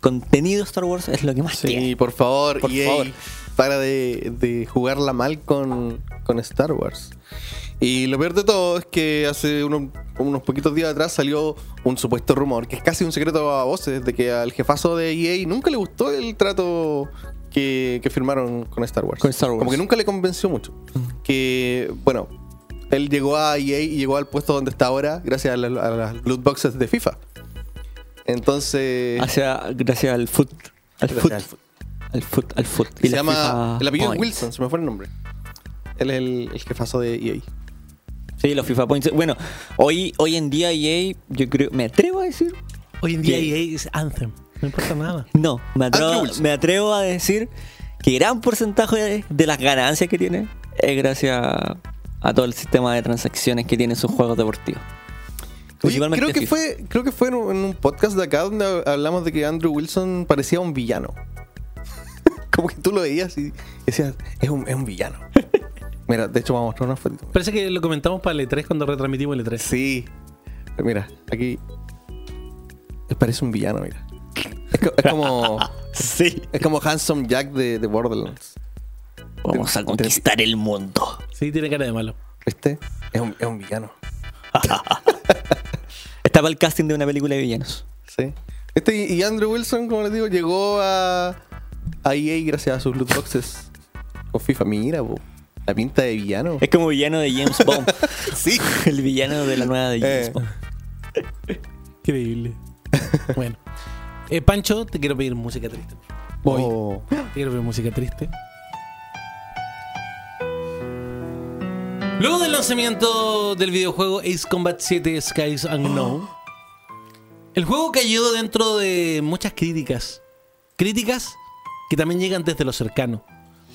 Speaker 3: contenido Star Wars es lo que más
Speaker 5: Sí,
Speaker 3: tiene.
Speaker 5: por favor,
Speaker 3: Por
Speaker 5: EA,
Speaker 3: favor.
Speaker 5: para de, de jugarla mal con, con Star Wars. Y lo peor de todo es que hace unos, unos poquitos días atrás salió un supuesto rumor, que es casi un secreto a voces, de que al jefazo de EA nunca le gustó el trato que, que firmaron con Star Wars.
Speaker 3: Con Star Wars.
Speaker 5: Como que nunca le convenció mucho. Que, bueno, él llegó a EA y llegó al puesto donde está ahora gracias a, la- a las loot boxes de FIFA. Entonces...
Speaker 3: Hacia- gracias al foot. Al
Speaker 5: Gracias
Speaker 3: foot.
Speaker 5: al foot.
Speaker 3: Al foot, al foot.
Speaker 5: se
Speaker 3: la
Speaker 5: llama.
Speaker 3: FIFA
Speaker 5: El apellido es
Speaker 3: Points.
Speaker 5: Wilson, se me fue el nombre. Él es el, el jefazo de E EA.
Speaker 3: Sí, los FIFA Points. Bueno, hoy, hoy en día EA, yo creo. ¿Me atrevo a decir?
Speaker 2: Hoy en día
Speaker 3: ¿Qué?
Speaker 2: EA es Anthem. No importa nada.
Speaker 3: No, me atrevo,
Speaker 5: Andrew Wilson.
Speaker 3: me atrevo a decir que gran porcentaje de, de las ganancias que tiene es gracias a, a todo el sistema de transacciones que tienen sus juegos deportivos.
Speaker 5: Oye,
Speaker 3: Principalmente
Speaker 5: creo que,
Speaker 3: FIFA.
Speaker 5: fue, creo que fue en un en un podcast de acá donde hab- hablamos de que Andrew Wilson parecía un villano. [LAUGHS] Como que tú lo veías y decías, es un, es un villano. Mira, de hecho, vamos a mostrar una fotito.
Speaker 2: Parece que lo comentamos para el E3 cuando retransmitimos el E E3.
Speaker 5: Sí. Mira, aquí. Parece un villano, mira. Es, co- es como.
Speaker 3: Sí.
Speaker 5: Es como Handsome Jack de, de Borderlands.
Speaker 3: Vamos a conquistar el mundo.
Speaker 2: Sí, tiene cara de malo.
Speaker 5: ¿Viste? Es un, es un villano.
Speaker 3: Estaba el casting de una película de villanos.
Speaker 5: Sí. Este y y Andrew Wilson, como les digo, llegó a, a EA gracias a sus loot boxes con FIFA. Mira, po, la pinta de villano.
Speaker 3: Es como villano de James Bond.
Speaker 5: [LAUGHS] Sí.
Speaker 3: el villano de la nueva de James
Speaker 5: Eh.
Speaker 3: Bond.
Speaker 2: Increíble. bueno. Eh, Pancho, te quiero pedir música triste.
Speaker 5: Voy.
Speaker 2: Te quiero pedir música triste. Luego del lanzamiento del videojuego Ace Combat 7 Skies Unknown, el juego cayó dentro de muchas críticas. Críticas que también llegan desde lo cercano.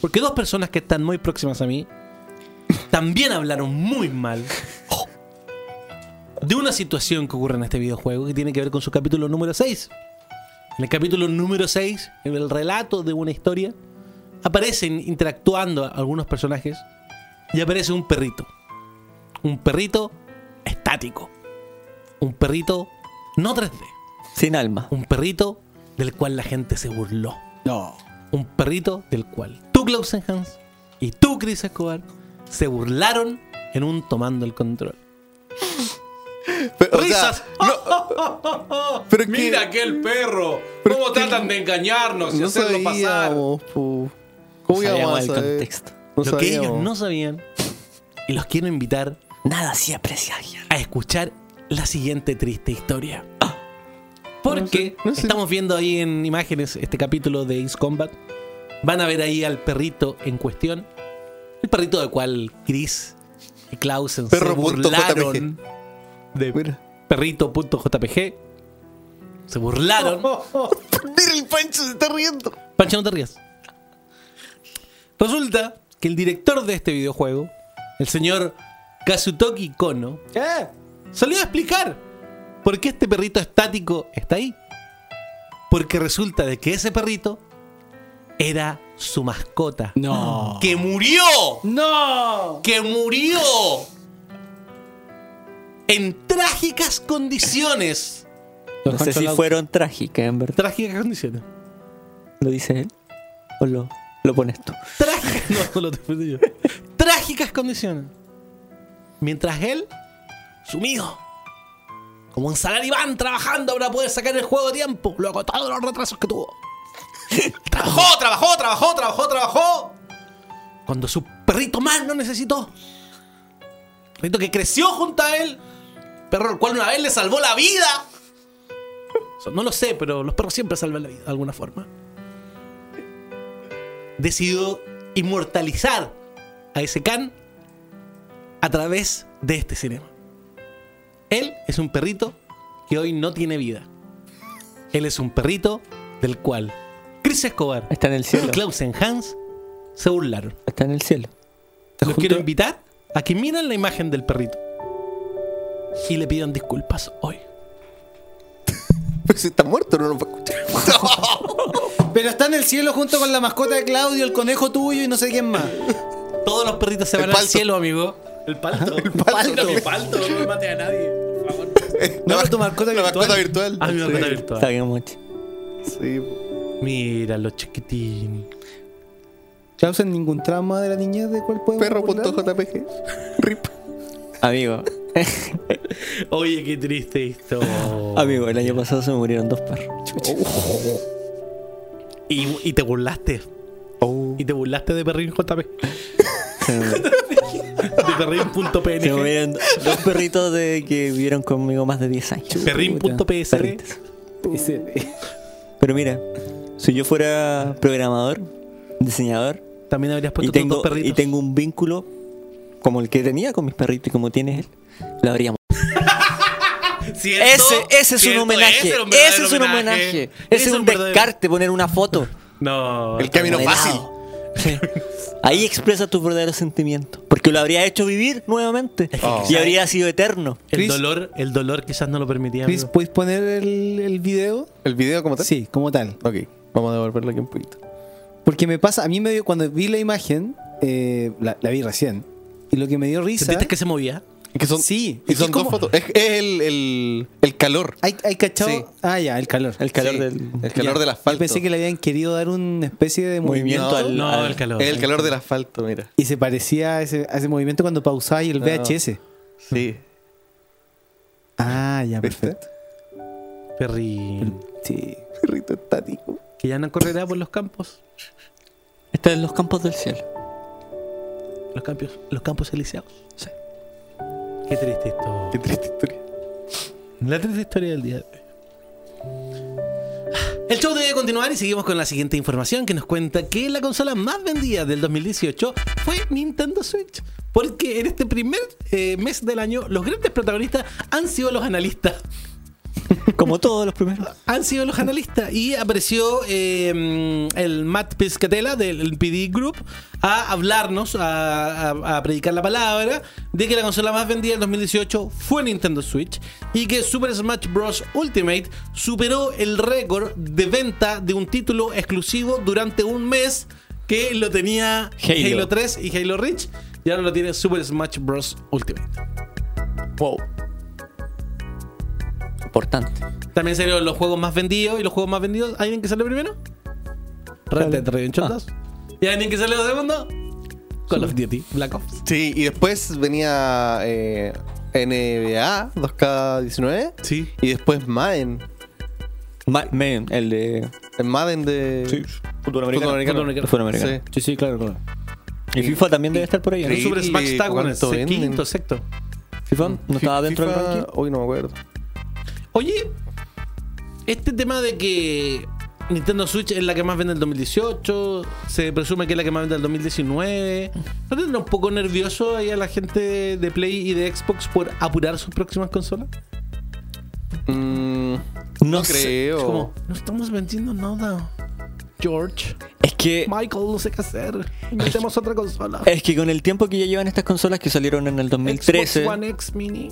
Speaker 2: Porque dos personas que están muy próximas a mí también hablaron muy mal de una situación que ocurre en este videojuego que tiene que ver con su capítulo número 6. En el capítulo número 6, en el relato de una historia, aparecen interactuando algunos personajes y aparece un perrito. Un perrito estático. Un perrito no 3D.
Speaker 3: Sin alma.
Speaker 2: Un perrito del cual la gente se burló.
Speaker 5: No.
Speaker 2: Un perrito del cual tú, Klausenhans, y tú, Chris Escobar, se burlaron en un tomando el control.
Speaker 5: Pero, o sea,
Speaker 2: ¡Risas!
Speaker 5: pero
Speaker 2: ¡Mira
Speaker 5: que
Speaker 2: aquel perro!
Speaker 5: pero
Speaker 2: ¿Cómo
Speaker 5: que
Speaker 2: tratan de engañarnos y
Speaker 5: no
Speaker 2: hacerlo pasar?
Speaker 5: sabíamos, po. ¿Cómo íbamos a
Speaker 3: el
Speaker 5: saber?
Speaker 3: contexto.
Speaker 5: No
Speaker 2: Lo que
Speaker 5: sabíamos.
Speaker 2: ellos no sabían. Y los quiero invitar
Speaker 3: Nada siempre se agia.
Speaker 2: a escuchar la siguiente triste historia. Porque
Speaker 5: No sé, no sé.
Speaker 2: estamos viendo ahí en imágenes este capítulo de Ace Combat. Van a ver ahí al perrito en cuestión. El perrito del cual Chris y Clausen se
Speaker 5: Perro punto
Speaker 2: burlaron de
Speaker 5: Mira.
Speaker 2: perrito.jpg. Se burlaron.
Speaker 5: Oh, Mira el Pancho, se está riendo.
Speaker 2: Pancho, no te rías. Resulta que el director de este videojuego, el señor Kazutoki Kono,
Speaker 4: ¿Qué?
Speaker 2: salió a explicar por qué este perrito estático está ahí. Porque resulta de que ese perrito era su mascota. No. Que murió.
Speaker 4: ¡No!
Speaker 2: Que murió. En trágicas condiciones.
Speaker 3: No sé si fueron trágicas, en verdad.
Speaker 2: Trágicas condiciones.
Speaker 3: ¿Lo dice él? ¿O lo, lo pones tú?
Speaker 2: Trágicas. No, no lo te puse yo. Trágicas condiciones. Mientras él, sumido, como un salaribán trabajando para poder sacar el juego a tiempo, lo agotado de los retrasos que tuvo. trabajó, trabajó, trabajó, trabajó, trabajó. Cuando su perrito más lo necesitó. Perrito que creció junto a él. Perro al cual una vez le salvó la vida. Eso No lo sé, pero los perros siempre salvan la vida de alguna forma decidió inmortalizar a ese can a través de este cinema. Él es un perrito que hoy no tiene vida. Él es un perrito del cual Chris Escobar
Speaker 3: Está en el
Speaker 2: y
Speaker 3: cielo.
Speaker 2: Clausen Hans se burlaron.
Speaker 3: Está en el cielo.
Speaker 2: Los quiero invitar a que miren la imagen del perrito y le pidan disculpas hoy.
Speaker 5: Pero Pues si está muerto, no lo va a escuchar.
Speaker 4: Pero está en el cielo junto con la mascota de Claudio, el conejo tuyo y no sé quién más.
Speaker 2: Todos los perritos se
Speaker 5: El
Speaker 2: van al
Speaker 5: palto.
Speaker 2: cielo, amigo. El
Speaker 3: [LAUGHS]
Speaker 2: palto. El
Speaker 5: palto.
Speaker 2: El palto. No mate a nadie. Por favor.
Speaker 4: No, pero tu mascota
Speaker 5: La
Speaker 4: virtual.
Speaker 5: mascota virtual.
Speaker 2: A Ah, mi mascota
Speaker 5: Sí,
Speaker 2: virtual.
Speaker 3: Está bien, mucho.
Speaker 5: sí, po.
Speaker 2: Mira los chiquitines.
Speaker 4: Clausen, ningún trauma de la niñez de cuál podemos burlarnos?
Speaker 5: Perro.jpg. Rip.
Speaker 3: Amigo, [LAUGHS]
Speaker 2: Oye, qué triste esto.
Speaker 3: amigo, el año pasado se me murieron dos perros.
Speaker 2: Y, y te burlaste.
Speaker 3: Oh.
Speaker 2: Y te burlaste de Perrin JP. De
Speaker 3: Se me, [LAUGHS] se me
Speaker 2: Perrin.png.
Speaker 3: murieron dos perritos de que vivieron conmigo más de 10 años.
Speaker 2: Perrin.psd.
Speaker 3: Perritos. Pero mira, si yo fuera programador, diseñador,
Speaker 2: También habrías
Speaker 3: y
Speaker 2: puesto tus
Speaker 3: tengo,
Speaker 2: dos perritos.
Speaker 3: y tengo un vínculo como el que tenía con mis perritos y como tienes él, lo habríamos.
Speaker 2: ¿Cierto?
Speaker 3: Ese, ese es un
Speaker 2: ¿Cierto?
Speaker 3: homenaje.
Speaker 2: era
Speaker 3: Ese
Speaker 2: verdadero
Speaker 3: es un homenaje. Ese
Speaker 2: Ese
Speaker 3: es un
Speaker 2: verdadero-
Speaker 3: descarte, poner una foto.
Speaker 2: No.
Speaker 5: El camino fácil.
Speaker 3: Sí. Ahí expresa tus verdaderos sentimientos. Porque lo habría hecho vivir nuevamente. Y habría sido eterno.
Speaker 2: El
Speaker 4: Chris-
Speaker 2: dolor, el dolor quizás no lo permitía.
Speaker 4: Chris,
Speaker 2: amigo.
Speaker 4: ¿puedes poner el, el video?
Speaker 5: ¿El video como tal?
Speaker 4: Sí, como tal.
Speaker 5: Ok, vamos a devolverlo aquí un poquito.
Speaker 4: Porque me pasa, a mí me dio, cuando vi la imagen, eh, la, la vi recién, y lo que me dio risa...
Speaker 2: ¿Sentiste que se movía?
Speaker 5: Es que son,
Speaker 4: Sí,
Speaker 5: y
Speaker 4: es
Speaker 5: son
Speaker 4: que
Speaker 5: dos
Speaker 4: como-
Speaker 5: fotos. Es, es el, el, el calor.
Speaker 4: ¿Hay, hay cachado?
Speaker 5: Sí.
Speaker 4: Ah, ya, el calor.
Speaker 3: El calor
Speaker 5: Sí,
Speaker 3: del.
Speaker 5: el calor
Speaker 4: Ya.
Speaker 5: del asfalto.
Speaker 4: Yo pensé que le habían querido dar una especie de movimiento.
Speaker 3: Movimiento al-
Speaker 2: No,
Speaker 3: al-
Speaker 2: el calor.
Speaker 5: Es el calor del asfalto, mira.
Speaker 4: Y se parecía a ese, a ese movimiento cuando pausáis el
Speaker 5: No.
Speaker 4: VHS.
Speaker 5: Sí.
Speaker 4: Ah, ya,
Speaker 5: ¿Viste?
Speaker 4: perfecto.
Speaker 2: Perrin.
Speaker 4: Sí.
Speaker 5: Perrito estático.
Speaker 2: Que ya no correrá por los campos.
Speaker 3: Está en los campos del cielo.
Speaker 2: Los campos, los campos elíseos.
Speaker 3: Sí.
Speaker 2: Qué triste esto.
Speaker 5: Qué triste historia.
Speaker 2: La triste historia del día de hoy. Ah, El show debe continuar y seguimos con la siguiente información que nos cuenta que la consola más vendida del 2018 fue Nintendo Switch. Porque en este primer eh, mes del año los grandes protagonistas han sido los analistas.
Speaker 3: Como todos los primeros.
Speaker 2: Han sido los analistas. Y apareció eh, el Matt Piscatella del PD Group a hablarnos, a, a- a predicar la palabra de que la consola más vendida en 2018 fue Nintendo Switch y que Super Smash Bros. Ultimate superó el récord de venta de un título exclusivo durante un mes que lo tenía Halo,
Speaker 3: Halo.
Speaker 2: 3 y Halo Reach. Y ahora lo tiene Super Smash Bros. Ultimate.
Speaker 3: Wow. Importante.
Speaker 2: También salieron los juegos más vendidos y los juegos más vendidos. ¿Alguien que salió primero? Red Dead Redemption 2.
Speaker 3: Ah.
Speaker 2: ¿Y alguien que salió segundo? Call of Duty, Black Ops.
Speaker 5: Sí, y después venía eh, NBA 2K19
Speaker 2: Sí.
Speaker 5: y después Madden.
Speaker 3: Ma- men, el de.
Speaker 5: El Madden de.
Speaker 3: Fútbol
Speaker 5: Fútbol americano.
Speaker 3: americano. Fútbol americano.
Speaker 5: Sí.
Speaker 4: Sí, sí, claro, claro.
Speaker 3: Y FIFA también debe estar por ahí. ¿no?
Speaker 2: El
Speaker 5: Sí.
Speaker 2: Super Smash está con el
Speaker 5: ¿Cuánto venden?
Speaker 2: quinto, sexto.
Speaker 3: FIFA no estaba
Speaker 5: Fi-
Speaker 3: dentro del
Speaker 5: FIFA,
Speaker 3: ranking.
Speaker 5: Hoy no me acuerdo.
Speaker 2: Oye, este tema de que Nintendo Switch es la que más vende en el 2018, se presume que es la que más vende en el 2019. ¿No tendrá un poco nervioso ahí a la gente de Play y de Xbox por apurar sus próximas consolas?
Speaker 5: Mm,
Speaker 3: No
Speaker 5: no
Speaker 3: sé.
Speaker 5: creo.
Speaker 2: Es como, no estamos vendiendo nada. George.
Speaker 3: Es que.
Speaker 2: Michael, no sé qué hacer. Inventemos otra consola.
Speaker 3: Es que con el tiempo que ya llevan estas consolas que salieron en el 2013
Speaker 2: Xbox One X Mini.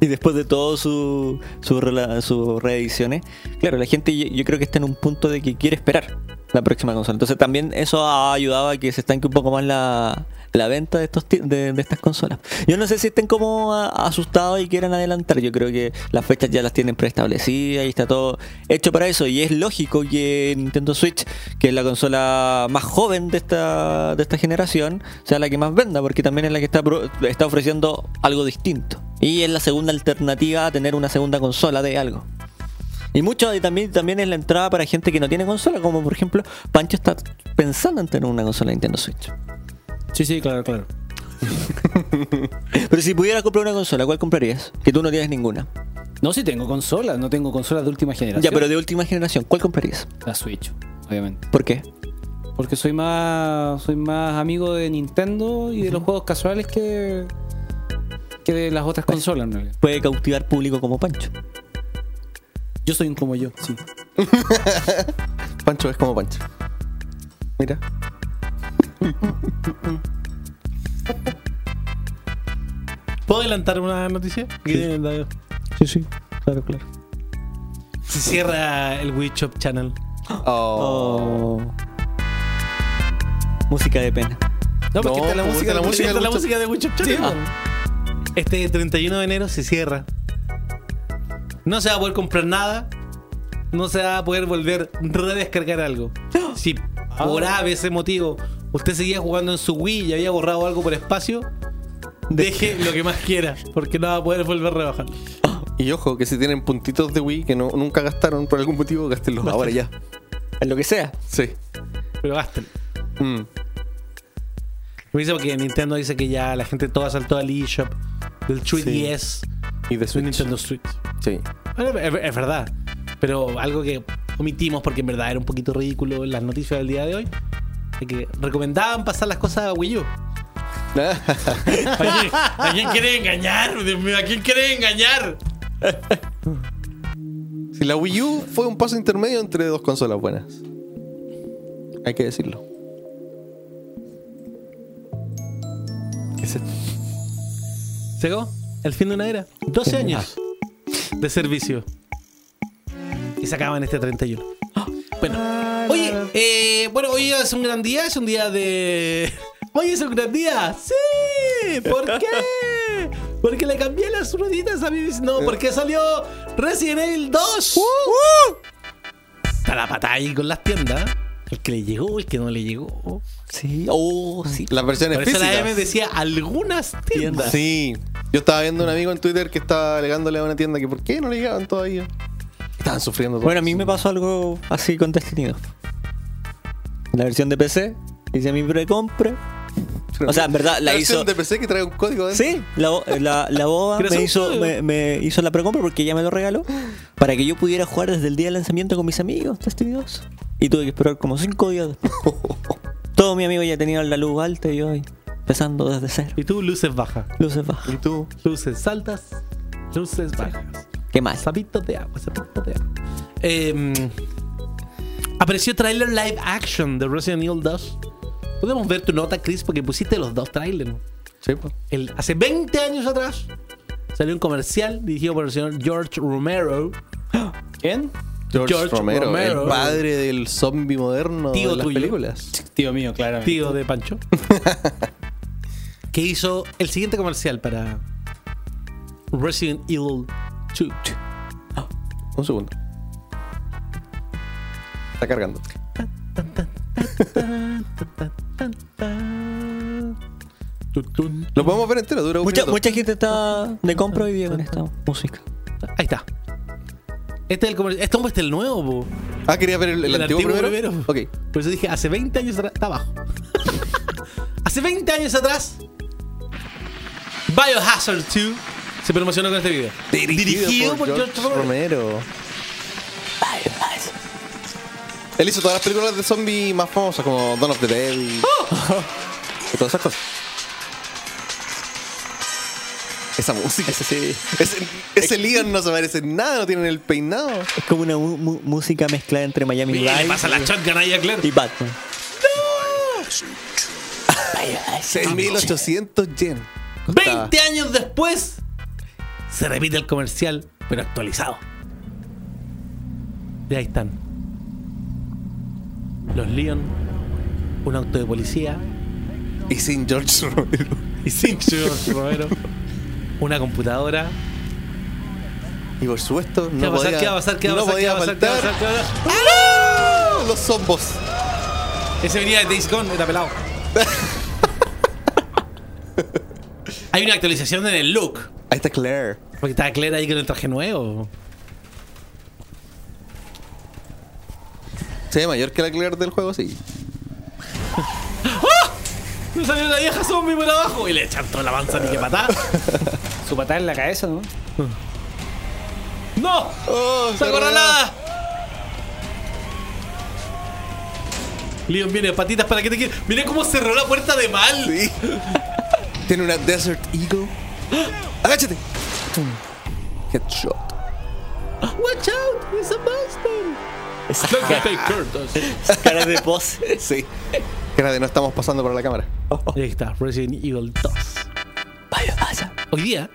Speaker 3: y después de todo su sus rela- sus reediciones, claro, la gente yo, yo creo que está en un punto de que quiere esperar la próxima consola. Entonces también eso ha ayudado a que se estanque un poco más la, la venta de estos ti- de, de estas consolas. Yo no sé si estén como a- asustados y quieran adelantar. Yo creo que las fechas ya las tienen preestablecidas y está todo hecho para eso. Y es lógico que Nintendo Switch, que es la consola más joven de esta, de esta generación, sea la que más venda, porque también es la que está, pro- está ofreciendo algo distinto. Y es la segunda alternativa a tener una segunda consola de algo. Y mucho y también, también es la entrada para gente que no tiene consola, como por ejemplo Pancho está pensando en tener una consola de Nintendo Switch.
Speaker 4: Sí, sí, claro, claro.
Speaker 3: Pero si pudieras comprar una consola, ¿cuál comprarías? Que tú no tienes ninguna.
Speaker 4: No, sí tengo consolas, no tengo consolas de última generación.
Speaker 3: Ya, pero de última generación, ¿cuál comprarías?
Speaker 4: La Switch, obviamente.
Speaker 3: ¿Por qué?
Speaker 4: Porque soy más soy más amigo de Nintendo y de los juegos casuales que que de las otras consolas en realidad.
Speaker 3: Puede cautivar público como Pancho.
Speaker 4: Yo soy un como yo, sí.
Speaker 5: [LAUGHS] Pancho es como Pancho. Mira.
Speaker 2: ¿Puedo adelantar una noticia?
Speaker 3: Sí, sí, claro, claro.
Speaker 2: Se cierra el Wii Shop Channel.
Speaker 5: Oh.
Speaker 3: Música de pena.
Speaker 2: No,
Speaker 5: porque está la
Speaker 2: la
Speaker 5: música del
Speaker 2: música,
Speaker 5: Wii Shop-
Speaker 2: de Wii Shop Channel. Este 31 de enero se cierra. No se va a poder comprar nada. No se va a poder volver a redescargar
Speaker 5: [GASPS]
Speaker 2: algo. Si por
Speaker 5: Ah.
Speaker 2: A, ese motivo usted seguía jugando en su Wii y había borrado algo por espacio, deje lo que más quiera, porque no va a poder volver a rebajar.
Speaker 5: Y ojo, que si tienen puntitos de Wii que no, nunca gastaron por algún motivo, gástenlos ahora ya.
Speaker 3: En lo que sea.
Speaker 5: Sí.
Speaker 2: Pero gasten.
Speaker 5: Mm.
Speaker 2: Me dice porque Nintendo dice que ya la gente toda saltó al eShop del 3DS
Speaker 5: Y de
Speaker 2: de
Speaker 5: Switch.
Speaker 2: Nintendo Switch.
Speaker 5: Sí.
Speaker 2: Bueno, es, es verdad. Pero algo que omitimos porque en verdad era un poquito ridículo en las noticias del día de hoy. de Que recomendaban pasar las cosas a Wii U. ¿A quién, a quién quiere engañar? Dios mío, ¿a quién quiere engañar?
Speaker 5: Si la Wii U fue un paso intermedio entre dos consolas buenas. Hay que decirlo. ¿Qué es esto?
Speaker 2: Llegó el fin de una era. 12 años de servicio. Y se acaban este 31. [GASPS] Bueno, oye, eh, bueno, hoy es un gran día, es un día de. [LAUGHS] Hoy es un gran día. ¡Sí!
Speaker 5: [LAUGHS]
Speaker 2: ¿Por qué? Porque le cambié las rueditas a mi bici. No, porque salió Resident Evil
Speaker 5: Uh.
Speaker 2: 2. Está la patada ahí con las tiendas. El que le llegó, el que no le llegó.
Speaker 3: Sí. Oh, sí.
Speaker 5: Las versiones
Speaker 2: Por eso la M
Speaker 5: físicas.
Speaker 2: decía algunas tiendas.
Speaker 5: Sí. Yo estaba viendo a un amigo en Twitter que estaba alegándole a una tienda que por qué no le llegaban todavía. Estaban sufriendo todos.
Speaker 3: Bueno, a mí me pasó algo así con Destiny 2. La versión de PC, hice mi precompra. O sea, en verdad, la
Speaker 5: versión
Speaker 3: hizo.
Speaker 5: de PC que trae un código de
Speaker 3: Sí, la, bo- la,
Speaker 2: [LAUGHS]
Speaker 3: la boba
Speaker 2: Gracias
Speaker 3: me
Speaker 2: a
Speaker 3: hizo,
Speaker 2: ustedes.
Speaker 3: me, me hizo la precompra porque ella me lo regaló para que yo pudiera jugar desde el día del lanzamiento con mis amigos, Destiny 2. Y tuve que esperar como 5
Speaker 2: [LAUGHS]
Speaker 3: días después. Todos mis amigos ya tenían la luz alta y yo ahí, empezando desde cero.
Speaker 2: Y tú, luces bajas.
Speaker 3: Luces bajas.
Speaker 5: ¿Y tú?
Speaker 2: Luces altas, luces bajas.
Speaker 3: Qué mal.
Speaker 2: Sapitos de agua, sapitos de agua. Eh, apareció tráiler live action de Resident Evil 2. Podemos ver tu nota, Chris, porque pusiste los dos trailers.
Speaker 5: Sí, pues.
Speaker 2: El- hace 20 años atrás salió un comercial dirigido por el señor George Romero,
Speaker 4: ¿Quién?
Speaker 5: George,
Speaker 2: George
Speaker 5: Romero,
Speaker 2: Romero.
Speaker 5: el padre del zombie moderno
Speaker 2: Tío
Speaker 5: de las
Speaker 2: tuyo.
Speaker 5: películas.
Speaker 4: Tío mío, claramente.
Speaker 2: tío de Pancho, [LAUGHS] que hizo el siguiente comercial para Resident Evil 2.
Speaker 5: Un segundo. Está cargando. Lo podemos ver entero, dura un
Speaker 3: Mucha,
Speaker 5: minuto.
Speaker 3: mucha gente está de compra hoy día con esta música.
Speaker 2: Ahí está. Este es el comercial. Este hombre es el nuevo, po.
Speaker 5: Ah, quería ver el, el
Speaker 2: El
Speaker 5: antiguo,
Speaker 2: antiguo
Speaker 5: primero.
Speaker 2: primero.
Speaker 5: Ok.
Speaker 2: Por eso dije, hace 20 años atrás. Está abajo. [LAUGHS] hace 20 años atrás. Biohazard 2 se promocionó con este video. Dirigido por George Romero.
Speaker 5: Romero. Él hizo todas las películas de zombies más famosas como Dawn of the Dead y,
Speaker 2: ¡Oh!
Speaker 5: y [LAUGHS] todas esas cosas. Esa música. Ese, ese, Leon no se merece nada, no tienen el peinado.
Speaker 3: Es como una mu- mu- música mezclada entre Miami
Speaker 2: Y le
Speaker 3: Vice
Speaker 2: pasa la shotgun ahí a Claire.
Speaker 3: y Batman.
Speaker 2: [LAUGHS]
Speaker 5: 6800 yen.
Speaker 2: 20 años después se repite el comercial, pero actualizado. Y ahí están. Los Leon, un auto de policía,
Speaker 5: Y sin George Romero.
Speaker 2: y sin [LAUGHS] George Romero, una computadora.
Speaker 5: Y por supuesto,
Speaker 2: ¿Qué
Speaker 5: no
Speaker 2: va a pasar?
Speaker 5: podía
Speaker 2: ¿Qué va a pasar? ¿Qué va a
Speaker 5: no
Speaker 2: pasar? ¿Qué va
Speaker 5: podía
Speaker 2: a pasar? ¿Qué va a pasar?
Speaker 5: faltar
Speaker 2: ¿Qué
Speaker 5: ¡Oh,
Speaker 2: va a pasar?
Speaker 5: los zombos.
Speaker 2: Ese venía de Days Gone, era
Speaker 5: [LAUGHS]
Speaker 2: pelado. Hay una actualización en el look.
Speaker 5: Ahí está Claire.
Speaker 2: Porque estaba Claire ahí con el traje nuevo.
Speaker 5: ¿Se ve mayor que la Claire del juego? Sí.
Speaker 2: [LAUGHS] No salió la vieja zombie por abajo y le echan toda la panza ni que patada.
Speaker 4: [LAUGHS] Su patada en la cabeza, ¿no?
Speaker 2: ¡No!
Speaker 5: ¡Oh,
Speaker 2: ¡Se acorralada! Leon viene patitas para que te quieras. Mirá cómo cerró la puerta de mal.
Speaker 5: Sí. Tiene una Desert
Speaker 2: [GASPS]
Speaker 5: Eagle. ¡Agáchate! Tum. Headshot.
Speaker 2: Watch out, it's a monster. Look at they curtains.
Speaker 3: Caras de pos.
Speaker 5: Sí. Cara de no estamos pasando por la cámara.
Speaker 2: Y ahí está, Resident Evil 2.
Speaker 3: Vaya, vaya.
Speaker 2: Hoy día,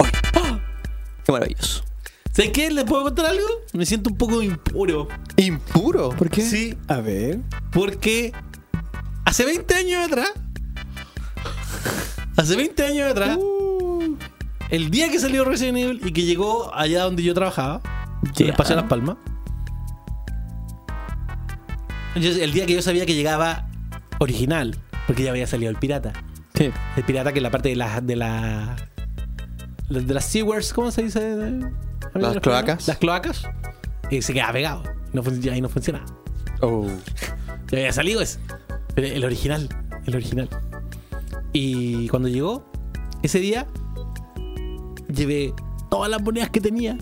Speaker 3: Qué maravilloso.
Speaker 2: ¿sabes qué? ¿Les puedo contar algo? Me siento un poco impuro.
Speaker 5: ¿Impuro?
Speaker 4: ¿Por qué?
Speaker 2: Sí,
Speaker 4: A ver.
Speaker 2: porque hace 20 años atrás. Hace 20 años atrás. El día que salió Resident Evil y que llegó allá donde yo trabajaba, en el
Speaker 3: Ya.
Speaker 2: Paseo de Las Palmas. yo- el día que yo sabía que llegaba original, porque ya había salido el pirata.
Speaker 3: Sí.
Speaker 2: El pirata que es la parte de la. de la. de las sewers, ¿cómo se dice?
Speaker 5: Las cloacas.
Speaker 2: Las cloacas. Y se quedaba pegado. No fun- ahí no funcionaba.
Speaker 5: Oh.
Speaker 2: Ya había salido ese. Pero el original. El original. Y cuando llegó, ese día, llevé todas las monedas que tenía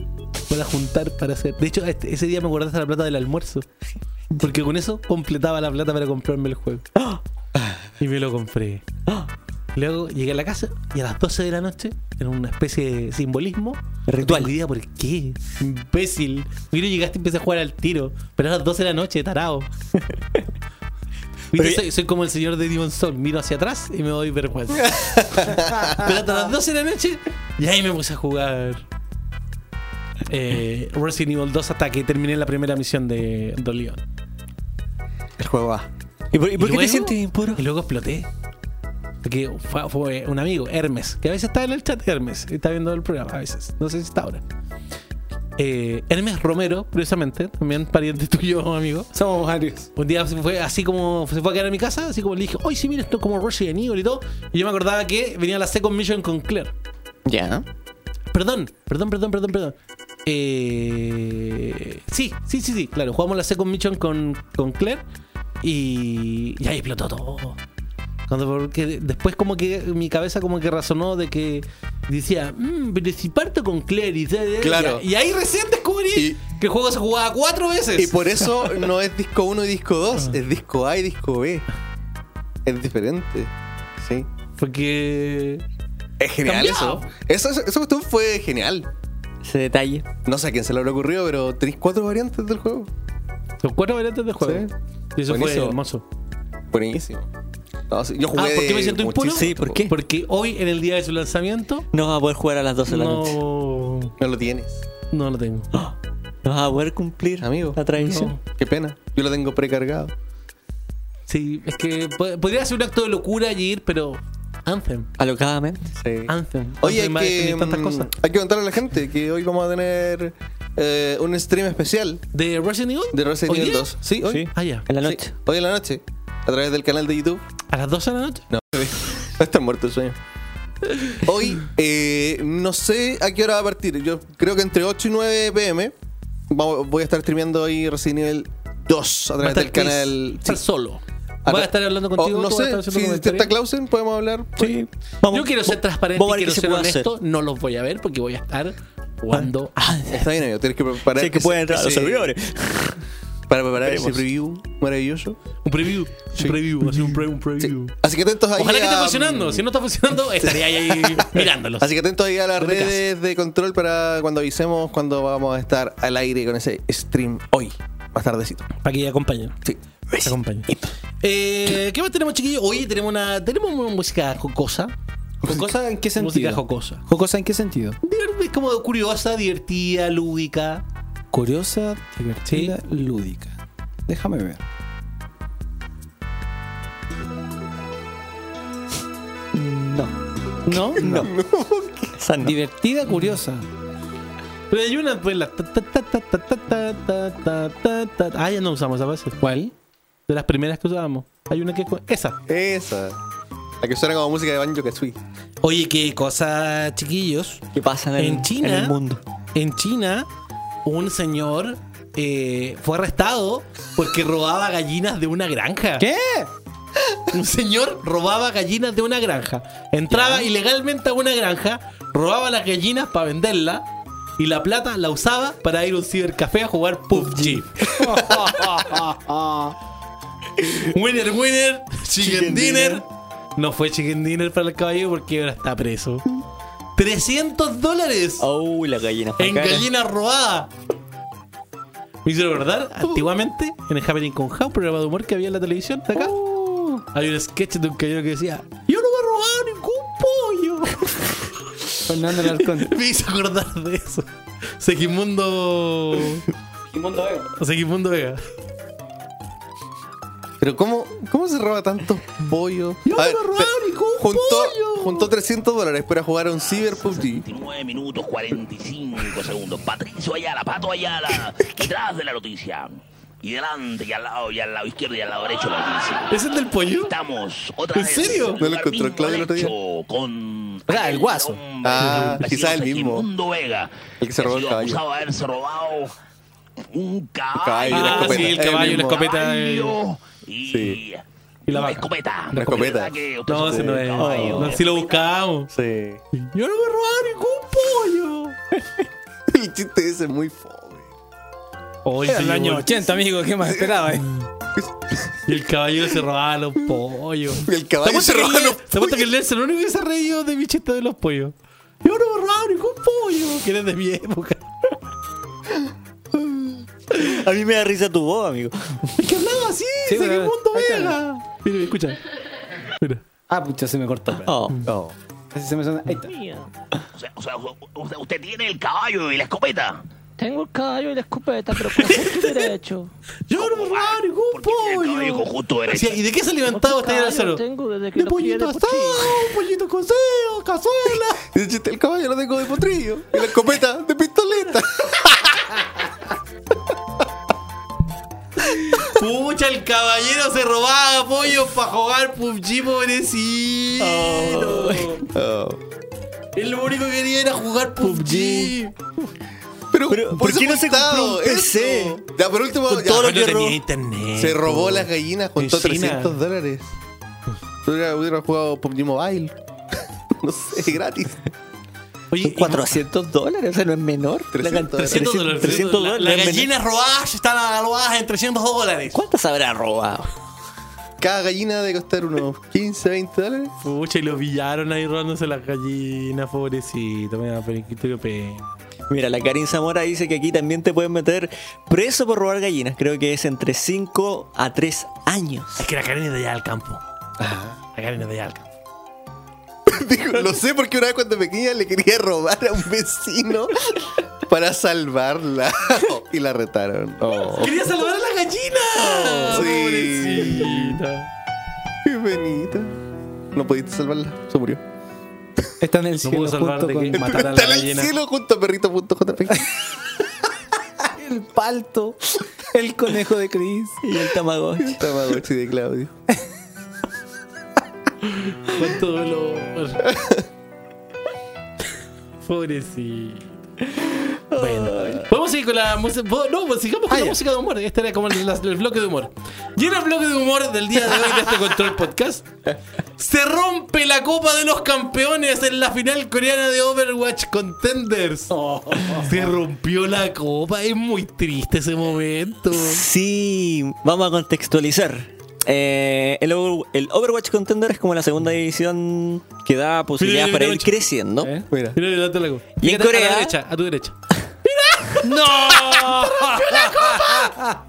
Speaker 2: para juntar, para hacer. De hecho, este- ese día me guardé hasta la plata del almuerzo. Porque con eso completaba la plata para comprarme el juego. Y me lo compré. Luego llegué a la casa y a las 12 de la noche, en una especie de simbolismo,
Speaker 3: Ritual.
Speaker 2: no tengo idea por qué. Imbécil. Mira, llegaste y empecé a jugar al tiro. Pero a las 12 de la noche, [LAUGHS] tarado. Viste,
Speaker 3: Pero-
Speaker 2: soy, soy como el señor de Demon Soul. Miro hacia atrás y me doy vergüenza. [LAUGHS] Pero hasta las 12 de la noche, y ahí me puse a jugar eh, Resident Evil 2 hasta que terminé la primera misión de Don Leon.
Speaker 5: El juego A.
Speaker 3: ¿Y por, y por qué te
Speaker 2: luego-
Speaker 3: sientes impuro?
Speaker 2: Y luego exploté. Porque fue, fue un amigo, Hermes, que a veces está en el chat Hermes, está viendo el programa a veces. No sé si está ahora. Eh, Hermes Romero, curiosamente, también pariente tuyo, amigo.
Speaker 4: Somos varios.
Speaker 2: Un día se fue así como se fue a quedar a mi casa, así como le dije, hoy sí, mira esto es como Resident Evil y todo. Y yo me acordaba que venía la Second Mission con Claire.
Speaker 3: Ya.
Speaker 2: Perdón, perdón, perdón, perdón, perdón. Eh, sí, sí, sí, sí, claro. Jugamos la Second Mission con, con Claire y, y ahí explotó todo. Cuando, porque después como que mi cabeza como que razonó de que decía, mmm, pero si parto con Claire y,
Speaker 5: Claro.
Speaker 2: y, ahí recién descubrí
Speaker 5: Y-
Speaker 2: que el juego se jugaba cuatro veces.
Speaker 5: Y pues por eso no es disco 1 y disco
Speaker 2: Ah.
Speaker 5: 2, es disco A y disco B. Es diferente. Sí.
Speaker 2: porque...
Speaker 5: Es genial
Speaker 2: Cambiado.
Speaker 5: eso. Eso, eso, esa cuestión fue genial.
Speaker 3: ese detalle.
Speaker 5: No sé a quién se le habrá ocurrido, pero tenéis cuatro variantes del juego.
Speaker 2: Son cuatro variantes de juego.
Speaker 5: Sí.
Speaker 2: Y eso
Speaker 5: Buenísimo.
Speaker 2: fue hermoso.
Speaker 5: Buenísimo. No, sí, yo jugué
Speaker 2: Ah, ¿por qué me
Speaker 5: de
Speaker 2: siento impuro?
Speaker 5: muchísimo
Speaker 3: Sí, ¿por
Speaker 5: tiempo.
Speaker 3: qué?
Speaker 2: Porque hoy, en el día de su lanzamiento,
Speaker 3: No vas a poder jugar a las 12 de la noche.
Speaker 2: no,
Speaker 5: No lo tienes,
Speaker 2: no lo tengo.
Speaker 3: No vas a poder cumplir
Speaker 5: amigo.
Speaker 3: la tradición.
Speaker 5: Qué pena. Yo lo tengo precargado.
Speaker 2: Sí, es que po- podría ser un acto de locura y ir, pero Anthem.
Speaker 3: Alocadamente.
Speaker 2: Anthem.
Speaker 5: Oye, hay
Speaker 2: Anthem va a
Speaker 5: que,
Speaker 2: definir tantas
Speaker 5: mm,
Speaker 2: cosas.
Speaker 5: hay que contarle a la gente que hoy vamos a tener eh, un stream especial
Speaker 2: ¿De Resident Evil?
Speaker 5: de Resident
Speaker 2: ¿Hoy
Speaker 5: Evil
Speaker 2: día?
Speaker 5: 2. Sí, hoy.
Speaker 3: Sí.
Speaker 2: Ah, ya.
Speaker 3: En la
Speaker 5: Sí,
Speaker 3: noche.
Speaker 5: hoy en la noche. A través del canal de YouTube.
Speaker 2: ¿A las 12 de la noche?
Speaker 5: [LAUGHS] Va a estar muerto el sueño. Hoy, eh, no sé a qué hora va a partir. Yo creo que entre 8 y 9 pm vamos- voy a estar streameando ahí Resident Evil 2 a
Speaker 2: Va a
Speaker 5: través
Speaker 2: estar
Speaker 5: del
Speaker 2: Chris,
Speaker 5: canal.
Speaker 2: estar
Speaker 5: sí.
Speaker 2: solo.
Speaker 5: A
Speaker 2: ¿Va a
Speaker 5: tra-
Speaker 2: estar hablando
Speaker 5: o
Speaker 2: contigo?
Speaker 5: no
Speaker 2: ¿Tú vas a
Speaker 5: sé,
Speaker 2: estar haciendo
Speaker 5: si
Speaker 2: comentarios?
Speaker 5: está Clausen, podemos hablar.
Speaker 3: Sí.
Speaker 2: Yo quiero ser transparente
Speaker 3: Vamos a
Speaker 2: y quiero
Speaker 3: ver qué se
Speaker 2: ser
Speaker 3: puede hacer.
Speaker 2: honesto. No los voy a ver porque voy a estar [LAUGHS] jugando.
Speaker 5: Está bien, amigo. Tienes que preparar.
Speaker 3: Si es que
Speaker 5: ese-
Speaker 3: pueden entrar a los [LAUGHS]
Speaker 5: ese-
Speaker 3: servidores.
Speaker 5: Para preparar ese
Speaker 3: Veremos.
Speaker 5: review maravilloso.
Speaker 2: Un preview. Un preview. Así un, pre- un
Speaker 5: Sí.
Speaker 2: preview.
Speaker 5: Así que atentos ahí.
Speaker 2: Ojalá que esté
Speaker 5: a-
Speaker 2: funcionando. Si no está funcionando, estaré ahí, ahí
Speaker 5: [LAUGHS]
Speaker 2: mirándolos.
Speaker 5: Así que atentos ahí a las
Speaker 2: Desde
Speaker 5: redes de control para cuando avisemos cuando vamos a estar al aire con ese stream hoy, más tardecito.
Speaker 2: Para que acompañen.
Speaker 5: Sí.
Speaker 2: Te acompaño. Eh, ¿Qué más tenemos, chiquillos? Oye, tenemos una, tenemos una música jocosa.
Speaker 4: ¿Jocosa en qué sentido?
Speaker 2: Música jocosa.
Speaker 4: ¿Jocosa en qué sentido?
Speaker 2: Divert- Es como curiosa, divertida, lúdica.
Speaker 4: Curiosa, divertida, lúdica. Déjame ver. No. ¿No? [LAUGHS] No.
Speaker 3: Esa no.
Speaker 4: Divertida, curiosa.
Speaker 2: Pero hay una, pues, la. ta, ta, ta, ta, ta, ta, ta, ta, ta, ta, ta. Ah, ya no usamos esa base.
Speaker 4: ¿Cuál?
Speaker 2: De las primeras que usábamos. Hay una que. es cu- Esa.
Speaker 5: Esa. La que suena como música de Banjo Kazooie.
Speaker 2: Oye, qué cosa, chiquillos.
Speaker 3: ¿Qué pasa en, el-
Speaker 2: En China.
Speaker 3: en el mundo?
Speaker 2: En China, un señor eh, fue arrestado porque robaba gallinas de una granja.
Speaker 4: ¿Qué?
Speaker 2: Un señor robaba gallinas de una granja. Entraba ilegalmente a una granja, robaba las gallinas para venderlas y la plata la usaba para ir a un cibercafé a jugar PUBG. [LAUGHS] winner, winner, chicken,
Speaker 3: Chicken
Speaker 2: dinner.
Speaker 3: dinner.
Speaker 2: No fue chicken dinner para el caballero porque ahora está preso. 300 dólares
Speaker 3: Oh, la gallina.
Speaker 2: en
Speaker 3: Acá.
Speaker 2: gallina robada. Me hizo recordar, antiguamente, en el Happening con How, programa de humor que había en la televisión de acá, había un sketch de un caballero que decía: Yo no me he robado ningún pollo. [LAUGHS]
Speaker 4: Fernando Alarcón.
Speaker 2: Me hizo acordar de eso. Sequimundo. Sequimundo Vega.
Speaker 5: Pero ¿cómo, cómo se roba tantos pollos?
Speaker 2: Yo no
Speaker 5: A ver,
Speaker 2: me he robado
Speaker 5: pe-
Speaker 2: ningún
Speaker 5: juntó,
Speaker 2: pollo.
Speaker 5: juntó 300 dólares para jugar a un Cyber PUBG.
Speaker 7: 29 minutos 45 segundos. Patricio Ayala, Pato Ayala, detrás de la noticia. Y delante, y al lado, y al lado izquierdo, y al lado derecho la noticia.
Speaker 2: ¿Ese es del pollo?
Speaker 7: Estamos otra
Speaker 2: ¿En
Speaker 7: vez.
Speaker 2: serio?
Speaker 7: en el
Speaker 5: No lo
Speaker 7: lugar
Speaker 5: encontró
Speaker 7: mismo
Speaker 5: Claudio el otro día.
Speaker 7: hecho, Con.
Speaker 4: Ah, el guaso.
Speaker 7: hombre,
Speaker 5: Ah,
Speaker 7: ha sido
Speaker 5: quizá el mismo.
Speaker 7: Segimundo Vega.
Speaker 5: El que se robó el
Speaker 7: ha sido
Speaker 5: caballo.
Speaker 7: acusado de haberse robado un
Speaker 5: caballo y la
Speaker 7: caballo.
Speaker 2: Ah, sí,
Speaker 5: escopeta.
Speaker 2: el
Speaker 5: Es
Speaker 2: caballo, la
Speaker 5: mismo.
Speaker 2: escopeta. eh.
Speaker 7: Y.
Speaker 5: Sí.
Speaker 2: Y
Speaker 7: una
Speaker 2: la vaca.
Speaker 7: escopeta.
Speaker 5: Una escopeta.
Speaker 7: que usted
Speaker 2: No,
Speaker 7: se
Speaker 2: ese no
Speaker 7: robó
Speaker 2: es.
Speaker 7: un caballo.
Speaker 2: Oh, No, si lo buscábamos.
Speaker 5: Sí.
Speaker 2: Yo no me he robado ningún pollo.
Speaker 5: El chiste ese es muy fome.
Speaker 2: Hoy
Speaker 4: Era el año 80, amigo, ¿qué más esperaba? eh?
Speaker 2: [LAUGHS] Y el caballero se robaba los pollos.
Speaker 5: Y el caballo
Speaker 2: ¿Te apuesto
Speaker 5: se
Speaker 2: que
Speaker 5: roba
Speaker 2: Lel-
Speaker 5: los
Speaker 2: Te apuesto que el Nelson es el único que se ha reído de mi chiste de los pollos. Yo no me robaba ningún pollo, que eres de mi época.
Speaker 3: A mí me da risa tu voz, amigo.
Speaker 2: Es que hablaba así, sé
Speaker 4: Sí,
Speaker 2: que
Speaker 4: pero-
Speaker 2: el mundo
Speaker 4: ahí está.
Speaker 2: vega. Mira, mira, escucha. Mira.
Speaker 4: Ah, pucha, se me cortó. espera.
Speaker 3: Oh.
Speaker 5: No.
Speaker 4: Así se me suena. Ahí está.
Speaker 7: O sea, o sea, usted- usted tiene el caballo y la escopeta.
Speaker 8: Tengo el caballo y la escopeta, pero con justo derecho.
Speaker 2: Yo no me
Speaker 4: Ah,
Speaker 2: robaba ningún
Speaker 7: Porque tiene el caballo con
Speaker 2: pollo.
Speaker 7: justo
Speaker 2: O
Speaker 7: derecho.
Speaker 2: sea, ¿Y de qué se alimentaba
Speaker 8: Otro
Speaker 2: este Nelson?
Speaker 8: caballo tengo desde que
Speaker 2: De
Speaker 8: lo crié de
Speaker 2: pollito asado, pollito con seo, cazuela.
Speaker 5: El chiste del caballo lo tengo de potrillo. Y la escopeta de
Speaker 3: [LAUGHS]
Speaker 5: pistoleta.
Speaker 2: Pucha, el caballero se robaba pollos para jugar PUBG, pobrecito.
Speaker 5: Oh.
Speaker 2: Él lo único que quería era jugar PUBG.
Speaker 5: Pero,
Speaker 3: Pero, ¿por
Speaker 5: eso
Speaker 3: qué no se
Speaker 5: multado,
Speaker 3: compró un
Speaker 5: eso.
Speaker 3: PC?
Speaker 5: Ya, por último,
Speaker 3: Con
Speaker 5: ya.
Speaker 3: todo lo que
Speaker 2: Bueno,
Speaker 3: robó.
Speaker 2: internet.
Speaker 5: se robó
Speaker 2: po.
Speaker 5: las gallinas, contó
Speaker 2: Encina.
Speaker 5: 300 dólares. Tú hubiera- hubieras jugado PUBG Mobile. [LAUGHS] no sé, gratis.
Speaker 2: Oye, y-
Speaker 3: 400 dólares, o sea, no es menor.
Speaker 5: 300
Speaker 3: La-
Speaker 2: 300 dólares.
Speaker 3: 300 dólares.
Speaker 2: Las
Speaker 3: no es
Speaker 2: gallinas robadas están evaluadas en 300 dólares.
Speaker 3: menor. ¿Cuántas habrá robado?
Speaker 5: Cada gallina debe costar unos 15, 20 dólares. [LAUGHS]
Speaker 2: Pucha, y los pillaron ahí robándose las gallinas, pobrecito. Me da pena.
Speaker 3: Mira, la Karin Zamora dice que aquí también te pueden meter preso por robar gallinas. Creo que es entre 5 a 3 años.
Speaker 2: Es que la Karen es de allá del campo. La Karen es de allá del campo.
Speaker 5: Digo, lo sé porque una vez cuando pequeña le quería robar a un vecino para salvarla [LAUGHS] y la retaron. Oh.
Speaker 2: ¡Quería salvar a la gallina!
Speaker 5: Sí. Qué bonita. No pudiste salvarla, se murió.
Speaker 4: Está en el
Speaker 2: No
Speaker 4: cielo
Speaker 2: puedo salvar
Speaker 4: junto
Speaker 2: de
Speaker 4: con
Speaker 2: que
Speaker 5: [LAUGHS]
Speaker 2: matar a la
Speaker 5: Está en el
Speaker 2: gallina.
Speaker 5: cielo junto a perrito.jpg.
Speaker 4: el palto, el conejo de Chris.
Speaker 3: Y el Tamagotchi.
Speaker 5: Tamagotchi de Claudio.
Speaker 2: Cuánto dolor. [LAUGHS] Pobrecito. Bueno, vamos a ir con la música. No, pues sigamos con la música de humor. Este era como el, las- el bloque de humor. Y en el bloque de humor del día de hoy de este Control Podcast, se rompe la Copa de los Campeones en la final coreana de Overwatch Contenders. Se rompió la copa. Es muy triste ese momento.
Speaker 3: Sí, vamos a contextualizar. Eh, el, Over- el Overwatch Contender es como la segunda división que da posibilidades
Speaker 2: Mira, mira,
Speaker 3: para ir
Speaker 2: mira,
Speaker 3: creciendo.
Speaker 4: ¿Eh?
Speaker 5: Mira.
Speaker 2: Mira, mira, date la copa.
Speaker 3: Y en
Speaker 2: Fíjate, A
Speaker 3: Corea-
Speaker 2: tu derecha, a tu [LAUGHS] derecha. ¡Mira! ¡No!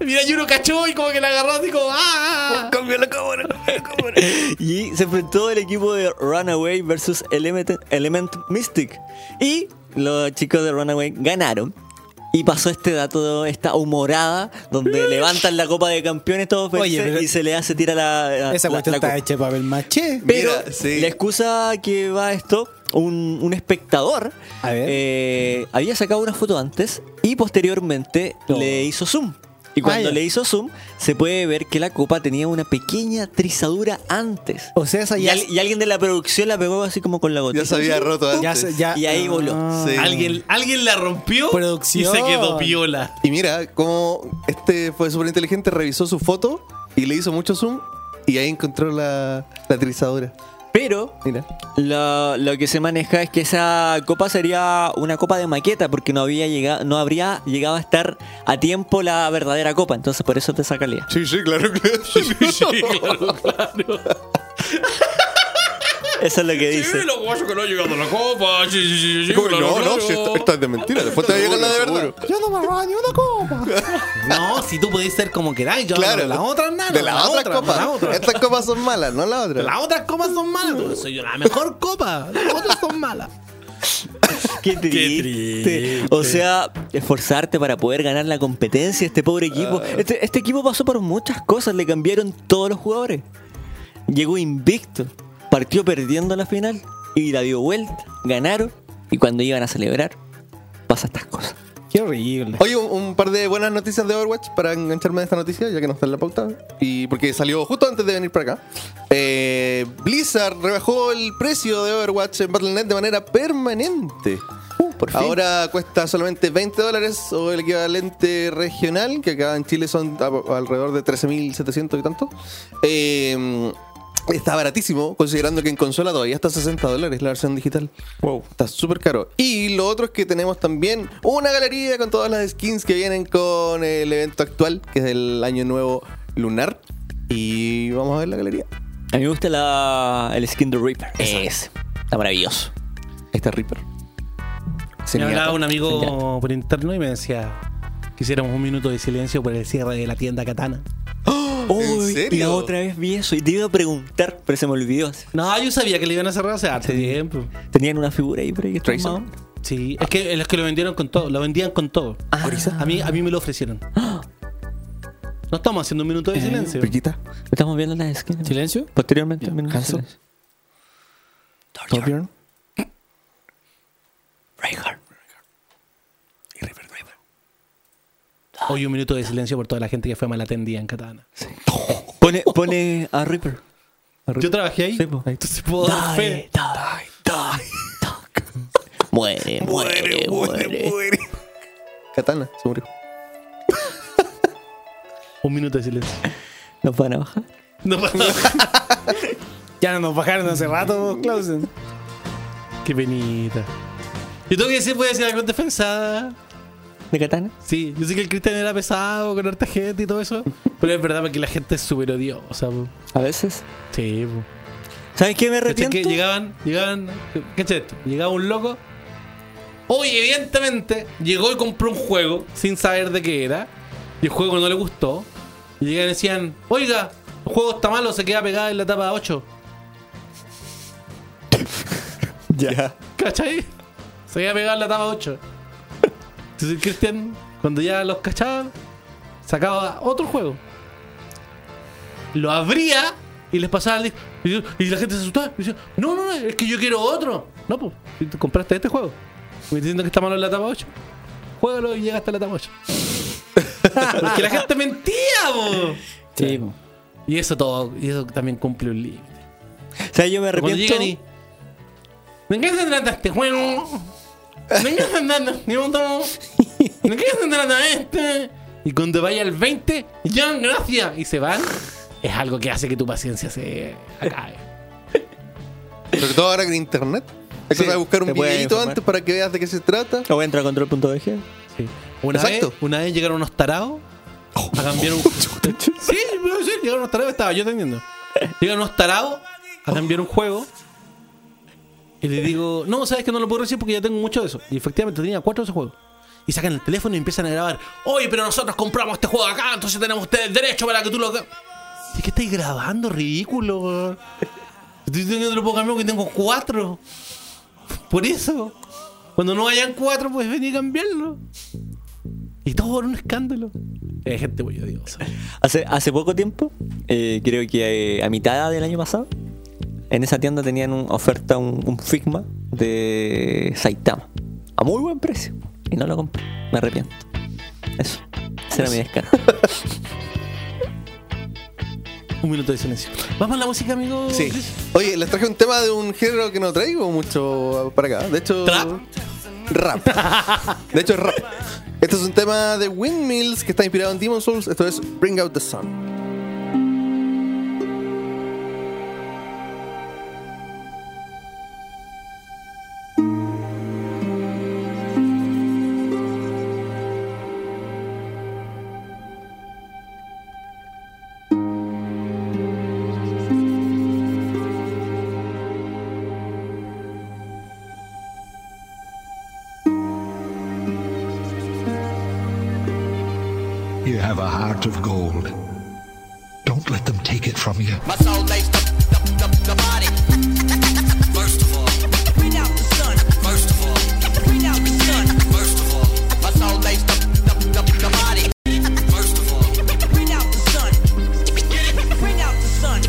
Speaker 2: [LAUGHS] Mira, y uno cachó y como que la agarró así como ¡Ah!
Speaker 3: Cambió la cámara, cambió la cámara. [LAUGHS] Y se enfrentó el equipo de Runaway versus Element, Element Mystic. Y los chicos de Runaway ganaron. Y pasó este dato, esta humorada, donde levantan la copa de campeones todos
Speaker 4: Oye,
Speaker 3: felices
Speaker 4: pero-
Speaker 3: y se le hace tira la, la-
Speaker 4: Esa
Speaker 3: Ah, la-
Speaker 4: cuestión
Speaker 3: la
Speaker 4: está
Speaker 3: copa.
Speaker 4: hecha de papel maché.
Speaker 3: Pero
Speaker 5: Mira, sí.
Speaker 3: la excusa que va a esto, un, un espectador
Speaker 4: A ver.
Speaker 3: eh, había sacado una foto antes y posteriormente
Speaker 4: No.
Speaker 3: le hizo zoom. Y cuando
Speaker 4: ya.
Speaker 3: le hizo zoom, se puede ver que la copa tenía una pequeña trizadura antes.
Speaker 4: O sea, esa
Speaker 3: Y,
Speaker 4: ya,
Speaker 3: al- y alguien de la producción la pegó así como con la gotita.
Speaker 5: Ya se había roto antes.
Speaker 4: ya se- ya-
Speaker 3: Y ahí voló.
Speaker 4: Ah.
Speaker 5: Sí.
Speaker 2: Alguien, alguien la rompió
Speaker 4: Producción.
Speaker 2: y se quedó piola.
Speaker 5: [LAUGHS] Y mira, como este fue súper inteligente, revisó su foto y le hizo mucho zoom y ahí encontró la, la trizadora.
Speaker 3: Pero
Speaker 5: Mira.
Speaker 3: lo, lo que se maneja es que esa copa sería una copa de maqueta porque no, había llegado, no habría llegado a estar a tiempo la verdadera copa. Entonces por eso te saca el día.
Speaker 5: [LAUGHS] Sí, sí,
Speaker 2: [LAUGHS]
Speaker 5: claro, claro.
Speaker 2: claro, claro.
Speaker 3: Eso es lo que dice.
Speaker 2: lo guayo que no ha llegado a la copa. Sí, sí, sí, sí,
Speaker 5: Como,
Speaker 2: claro,
Speaker 5: no, no,
Speaker 2: claro.
Speaker 5: si esto, esto es de mentira. Después te va a llegar la de verdad.
Speaker 4: Yo no me robo ni una copa.
Speaker 2: No, si tú podés ser como queráis, yo
Speaker 5: Claro.
Speaker 2: hablo de las otras nada.
Speaker 5: de las otras copas.
Speaker 2: Las otras
Speaker 5: Estas copas son malas, no las otras.
Speaker 2: las otras copas son malas. Yo Soy yo la mejor copa. Las otras son malas.
Speaker 3: Qué triste.
Speaker 2: triste.
Speaker 3: O sea, esforzarte para poder ganar la competencia, este pobre
Speaker 5: Ah.
Speaker 3: equipo. Este, este equipo pasó por muchas cosas, le cambiaron todos los jugadores. Llegó invicto, partió perdiendo la final y la dio vuelta, ganaron y cuando iban a celebrar, pasa estas cosas.
Speaker 4: Qué horrible.
Speaker 5: Oye, un, un par de buenas noticias de Overwatch para engancharme de esta noticia, ya que no está en la pauta. Y porque salió justo antes de venir para acá. Eh, Blizzard rebajó el precio de Overwatch en Battle.net de manera permanente. Ahora cuesta solamente 20 dólares o el equivalente regional, que acá en Chile son a- alrededor de 13.700 y tanto. Eh, está baratísimo, considerando que en consola todavía está a 60 dólares la versión digital. Wow. Está súper caro. Y lo otro es que tenemos también una galería con todas las skins que vienen con el evento actual, que es el año nuevo lunar. Y vamos a ver la galería.
Speaker 3: A mí me gusta la, el skin de Reaper. Ese. Está maravilloso.
Speaker 5: Este Reaper.
Speaker 2: Me
Speaker 5: Zenyatta.
Speaker 2: hablaba un amigo por interno y me decía que hiciéramos un minuto de silencio por el cierre de la tienda Katana.
Speaker 5: ¿En
Speaker 3: Uy,
Speaker 5: serio?
Speaker 3: La otra vez vi eso y te iba a preguntar, pero se me olvidó.
Speaker 2: No, yo sabía que le iban a cerrar hace harto tiempo.
Speaker 3: Tenían una figura ahí por ahí que está
Speaker 5: Tracer.
Speaker 3: armada.
Speaker 2: Sí, es que los que lo vendieron con todo, lo vendían con todo. A mí, a mí me lo ofrecieron. No estamos haciendo un minuto de silencio.
Speaker 5: Brillita.
Speaker 3: Estamos viendo la skin.
Speaker 4: ¿Silencio?
Speaker 3: Posteriormente, al menos,
Speaker 5: ¿Hanzo?
Speaker 3: se-
Speaker 5: Torbjorn.
Speaker 3: Reinhardt.
Speaker 2: Hoy un minuto de silencio por toda la gente que fue mal atendida en Katana.
Speaker 3: Pone, pone a Reaper.
Speaker 2: Yo trabajé pues, ahí,
Speaker 3: Sí, po.
Speaker 2: entonces puedo dar fe.
Speaker 3: die, die, Muere, muere, muere.
Speaker 5: [LAUGHS] Katana, se murió.
Speaker 2: Un minuto de [LAUGHS] silencio.
Speaker 3: Nos van a bajar.
Speaker 2: No pasa nada.
Speaker 4: Ya no nos bajaron hace rato, Clausen.
Speaker 2: Qué penita. Yo tengo que decir, voy a decir algo en defensa.
Speaker 3: ¿De katana?
Speaker 2: Sí, yo sé que el Cristian era pesado con harta gente y todo eso. Pero es verdad porque la gente es súper odiosa. po.
Speaker 3: A veces.
Speaker 2: Sí, po.
Speaker 3: ¿Sabes qué me
Speaker 2: ¿Cachai
Speaker 3: arrepiento?
Speaker 2: que llegaban, llegaban, ¿cachai esto? Llegaba un loco Hoy, evidentemente, llegó y compró un juego sin saber de qué era. Y el juego no le gustó. Y llegan y decían, oiga, el juego está malo, se queda pegado en la etapa 8.
Speaker 3: [LAUGHS] Ya.
Speaker 2: ¿Cachai? Se iba a pegar la tapa 8. Entonces el Cristian, cuando ya los cachaba, sacaba otro juego. Lo abría y les pasaba el disco. Y, yo- y la gente se asustaba. Y decía, no, no, no, es que yo quiero otro. No, pues, si tú compraste este juego. Me estás diciendo que está malo en la etapa 8. Juégalo y llega hasta la etapa 8. [LAUGHS] Porque la gente mentía, po.
Speaker 9: Sí, po.
Speaker 2: Y eso todo, y eso también cumple un límite.
Speaker 3: O sea, yo me
Speaker 2: Pero Cuando
Speaker 3: arrepiento.
Speaker 2: llegan y. ¿De qué se trata este juego? ¿De qué se trata este otro? ¿De qué se trata este? Y cuando vaya al 20, ya, gracias. Y se van. Es algo que hace que tu paciencia se acabe.
Speaker 5: Sobre todo ahora con internet. Hay
Speaker 3: Sí,
Speaker 5: que buscar un
Speaker 3: te pueden
Speaker 5: videito
Speaker 3: informar.
Speaker 5: antes para que veas de qué se trata.
Speaker 3: O voy a entrar a control.dg.
Speaker 2: Una
Speaker 5: Exacto.
Speaker 2: vez, una vez llegaron unos tarados a cambiar un. sí, no sé, llegaron unos tarados, estaba yo entendiendo. Llegaron unos tarados a cambiar un juego. Y le digo, no, sabes que no lo puedo decir porque ya tengo mucho de eso. Y efectivamente tenía cuatro de esos juegos. Y sacan el teléfono y empiezan a grabar. Oye, pero nosotros compramos este juego acá, entonces tenemos ustedes derecho para que tú lo. ca-". ¿Y qué estáis grabando, ridículo, weón? Estoy diciendo que no lo puedo cambiar porque tengo cuatro. Por eso, cuando no hayan cuatro, puedes venir a cambiarlo. Y todo por un escándalo. Hay gente muy odiosa.
Speaker 3: Hace, hace poco tiempo, eh, creo que eh, a mitad del año pasado, en esa tienda tenían un- oferta un, un Figma de Saitama. A muy buen precio. Y no lo compré. Me arrepiento. Eso. Ese era mi descargo.
Speaker 2: Un minuto de silencio. Vamos a la música, amigo.
Speaker 5: Sí.
Speaker 2: Chris?
Speaker 5: Oye, les traje un tema de un género que no traigo mucho para acá. De hecho.
Speaker 2: Trap.
Speaker 5: Rap. De hecho, es rap. Este es un tema de Windmills que está inspirado en Demon Souls. Esto es Bring Out the Sun.
Speaker 10: You have a heart of gold. Don't let them take it from you.
Speaker 11: My soul laced up the, the, the body. First of all, bring out the sun. First of all, bring out the sun. First of all, my soul laced up the, the, the body. First of all, bring out the sun. Bring out the sun.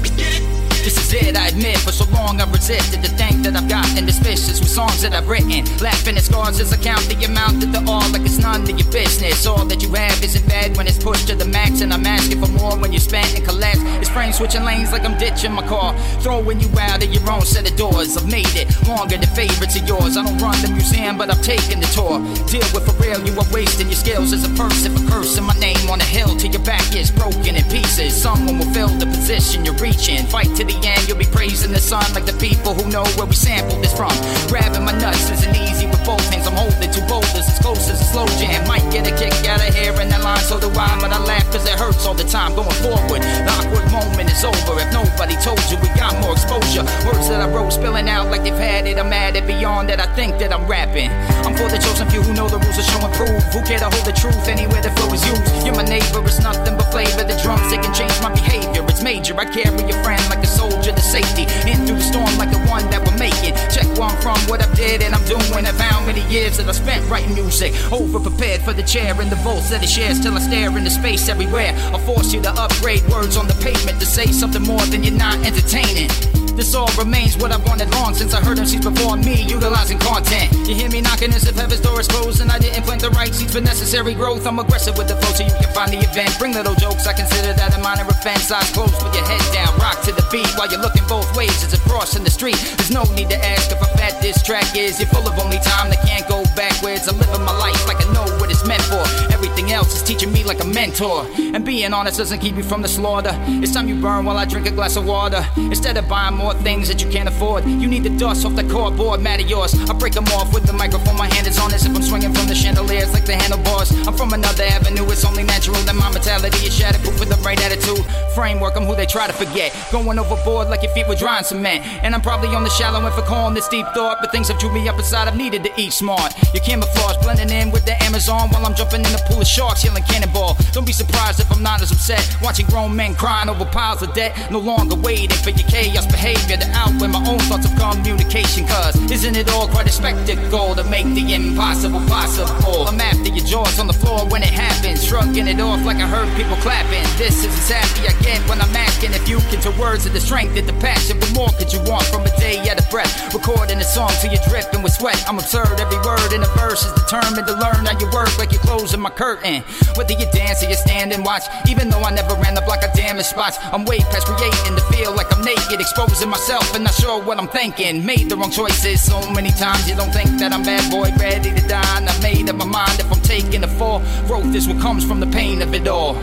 Speaker 11: This is it, I admit. For so long, I resisted the thing that I've gotten suspicious with songs that I've written. Laughing at scars as I count the amount of the all, like it's none of your business. All that you have isn't bad when it's pushed to the max, and I'm asking for more when you spend and collapse. It's frame switching lanes like I'm ditching my car. Throwing you out of your own set of doors. I've made it longer than favorites of yours. I don't run the museum, but I've taken the tour. Deal with for real, you are wasting your skills as a person for cursing my name on a hill till your back is broken in pieces. Someone will fill the position you're reaching. Fight to the end, you'll be praising the sun like the people who know where we sampled this from. Grabbing my nuts isn't easy with both hands. I'm holding two boulders as close as a slow jam. Might get a kick out of here and that line, so do I. But I laugh because it hurts all the time going forward. The awkward moment is over. If nobody told you, we got more exposure. Words that I wrote spilling out like they've had it. I'm at it beyond that. I think that I'm rapping. I'm for the chosen few who know the rules are show and prove. Who care to hold the truth anywhere the flow is used? You're my neighbor, it's nothing but flavor. The drums, they can change my behavior. It's major. I carry a friend like a soldier to safety. In through the storm like the one that we're making. Check where I'm from, what I did, and I'm doing. Of how many years that I spent writing music. Over prepared for the chair and the volts that it shares till I stare into space everywhere. I force you to upgrade words on the pavement to say something more than you're not entertaining. This all remains what I've wanted long since I heard them seats before me, utilizing content. You hear me knocking as if heaven's door is closed and I didn't plant the right seeds for necessary growth. I'm aggressive with the flow so you can find the event. Bring little jokes, I consider that a minor offense. Eyes closed with your head down, rock to the beat while you're looking both ways as it's crossing the street. There's no need to ask if I fat this track is. You're full of only time that can't go backwards. I'm living my life like I know what it's meant for. Everything everything else is teaching me like a mentor. And being honest doesn't keep you from the slaughter. It's time you burn while I drink a glass of water. Instead of buying more things that you can't afford, you need the dust off the cardboard mat of yours. I break them off with the microphone, my hand is on as if I'm swinging from the chandeliers like the handlebars. I'm from another avenue, it's only natural that my mentality is shatterproof with the right attitude. Framework, I'm who they try to forget. Going overboard like your feet were drying cement. And I'm probably on the shallow end for calling this deep thought, but things have chewed me up inside, I've needed to eat smart. Your camouflage blending in with the Amazon while I'm jumping in the pool of sharks, yelling cannonball. Don't be surprised if I'm not as upset. Watching grown men crying over piles of debt, no longer waiting for your chaos behavior to outweigh my own thoughts of communication. Cause isn't it all quite a spectacle to make the impossible possible? I'm after your jaws on the floor when it happens, shrugging it off like I heard people clapping. This is as happy I get when I'm asking if you can to words of the strength and the passion. What more could you want from a day at a breath? Recording a song till you're dripping with sweat. I'm absurd, every word in the verse is determined to learn how you work like you're closing my curtain. Whether you dance or you stand and watch, even though I never ran the block of damage spots, I'm way past creating to feel like I'm naked, exposing myself and not sure what I'm thinking. Made the wrong choices so many times, you don't think that I'm bad boy, ready to die. And I made up my mind if I'm taking the fall. Growth is what comes from the pain of it all.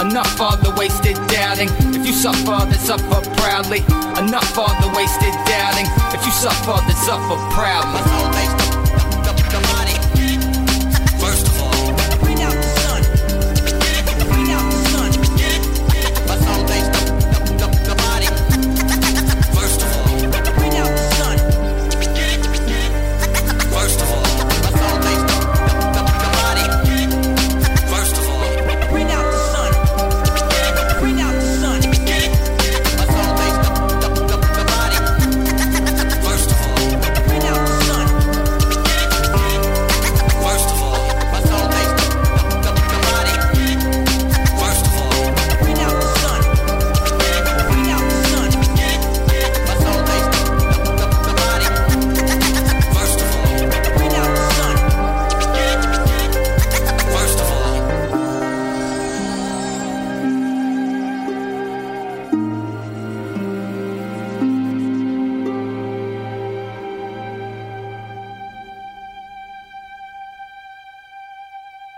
Speaker 11: Enough of the wasted doubting. If you suffer, then suffer proudly. Enough of the wasted doubting. If you suffer, then suffer proudly.
Speaker 12: First of all, bring out the sun. Bring out the sun. Let's all lace the, the, the, the body. First of all, bring out the sun. First of all, let's all lace the, the, the, the body. First of all, bring out the sun. Bring out the sun. Let's all lace the, the, the, the body. First of all, bring out the sun. First of all, let's all lace the, the, the, the body. First of all, bring out the sun. Bring out the sun. Let's all lace the, the, the, the body. First of all, bring out the sun. First of all.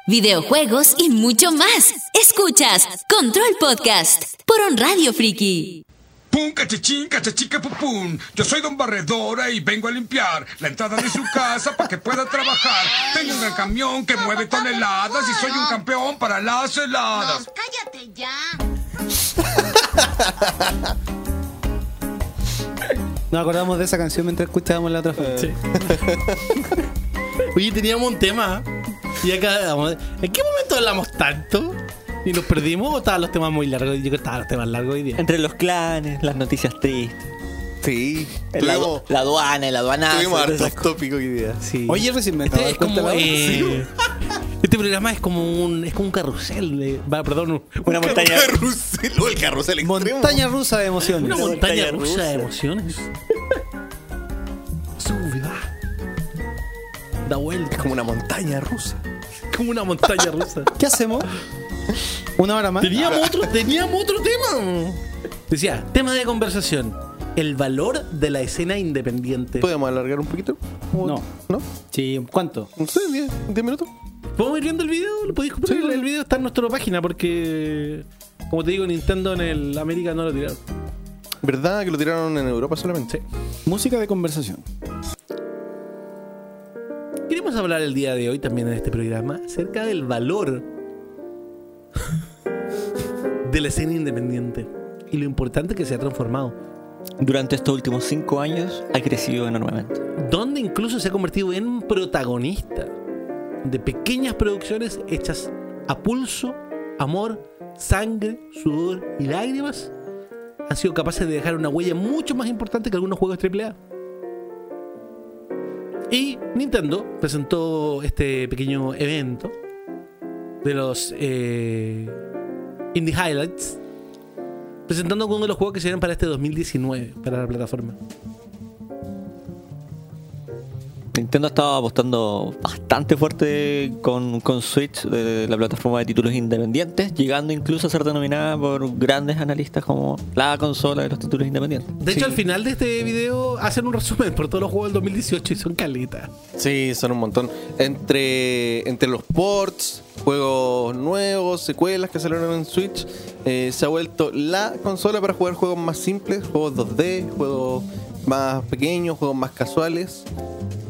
Speaker 1: videojuegos y mucho más. Escuchas Control Podcast por On Radio Friki.
Speaker 13: Pum, cachachín, cachachica, pupún. Yo soy don Barredora y vengo a limpiar la entrada de su casa para que pueda trabajar. Tengo un gran camión que mueve toneladas y soy un campeón para las heladas.
Speaker 14: cállate ya.
Speaker 4: Nos acordamos de esa canción mientras escuchábamos la otra.
Speaker 2: Oye, teníamos un tema. Y acá, vamos, ¿en qué momento hablamos tanto? ¿Y nos perdimos o estaban los temas muy largos? Yo creo que estaban los temas largos hoy día.
Speaker 3: Entre los clanes, las noticias tristes.
Speaker 5: Sí.
Speaker 3: La,
Speaker 5: Tuvimos-
Speaker 3: la aduana, el aduanazo.
Speaker 5: Tuvimos
Speaker 3: todas esas
Speaker 5: hartos tópicos hoy día.
Speaker 3: Ah, Sí.
Speaker 2: Oye, recién me
Speaker 5: acabo
Speaker 2: este
Speaker 5: de
Speaker 2: es
Speaker 5: dar
Speaker 2: como,
Speaker 5: cuenta de
Speaker 2: eh, [LAUGHS] Este programa es como un, es como un carrusel. De, va, perdón, un- una montaña.
Speaker 5: carrusel, o el carrusel extremo.
Speaker 4: Montaña rusa de emociones.
Speaker 2: Una montaña rusa de emociones. [LAUGHS] Sube, baja. Da vuelta.
Speaker 5: Como una montaña rusa.
Speaker 2: Como una montaña [LAUGHS] rusa.
Speaker 4: ¿Qué hacemos? Una hora más.
Speaker 2: Teníamos otro, teníamos otro tema. Decía, tema de conversación. El valor de la escena independiente.
Speaker 5: ¿Podemos alargar un poquito?
Speaker 4: No.
Speaker 5: ¿No?
Speaker 4: Sí, ¿cuánto?
Speaker 5: No sé, 10 10 minutos.
Speaker 2: ¿Podemos ir viendo el video? ¿Lo podéis comprar? el video está en nuestra página porque, como te digo, Nintendo en el América no lo tiraron.
Speaker 5: ¿Verdad que lo tiraron en Europa solamente?
Speaker 4: Música de conversación.
Speaker 2: Queremos hablar el día de hoy también en este programa acerca del valor [LAUGHS] de la escena independiente y lo importante que se ha transformado.
Speaker 3: Durante estos últimos cinco años ha crecido enormemente.
Speaker 2: Donde incluso se ha convertido en protagonista de pequeñas producciones hechas a pulso, amor, sangre, sudor y lágrimas. Han sido capaces de dejar una huella mucho más importante que algunos juegos AAA. Y Nintendo presentó este pequeño evento de los eh, Indie Highlights, presentando algunos de los juegos que se vienen para este 2019, para la plataforma.
Speaker 3: Nintendo ha estado apostando bastante fuerte con, con Switch, eh, la plataforma de títulos independientes, llegando incluso a ser denominada por grandes analistas como la consola de los títulos independientes.
Speaker 2: De hecho, al final de este video hacen un resumen por todos los juegos del 2018 y son caletas.
Speaker 5: Sí, son un montón. Entre, entre los ports, juegos nuevos, secuelas que salieron en Switch, eh, se ha vuelto la consola para jugar juegos más simples, juegos 2D, juegos más pequeños, juegos más casuales.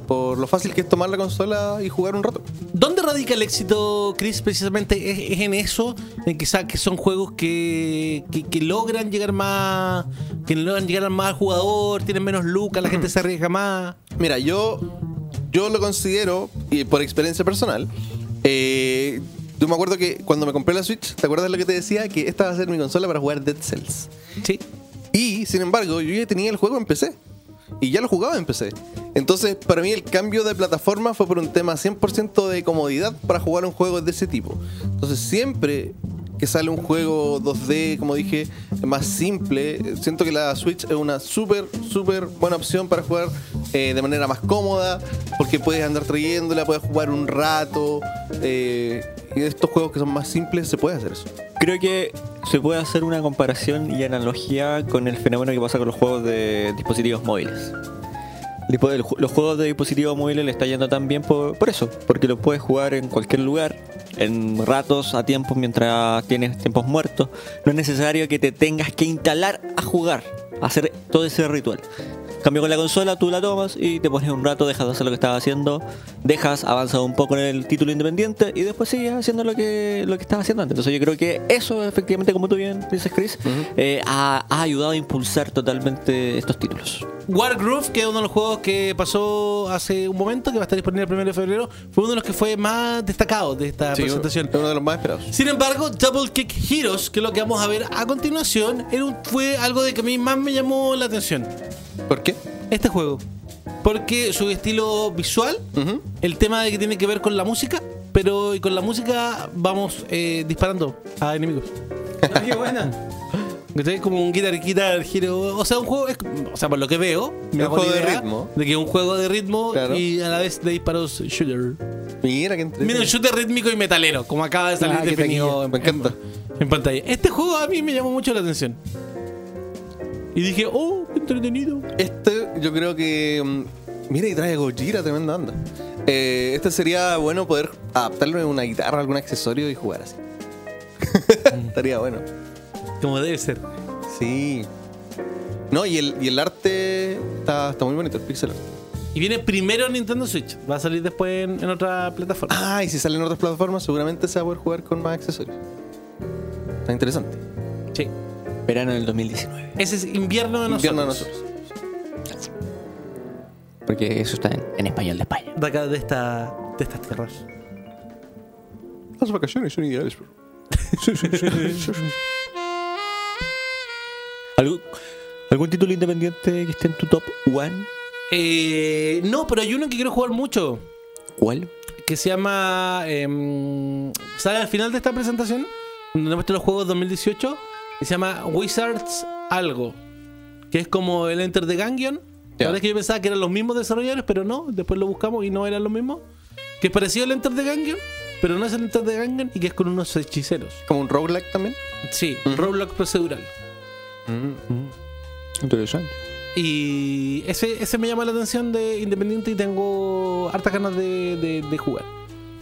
Speaker 5: Por lo fácil que es tomar la consola y jugar un rato.
Speaker 2: ¿Dónde radica el éxito, Chris? Precisamente es, es en eso, en que, sa- que son juegos que, que, que logran llegar más, que logran llegar más al jugador, tienen menos lucas, la [CLEARS THROAT] gente se arriesga más.
Speaker 5: Mira, yo, yo lo considero, y por experiencia personal, eh, yo me acuerdo que cuando me compré la Switch, ¿te acuerdas lo que te decía? Que esta va a ser mi consola para jugar Dead Cells.
Speaker 2: Sí.
Speaker 5: Y, sin embargo, yo ya tenía el juego en PC. Y ya lo jugaba en PC. Entonces, para mí el cambio de plataforma fue por un tema 100% de comodidad para jugar un juego de ese tipo. Entonces, siempre que sale un juego 2D, como dije, más simple, eh, siento que la Switch es una súper, súper buena opción para jugar eh, de manera más cómoda, porque puedes andar trayéndola, puedes jugar un rato. eh, y de estos juegos que son más simples, se puede hacer eso.
Speaker 3: Creo que se puede hacer una comparación y analogía con el fenómeno que pasa con los juegos de dispositivos móviles. Dispo- el ju- Los juegos de dispositivos móviles le está yendo tan bien por, por eso, porque lo puedes jugar en cualquier lugar, en ratos, a tiempos, mientras tienes tiempos muertos. No es necesario que te tengas que instalar a jugar, a hacer todo ese ritual. En Cambio con la consola, tú la tomas y te pones un rato, dejas de hacer lo que estabas haciendo, dejas, avanzas un poco en el título independiente y después sigues haciendo lo que, lo que estabas haciendo antes. Entonces yo creo que eso, efectivamente, como tú bien dices, Chris, eh, ha- ha ayudado a impulsar totalmente estos títulos.
Speaker 2: Wargroove, que es uno de los juegos que pasó hace un momento, que va a estar disponible el 1 de febrero, fue uno de los que fue más destacados de esta
Speaker 5: Sí,
Speaker 2: presentación.
Speaker 5: es uno de los más esperados.
Speaker 2: Sin embargo, Double Kick Heroes, que es lo que vamos a ver a continuación, era un- fue algo de que a mí más me llamó la atención.
Speaker 5: ¿Por qué?
Speaker 2: Este juego. Porque su estilo visual, el tema de que tiene que ver con la música, pero y con la música vamos eh, disparando a enemigos.
Speaker 4: ¡Qué buena!
Speaker 2: ¿Cachai? Como un guitar, guitar, giro. O sea, un juego, es- o sea, por lo que veo, me
Speaker 5: Un
Speaker 2: hago la
Speaker 5: juego de
Speaker 2: idea
Speaker 5: ritmo.
Speaker 2: De que es un juego de ritmo
Speaker 5: Claro.
Speaker 2: y a la vez de disparos shooter.
Speaker 5: Mira que entre.
Speaker 2: Mira, un shooter rítmico y metalero, como acaba de salir
Speaker 5: Ah, qué
Speaker 2: definido
Speaker 5: taquilla.
Speaker 2: en,
Speaker 5: Me encanta.
Speaker 2: en pantalla. Este juego a mí me llamó mucho la atención. Y dije, oh, qué entretenido.
Speaker 5: Este, yo creo que. mm, Mira, y trae a Gojira, tremenda onda. Eh, este sería bueno poder adaptarlo en una guitarra, algún accesorio y jugar así. [LAUGHS] Estaría bueno.
Speaker 2: Como debe ser.
Speaker 5: Sí. No, y el, y el arte está, está muy bonito, el pixel art.
Speaker 2: Y viene primero en Nintendo Switch. Va a salir después en, en otra plataforma.
Speaker 5: Ah, y si sale en otras plataformas, seguramente se va a poder jugar con más accesorios. Está interesante.
Speaker 2: Sí.
Speaker 3: Verano del 2019.
Speaker 2: Ese es invierno de nosotros.
Speaker 5: Invierno de nosotros.
Speaker 3: Porque eso está en, en español de España.
Speaker 2: De acá, de, esta, de estas tierras.
Speaker 5: Las vacaciones son ideales, bro. Sí, sí, sí, sí, sí.
Speaker 3: ¿Algún, algún título independiente que esté en tu top one?
Speaker 2: Eh, no, pero hay uno que quiero jugar mucho.
Speaker 3: ¿Cuál?
Speaker 2: Que se llama. em, sale al final de esta presentación. Donde muestra los juegos 2018. Y se llama Wizards Algo. Que es como el Enter the Gangion. La verdad es que yo pensaba que eran los mismos desarrolladores, pero no. Después lo buscamos y no eran los mismos. Que es parecido al Enter the Gangion, pero no es el Enter the Gangion y que es con unos hechiceros.
Speaker 5: Como un roguelike también.
Speaker 2: Sí, Roblox procedural.
Speaker 3: Interesante.
Speaker 2: Y ese, ese me llama la atención de Independiente y tengo hartas ganas de, de- de jugar. Por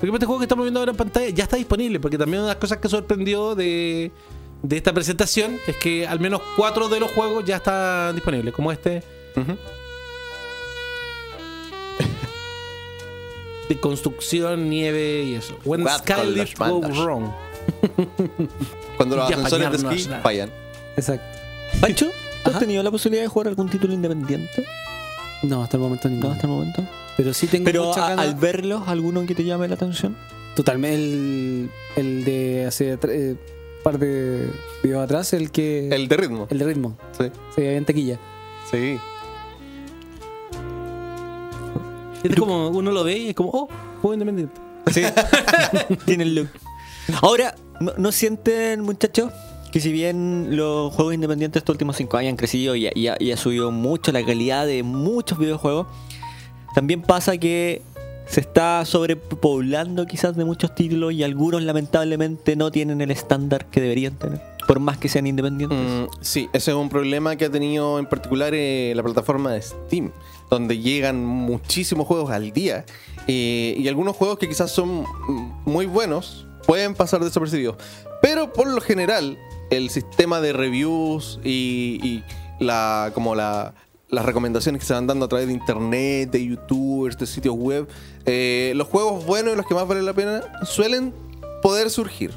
Speaker 2: ejemplo, este juego que estamos viendo ahora en pantalla ya está disponible, porque también una de las cosas que sorprendió de, de esta presentación es que al menos cuatro de los juegos ya están disponibles, como este. de construcción, nieve y eso. When
Speaker 5: Jugar con los
Speaker 2: Skylift Go
Speaker 5: mandos.
Speaker 2: Wrong.
Speaker 5: Cuando los
Speaker 2: Y
Speaker 5: ascensores de esquí
Speaker 2: apañarnos,
Speaker 5: fallan.
Speaker 4: Exacto.
Speaker 3: Pancho, ¿tú has tenido la posibilidad de jugar algún título independiente?
Speaker 4: No, hasta el momento ninguno.
Speaker 3: No, hasta el momento.
Speaker 4: Pero sí tengo
Speaker 3: Pero
Speaker 4: muchas
Speaker 3: a-
Speaker 4: ganas.
Speaker 3: al verlos, ¿alguno que te llame la atención?
Speaker 4: Totalmente el, el de hace tre- eh, par de videos atrás, el que.
Speaker 5: El de ritmo.
Speaker 4: el de ritmo.
Speaker 5: Sí.
Speaker 4: Se veía en taquilla.
Speaker 5: Sí.
Speaker 2: Este es como uno lo ve y es como, oh, juego independiente.
Speaker 3: Sí. [LAUGHS] Tienen look. Ahora, ¿no, no sienten, muchachos? Que si bien los juegos independientes estos últimos cinco años han crecido y, ha- y ha- y ha subido mucho la calidad de muchos videojuegos, También pasa que se está sobrepoblando quizás de muchos títulos y algunos lamentablemente no tienen el estándar que deberían tener, por más que sean independientes.
Speaker 5: Mm, Sí, ese es un problema que ha tenido en particular eh, la plataforma de Steam, donde llegan muchísimos juegos al día eh, y algunos juegos que quizás son mm, muy buenos pueden pasar desapercibidos, pero por lo general el sistema de reviews y, y la como la las recomendaciones que se van dando a través de internet, de youtubers, de sitios web, eh, los juegos buenos y los que más valen la pena suelen poder surgir,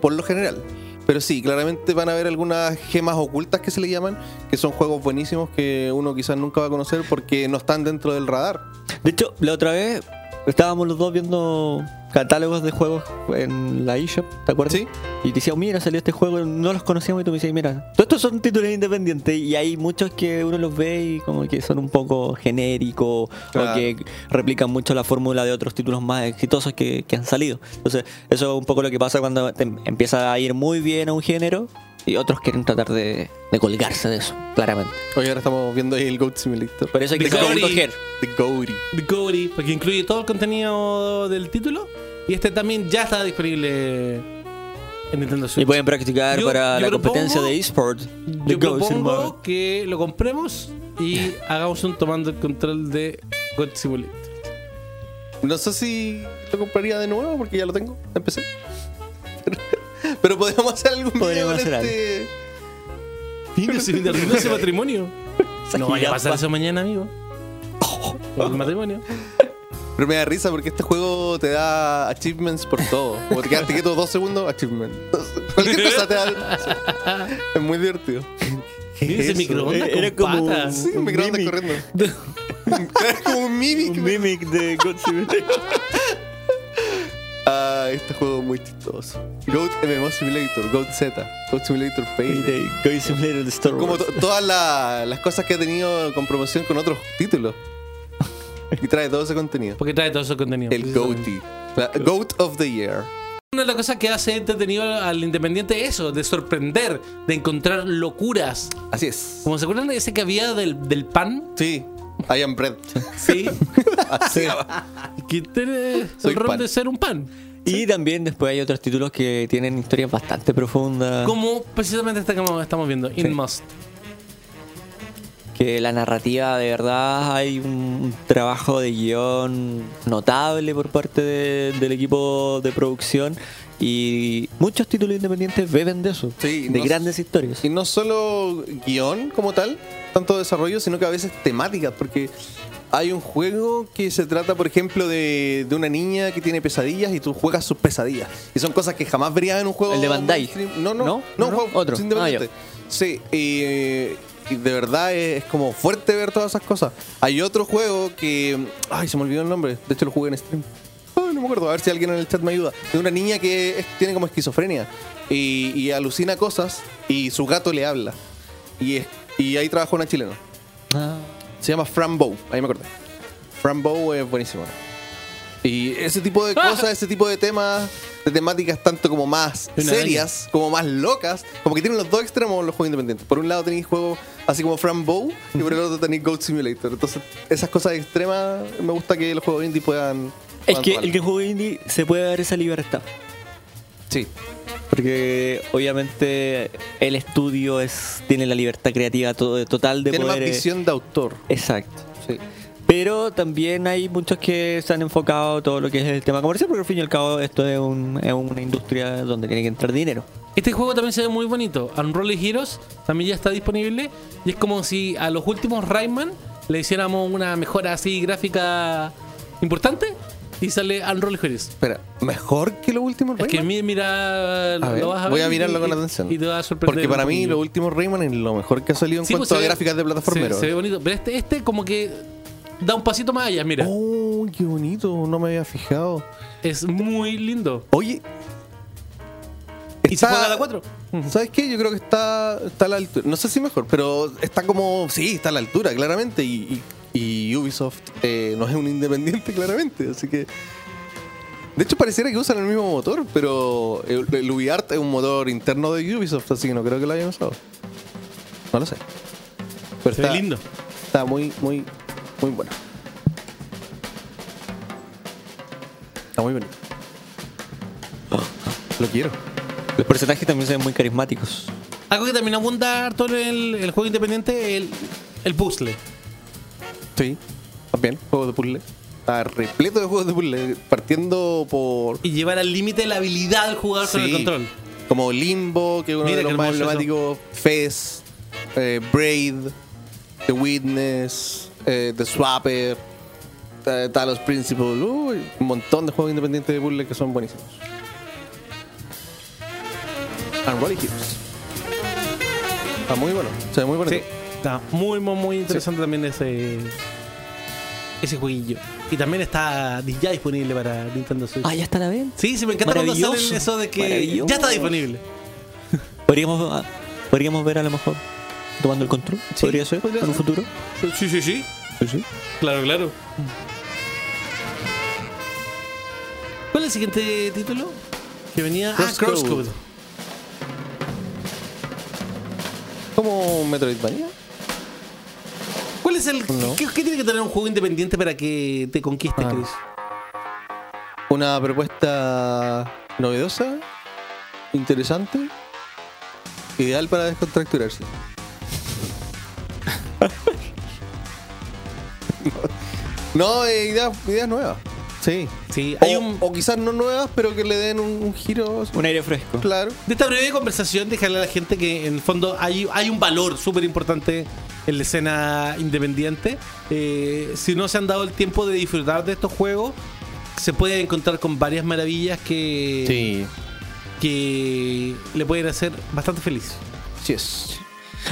Speaker 5: por lo general. Pero sí, claramente van a haber algunas gemas ocultas que se le llaman, que son juegos buenísimos que uno quizás nunca va a conocer porque no están dentro del radar.
Speaker 3: De hecho, la otra vez estábamos los dos viendo catálogos de juegos en la eShop, ¿te acuerdas? Sí. Y te decía, mira, salió este juego, no los conocíamos y tú me decías, mira, todos estos son títulos independientes y hay muchos que uno los ve y como que son un poco genéricos
Speaker 5: Claro.
Speaker 3: o que replican mucho la fórmula de otros títulos más exitosos que, que han salido. Entonces, eso es un poco lo que pasa cuando te empieza a ir muy bien a un género y otros quieren tratar de, de colgarse de eso, claramente.
Speaker 5: Oye, ahora estamos viendo ahí el Goat Simulator.
Speaker 3: Por eso hay que
Speaker 2: The Gory.
Speaker 3: coger.
Speaker 5: The Gory.
Speaker 2: The Gory, porque incluye todo el contenido del título. Y este también ya está disponible en Nintendo Switch.
Speaker 3: Y pueden practicar
Speaker 2: Yo-
Speaker 3: para
Speaker 2: yo
Speaker 3: la
Speaker 2: propongo-
Speaker 3: competencia de eSport. de
Speaker 2: Yo
Speaker 3: Goat Simulator.
Speaker 2: propongo que lo compremos y hagamos un tomando el control de God Simulator.
Speaker 5: No sé si lo compraría de nuevo porque ya lo tengo. Empecé. Pero, [LAUGHS] pero podríamos hacer algún video
Speaker 2: Podríamos
Speaker 5: en
Speaker 2: hacer algo.
Speaker 5: este...
Speaker 2: Niños [LAUGHS] sin interrumpir ese
Speaker 5: [LAUGHS]
Speaker 2: matrimonio. No vaya a pasar
Speaker 5: Jirafa.
Speaker 2: eso mañana,
Speaker 5: [LAUGHS]
Speaker 2: amigo. El matrimonio.
Speaker 5: Pero me da risa porque este juego te da achievements por todo. Como te quedaste quieto dos segundos, achievement. [LAUGHS] Cualquier cosa te da. [LAUGHS] Es muy divertido.
Speaker 2: Mira ese
Speaker 5: Eso, eh,
Speaker 2: microondas
Speaker 5: era
Speaker 2: con
Speaker 5: como
Speaker 2: patas.
Speaker 5: un- Sí, un microondas
Speaker 3: mimic.
Speaker 5: corriendo.
Speaker 3: [LAUGHS]
Speaker 5: es como un mimic.
Speaker 3: mimic de God Simulator.
Speaker 5: [LAUGHS] Ah, este juego es muy chistoso. Goat MMO Simulator, Goat Z, Goat Simulator Payday,
Speaker 3: Goat Simulator de Star Wars.
Speaker 5: Como to- todas la- las cosas que ha tenido con promoción con otros títulos. Y trae todo ese contenido.
Speaker 2: Porque trae todo ese contenido.
Speaker 5: El Goaty. La- Goat of the Year.
Speaker 2: Una de las cosas que hace entretenido al independiente es eso, de sorprender, de encontrar locuras.
Speaker 5: Así es.
Speaker 2: Como se acuerdan de ese que había del, del pan,
Speaker 5: Sí, I am bread.
Speaker 2: sí,
Speaker 5: [LAUGHS] Así va.
Speaker 2: [LAUGHS] que tiene el
Speaker 3: Soy
Speaker 2: rol
Speaker 3: pan.
Speaker 2: de ser un pan.
Speaker 3: Y también después hay otros títulos que tienen historias bastante
Speaker 5: Ah.
Speaker 3: profundas.
Speaker 2: Como precisamente esta que estamos viendo, In Must.
Speaker 3: Que la narrativa, de verdad, hay un trabajo de guión notable por parte de- del equipo de producción. Y muchos títulos independientes beben de eso.
Speaker 5: Sí,
Speaker 3: de
Speaker 5: no-
Speaker 3: grandes historias.
Speaker 5: Y no solo guión como tal, tanto desarrollo, sino que a veces temáticas, porque hay un juego que se trata, por ejemplo, de, de una niña que tiene pesadillas y tú juegas sus pesadillas. Y son cosas que jamás verías en un juego.
Speaker 3: El de Bandai.
Speaker 5: mainstream. No, no,
Speaker 3: ¿No?
Speaker 5: no,
Speaker 3: ¿No?
Speaker 5: un juego
Speaker 3: Otro. Ah,
Speaker 5: independiente. sí, y, eh, y de verdad es, es como fuerte ver todas esas cosas. Hay otro juego que. Ay, se me olvidó el nombre. De hecho, lo jugué en stream. Ay, no me acuerdo. A ver si alguien en el chat me ayuda. De una niña que es- tiene como esquizofrenia y, y alucina cosas y su gato le habla. Y, es- y ahí trabajó una chilena. Se llama Frambo. Ahí me acordé. Frambo es buenísimo. Y ese
Speaker 3: [LAUGHS]
Speaker 5: tipo de cosas, ese tipo de temas, de temáticas tanto como más
Speaker 2: Una
Speaker 5: serias, como más locas, como que tienen los dos extremos los juegos independientes. Por un lado tenéis juegos así como Frambo y por el otro tenéis Goat Simulator. Entonces, esas cosas extremas me gusta que los juegos indie puedan.
Speaker 3: Es
Speaker 5: puedan
Speaker 3: que
Speaker 5: tomar.
Speaker 3: el que juega indie se puede dar esa libertad.
Speaker 5: Sí.
Speaker 3: Porque obviamente el estudio es tiene la libertad creativa to- total de
Speaker 5: Tiene más
Speaker 3: poder. eh,
Speaker 5: visión de autor.
Speaker 3: Exacto.
Speaker 5: Sí.
Speaker 3: Pero también hay muchos que se han enfocado todo lo que es el tema comercial, porque al fin y al cabo esto es, un- es una industria donde tiene que entrar dinero.
Speaker 2: Este juego también se ve muy bonito. Unrolly Heroes también ya está disponible. Y es como si a los últimos Rayman le hiciéramos una mejora así gráfica importante. Y sale Unrolly Heroes.
Speaker 5: Espera, ¿mejor que los últimos
Speaker 2: Es que
Speaker 5: Rayman?
Speaker 2: mi- mira, lo
Speaker 5: ver,
Speaker 2: vas a
Speaker 5: voy
Speaker 2: ver
Speaker 5: a mirarlo
Speaker 2: y-
Speaker 5: con
Speaker 2: y-
Speaker 5: atención.
Speaker 2: Y te va a sorprender.
Speaker 5: Porque para
Speaker 2: un
Speaker 5: mí
Speaker 2: poquillo.
Speaker 5: los últimos Rayman es lo mejor que ha salido en
Speaker 2: Sí,
Speaker 5: cuanto
Speaker 2: pues,
Speaker 5: a
Speaker 2: se ve-
Speaker 5: gráficas de plataformero.
Speaker 2: Se, se ve bonito. Pero este, este como que da un pasito más allá, mira.
Speaker 5: Oh, qué bonito, no me había fijado.
Speaker 2: Es muy lindo.
Speaker 5: Oye.
Speaker 2: Y se juega a la 4.
Speaker 5: ¿Sabes qué? Yo creo que está, está a la altura. No sé si mejor, pero está como. Sí, está a la altura, claramente. Y, y- y Ubisoft eh, no es un independiente, [LAUGHS] claramente. Así que. De hecho, pareciera que usan el mismo motor, pero el, el UbiArt es un motor interno de Ubisoft, así que no creo que lo hayan usado. No lo sé. Pero
Speaker 2: Se
Speaker 5: está
Speaker 2: ve lindo.
Speaker 5: Está muy, muy, muy bueno. Está muy bonito. Lo quiero.
Speaker 3: Los personajes también se ven muy carismáticos.
Speaker 2: Algo que también abunda harto en el, el juego independiente, el, el puzzle.
Speaker 5: Sí, también, juegos de puzzle. Está repleto de juegos de puzzle, partiendo por.
Speaker 2: Y llevar al límite la habilidad del jugador con el
Speaker 5: Sí.
Speaker 2: control.
Speaker 5: Como Limbo, que es uno
Speaker 2: Mira
Speaker 5: de los
Speaker 2: qué
Speaker 5: más
Speaker 2: hermoso
Speaker 5: emblemáticos, Fez, eh, Braid, The Witness, eh, The Swapper, eh, Talos Principle. Uy, un montón de juegos independientes de puzzle que son buenísimos. And Rolly Hills. Está muy bueno, se ve muy bonito.
Speaker 2: Sí, está muy, muy, muy interesante también ese. Ese jueguillo. Y también está ya disponible para Nintendo Switch.
Speaker 3: Ah, ya está a la venta.
Speaker 2: Sí, sí, me encanta cuando
Speaker 3: Maravilloso,
Speaker 2: salen eso de que
Speaker 3: maravilloso.
Speaker 2: ya está disponible.
Speaker 3: Podríamos, ah, podríamos ver a lo mejor tomando el control. podría ser en un futuro.
Speaker 2: Sí, sí, sí. Claro, claro. ¿Cuál es el siguiente título? Que venía. Ah,
Speaker 5: Crosscode.
Speaker 2: Crosscode.
Speaker 5: ¿Como Metroidvania?
Speaker 2: ¿Cuál es el.
Speaker 5: No.
Speaker 2: ¿qué, qué tiene que tener un juego independiente para que te conquiste,
Speaker 5: Ah.
Speaker 2: Chris?
Speaker 5: Una propuesta novedosa, interesante, ideal para descontracturarse. [LAUGHS] no, eh, ideas, ideas nuevas. Sí.
Speaker 2: Sí,
Speaker 5: o, o quizás no nuevas, pero que le den un, un giro.
Speaker 3: Un aire fresco.
Speaker 5: Claro.
Speaker 2: De esta breve conversación, dejarle a la gente que en el fondo hay, hay un valor súper importante en la escena independiente. Eh, si no se han dado el tiempo de disfrutar de estos juegos, se pueden encontrar con varias maravillas que, que le pueden hacer bastante feliz.
Speaker 5: Sí es.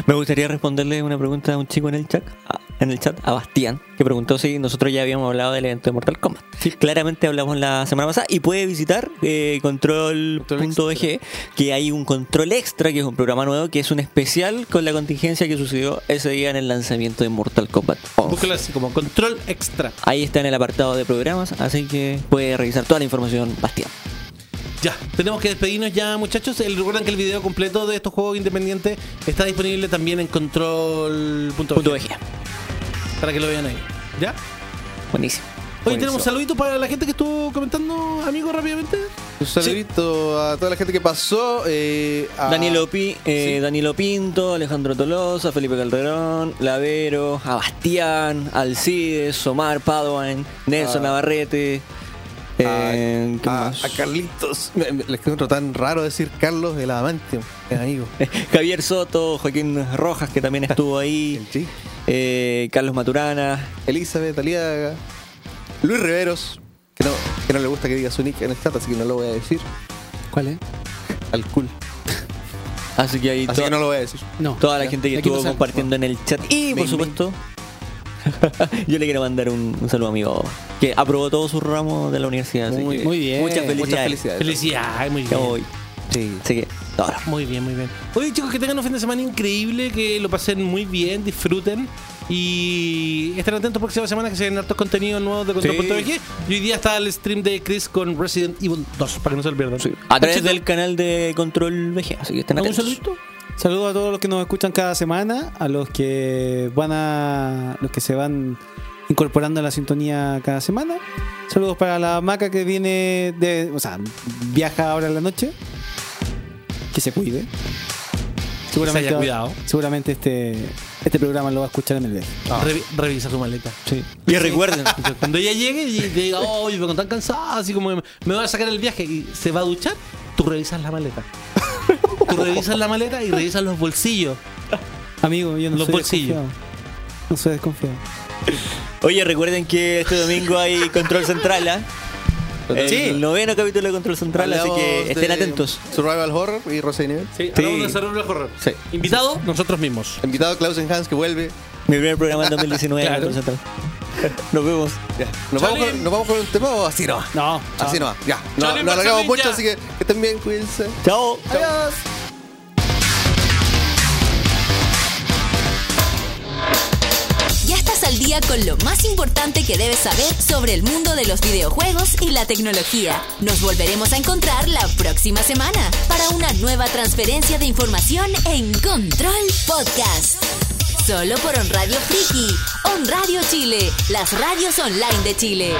Speaker 3: Me gustaría responderle una pregunta a un chico en el chat, a- en el chat, a Bastián, que preguntó si nosotros ya habíamos hablado del evento de Mortal Kombat. Claramente hablamos la semana pasada y puede visitar eh, control.eg, que hay un control extra, que es un programa nuevo, que es un especial con la contingencia que sucedió ese día en el lanzamiento de Mortal Kombat
Speaker 5: Oh,
Speaker 3: 11.
Speaker 2: Búscalo así como control extra.
Speaker 3: Ahí está en el apartado de programas, así que puede revisar toda la información, Bastián.
Speaker 2: Ya, tenemos que despedirnos ya, muchachos. El- Recuerden que el video completo de estos juegos independientes está disponible también en
Speaker 3: E
Speaker 2: control.org. Para que lo vean ahí. ¿Ya?
Speaker 3: Buenísimo.
Speaker 2: Hoy tenemos un saludito para la gente que estuvo comentando, amigo, rápidamente.
Speaker 5: Un saludito a toda la gente que pasó. eh, a-
Speaker 3: Danilo, Pi- eh, Danilo Pinto, Alejandro Tolosa, Felipe Calderón, Lavero, a Bastián, Alcides, Omar Padoan, Nelson
Speaker 5: Ah.
Speaker 3: Navarrete. eh, ¿qué
Speaker 5: a,
Speaker 3: más?
Speaker 5: a Carlitos. Me- me- Les encuentro tan raro decir Carlos el Adamantio, es amigo.
Speaker 3: [LAUGHS] Javier Soto, Joaquín Rojas, que también estuvo
Speaker 5: [LAUGHS]
Speaker 3: ahí. eh, Carlos Maturana.
Speaker 5: Elizabeth Aliaga. Luis Riveros, que no, que no le gusta que diga su nick en el chat, así que no lo voy a decir.
Speaker 4: ¿Cuál es?
Speaker 5: Al cool.
Speaker 3: Así que ahí
Speaker 5: Así
Speaker 3: to-
Speaker 5: que no lo voy a decir.
Speaker 4: No.
Speaker 3: toda la gente que
Speaker 4: Aquí no
Speaker 3: estuvo
Speaker 4: sale.
Speaker 3: compartiendo en el chat. Y por
Speaker 5: Main,
Speaker 3: supuesto, [LAUGHS] yo le quiero mandar un, un saludo a mi amigo, que aprobó todos sus ramos de la universidad. así
Speaker 4: Muy-
Speaker 3: que
Speaker 4: muy bien.
Speaker 3: Muchas felicidades.
Speaker 5: Muchas felicidades.
Speaker 2: Felicidades, muy
Speaker 3: Ya
Speaker 2: bien.
Speaker 3: voy. Así que, no, no.
Speaker 2: Muy bien, muy bien. Oye, chicos, que tengan un fin de semana increíble, que lo pasen muy bien, disfruten y estén atentos próxima semana que se vienen hartos contenidos nuevos de Control.org.
Speaker 3: Sí.
Speaker 2: Y hoy día está el stream de Chris con Resident Evil 2, para que no se lo pierdan.
Speaker 3: A través del canal de Control VG, así que estén
Speaker 2: ¿Algún
Speaker 3: atentos.
Speaker 2: saludito?
Speaker 4: Saludos a todos los que nos escuchan cada semana, a los que van a los que se van incorporando a la sintonía cada semana. Saludos para la maca que viene de, o sea, viaja ahora en la noche. Que se cuide. Seguramente,
Speaker 2: haya
Speaker 4: va-
Speaker 2: cuidado.
Speaker 4: seguramente este este programa lo va a escuchar en el viaje.
Speaker 2: Revi- revisa su maleta.
Speaker 3: Y recuerden,
Speaker 2: Cuando ella llegue y te diga, oh, yo vengo tan cansada, así como me me voy a sacar el viaje y se va a duchar, tú revisas la maleta. Tú revisas la maleta y revisas los bolsillos.
Speaker 4: Amigo, yo no
Speaker 2: Los
Speaker 4: soy
Speaker 2: bolsillos.
Speaker 4: desconfiado. No soy desconfiado.
Speaker 3: oye, recuerden que este domingo hay Control Central, ¿ah? El
Speaker 5: Sí.
Speaker 3: noveno capítulo de Control Central, así que
Speaker 5: Hablamos
Speaker 3: estén
Speaker 5: de
Speaker 3: atentos.
Speaker 5: Survival Horror y Resident Evil.
Speaker 2: Sí,
Speaker 3: hablamos de
Speaker 2: horror.
Speaker 5: Sí.
Speaker 2: Invitado, nosotros mismos.
Speaker 5: Invitado Clausen Hans que vuelve.
Speaker 3: Mi primer programa en 2019
Speaker 2: Claro.
Speaker 3: Control Central. Nos vemos.
Speaker 5: Ya. ¿Nos, vamos con, ¿Nos vamos con un tema o así no?
Speaker 4: No, chao.
Speaker 5: Así no, ya. No,
Speaker 2: Chale,
Speaker 5: nos
Speaker 2: Marcelín,
Speaker 5: alargamos mucho,
Speaker 2: ya.
Speaker 5: así que que estén bien, cuídense.
Speaker 3: Chao.
Speaker 5: Adiós.
Speaker 1: Ya estás al día con lo más importante que debes saber sobre el mundo de los videojuegos y la tecnología. Nos volveremos a encontrar la próxima semana para una nueva transferencia de información en Control Podcast. Solo por On Radio Friki, On Radio Chile, las radios online de Chile.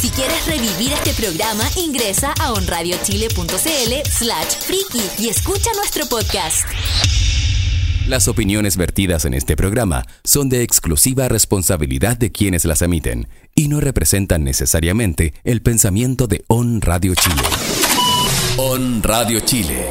Speaker 1: Si quieres revivir este programa, ingresa a onradiochile.cl slash friki y escucha nuestro podcast.
Speaker 15: Las opiniones vertidas en este programa son de exclusiva responsabilidad de quienes las emiten y no representan necesariamente el pensamiento de On Radio Chile. On Radio Chile.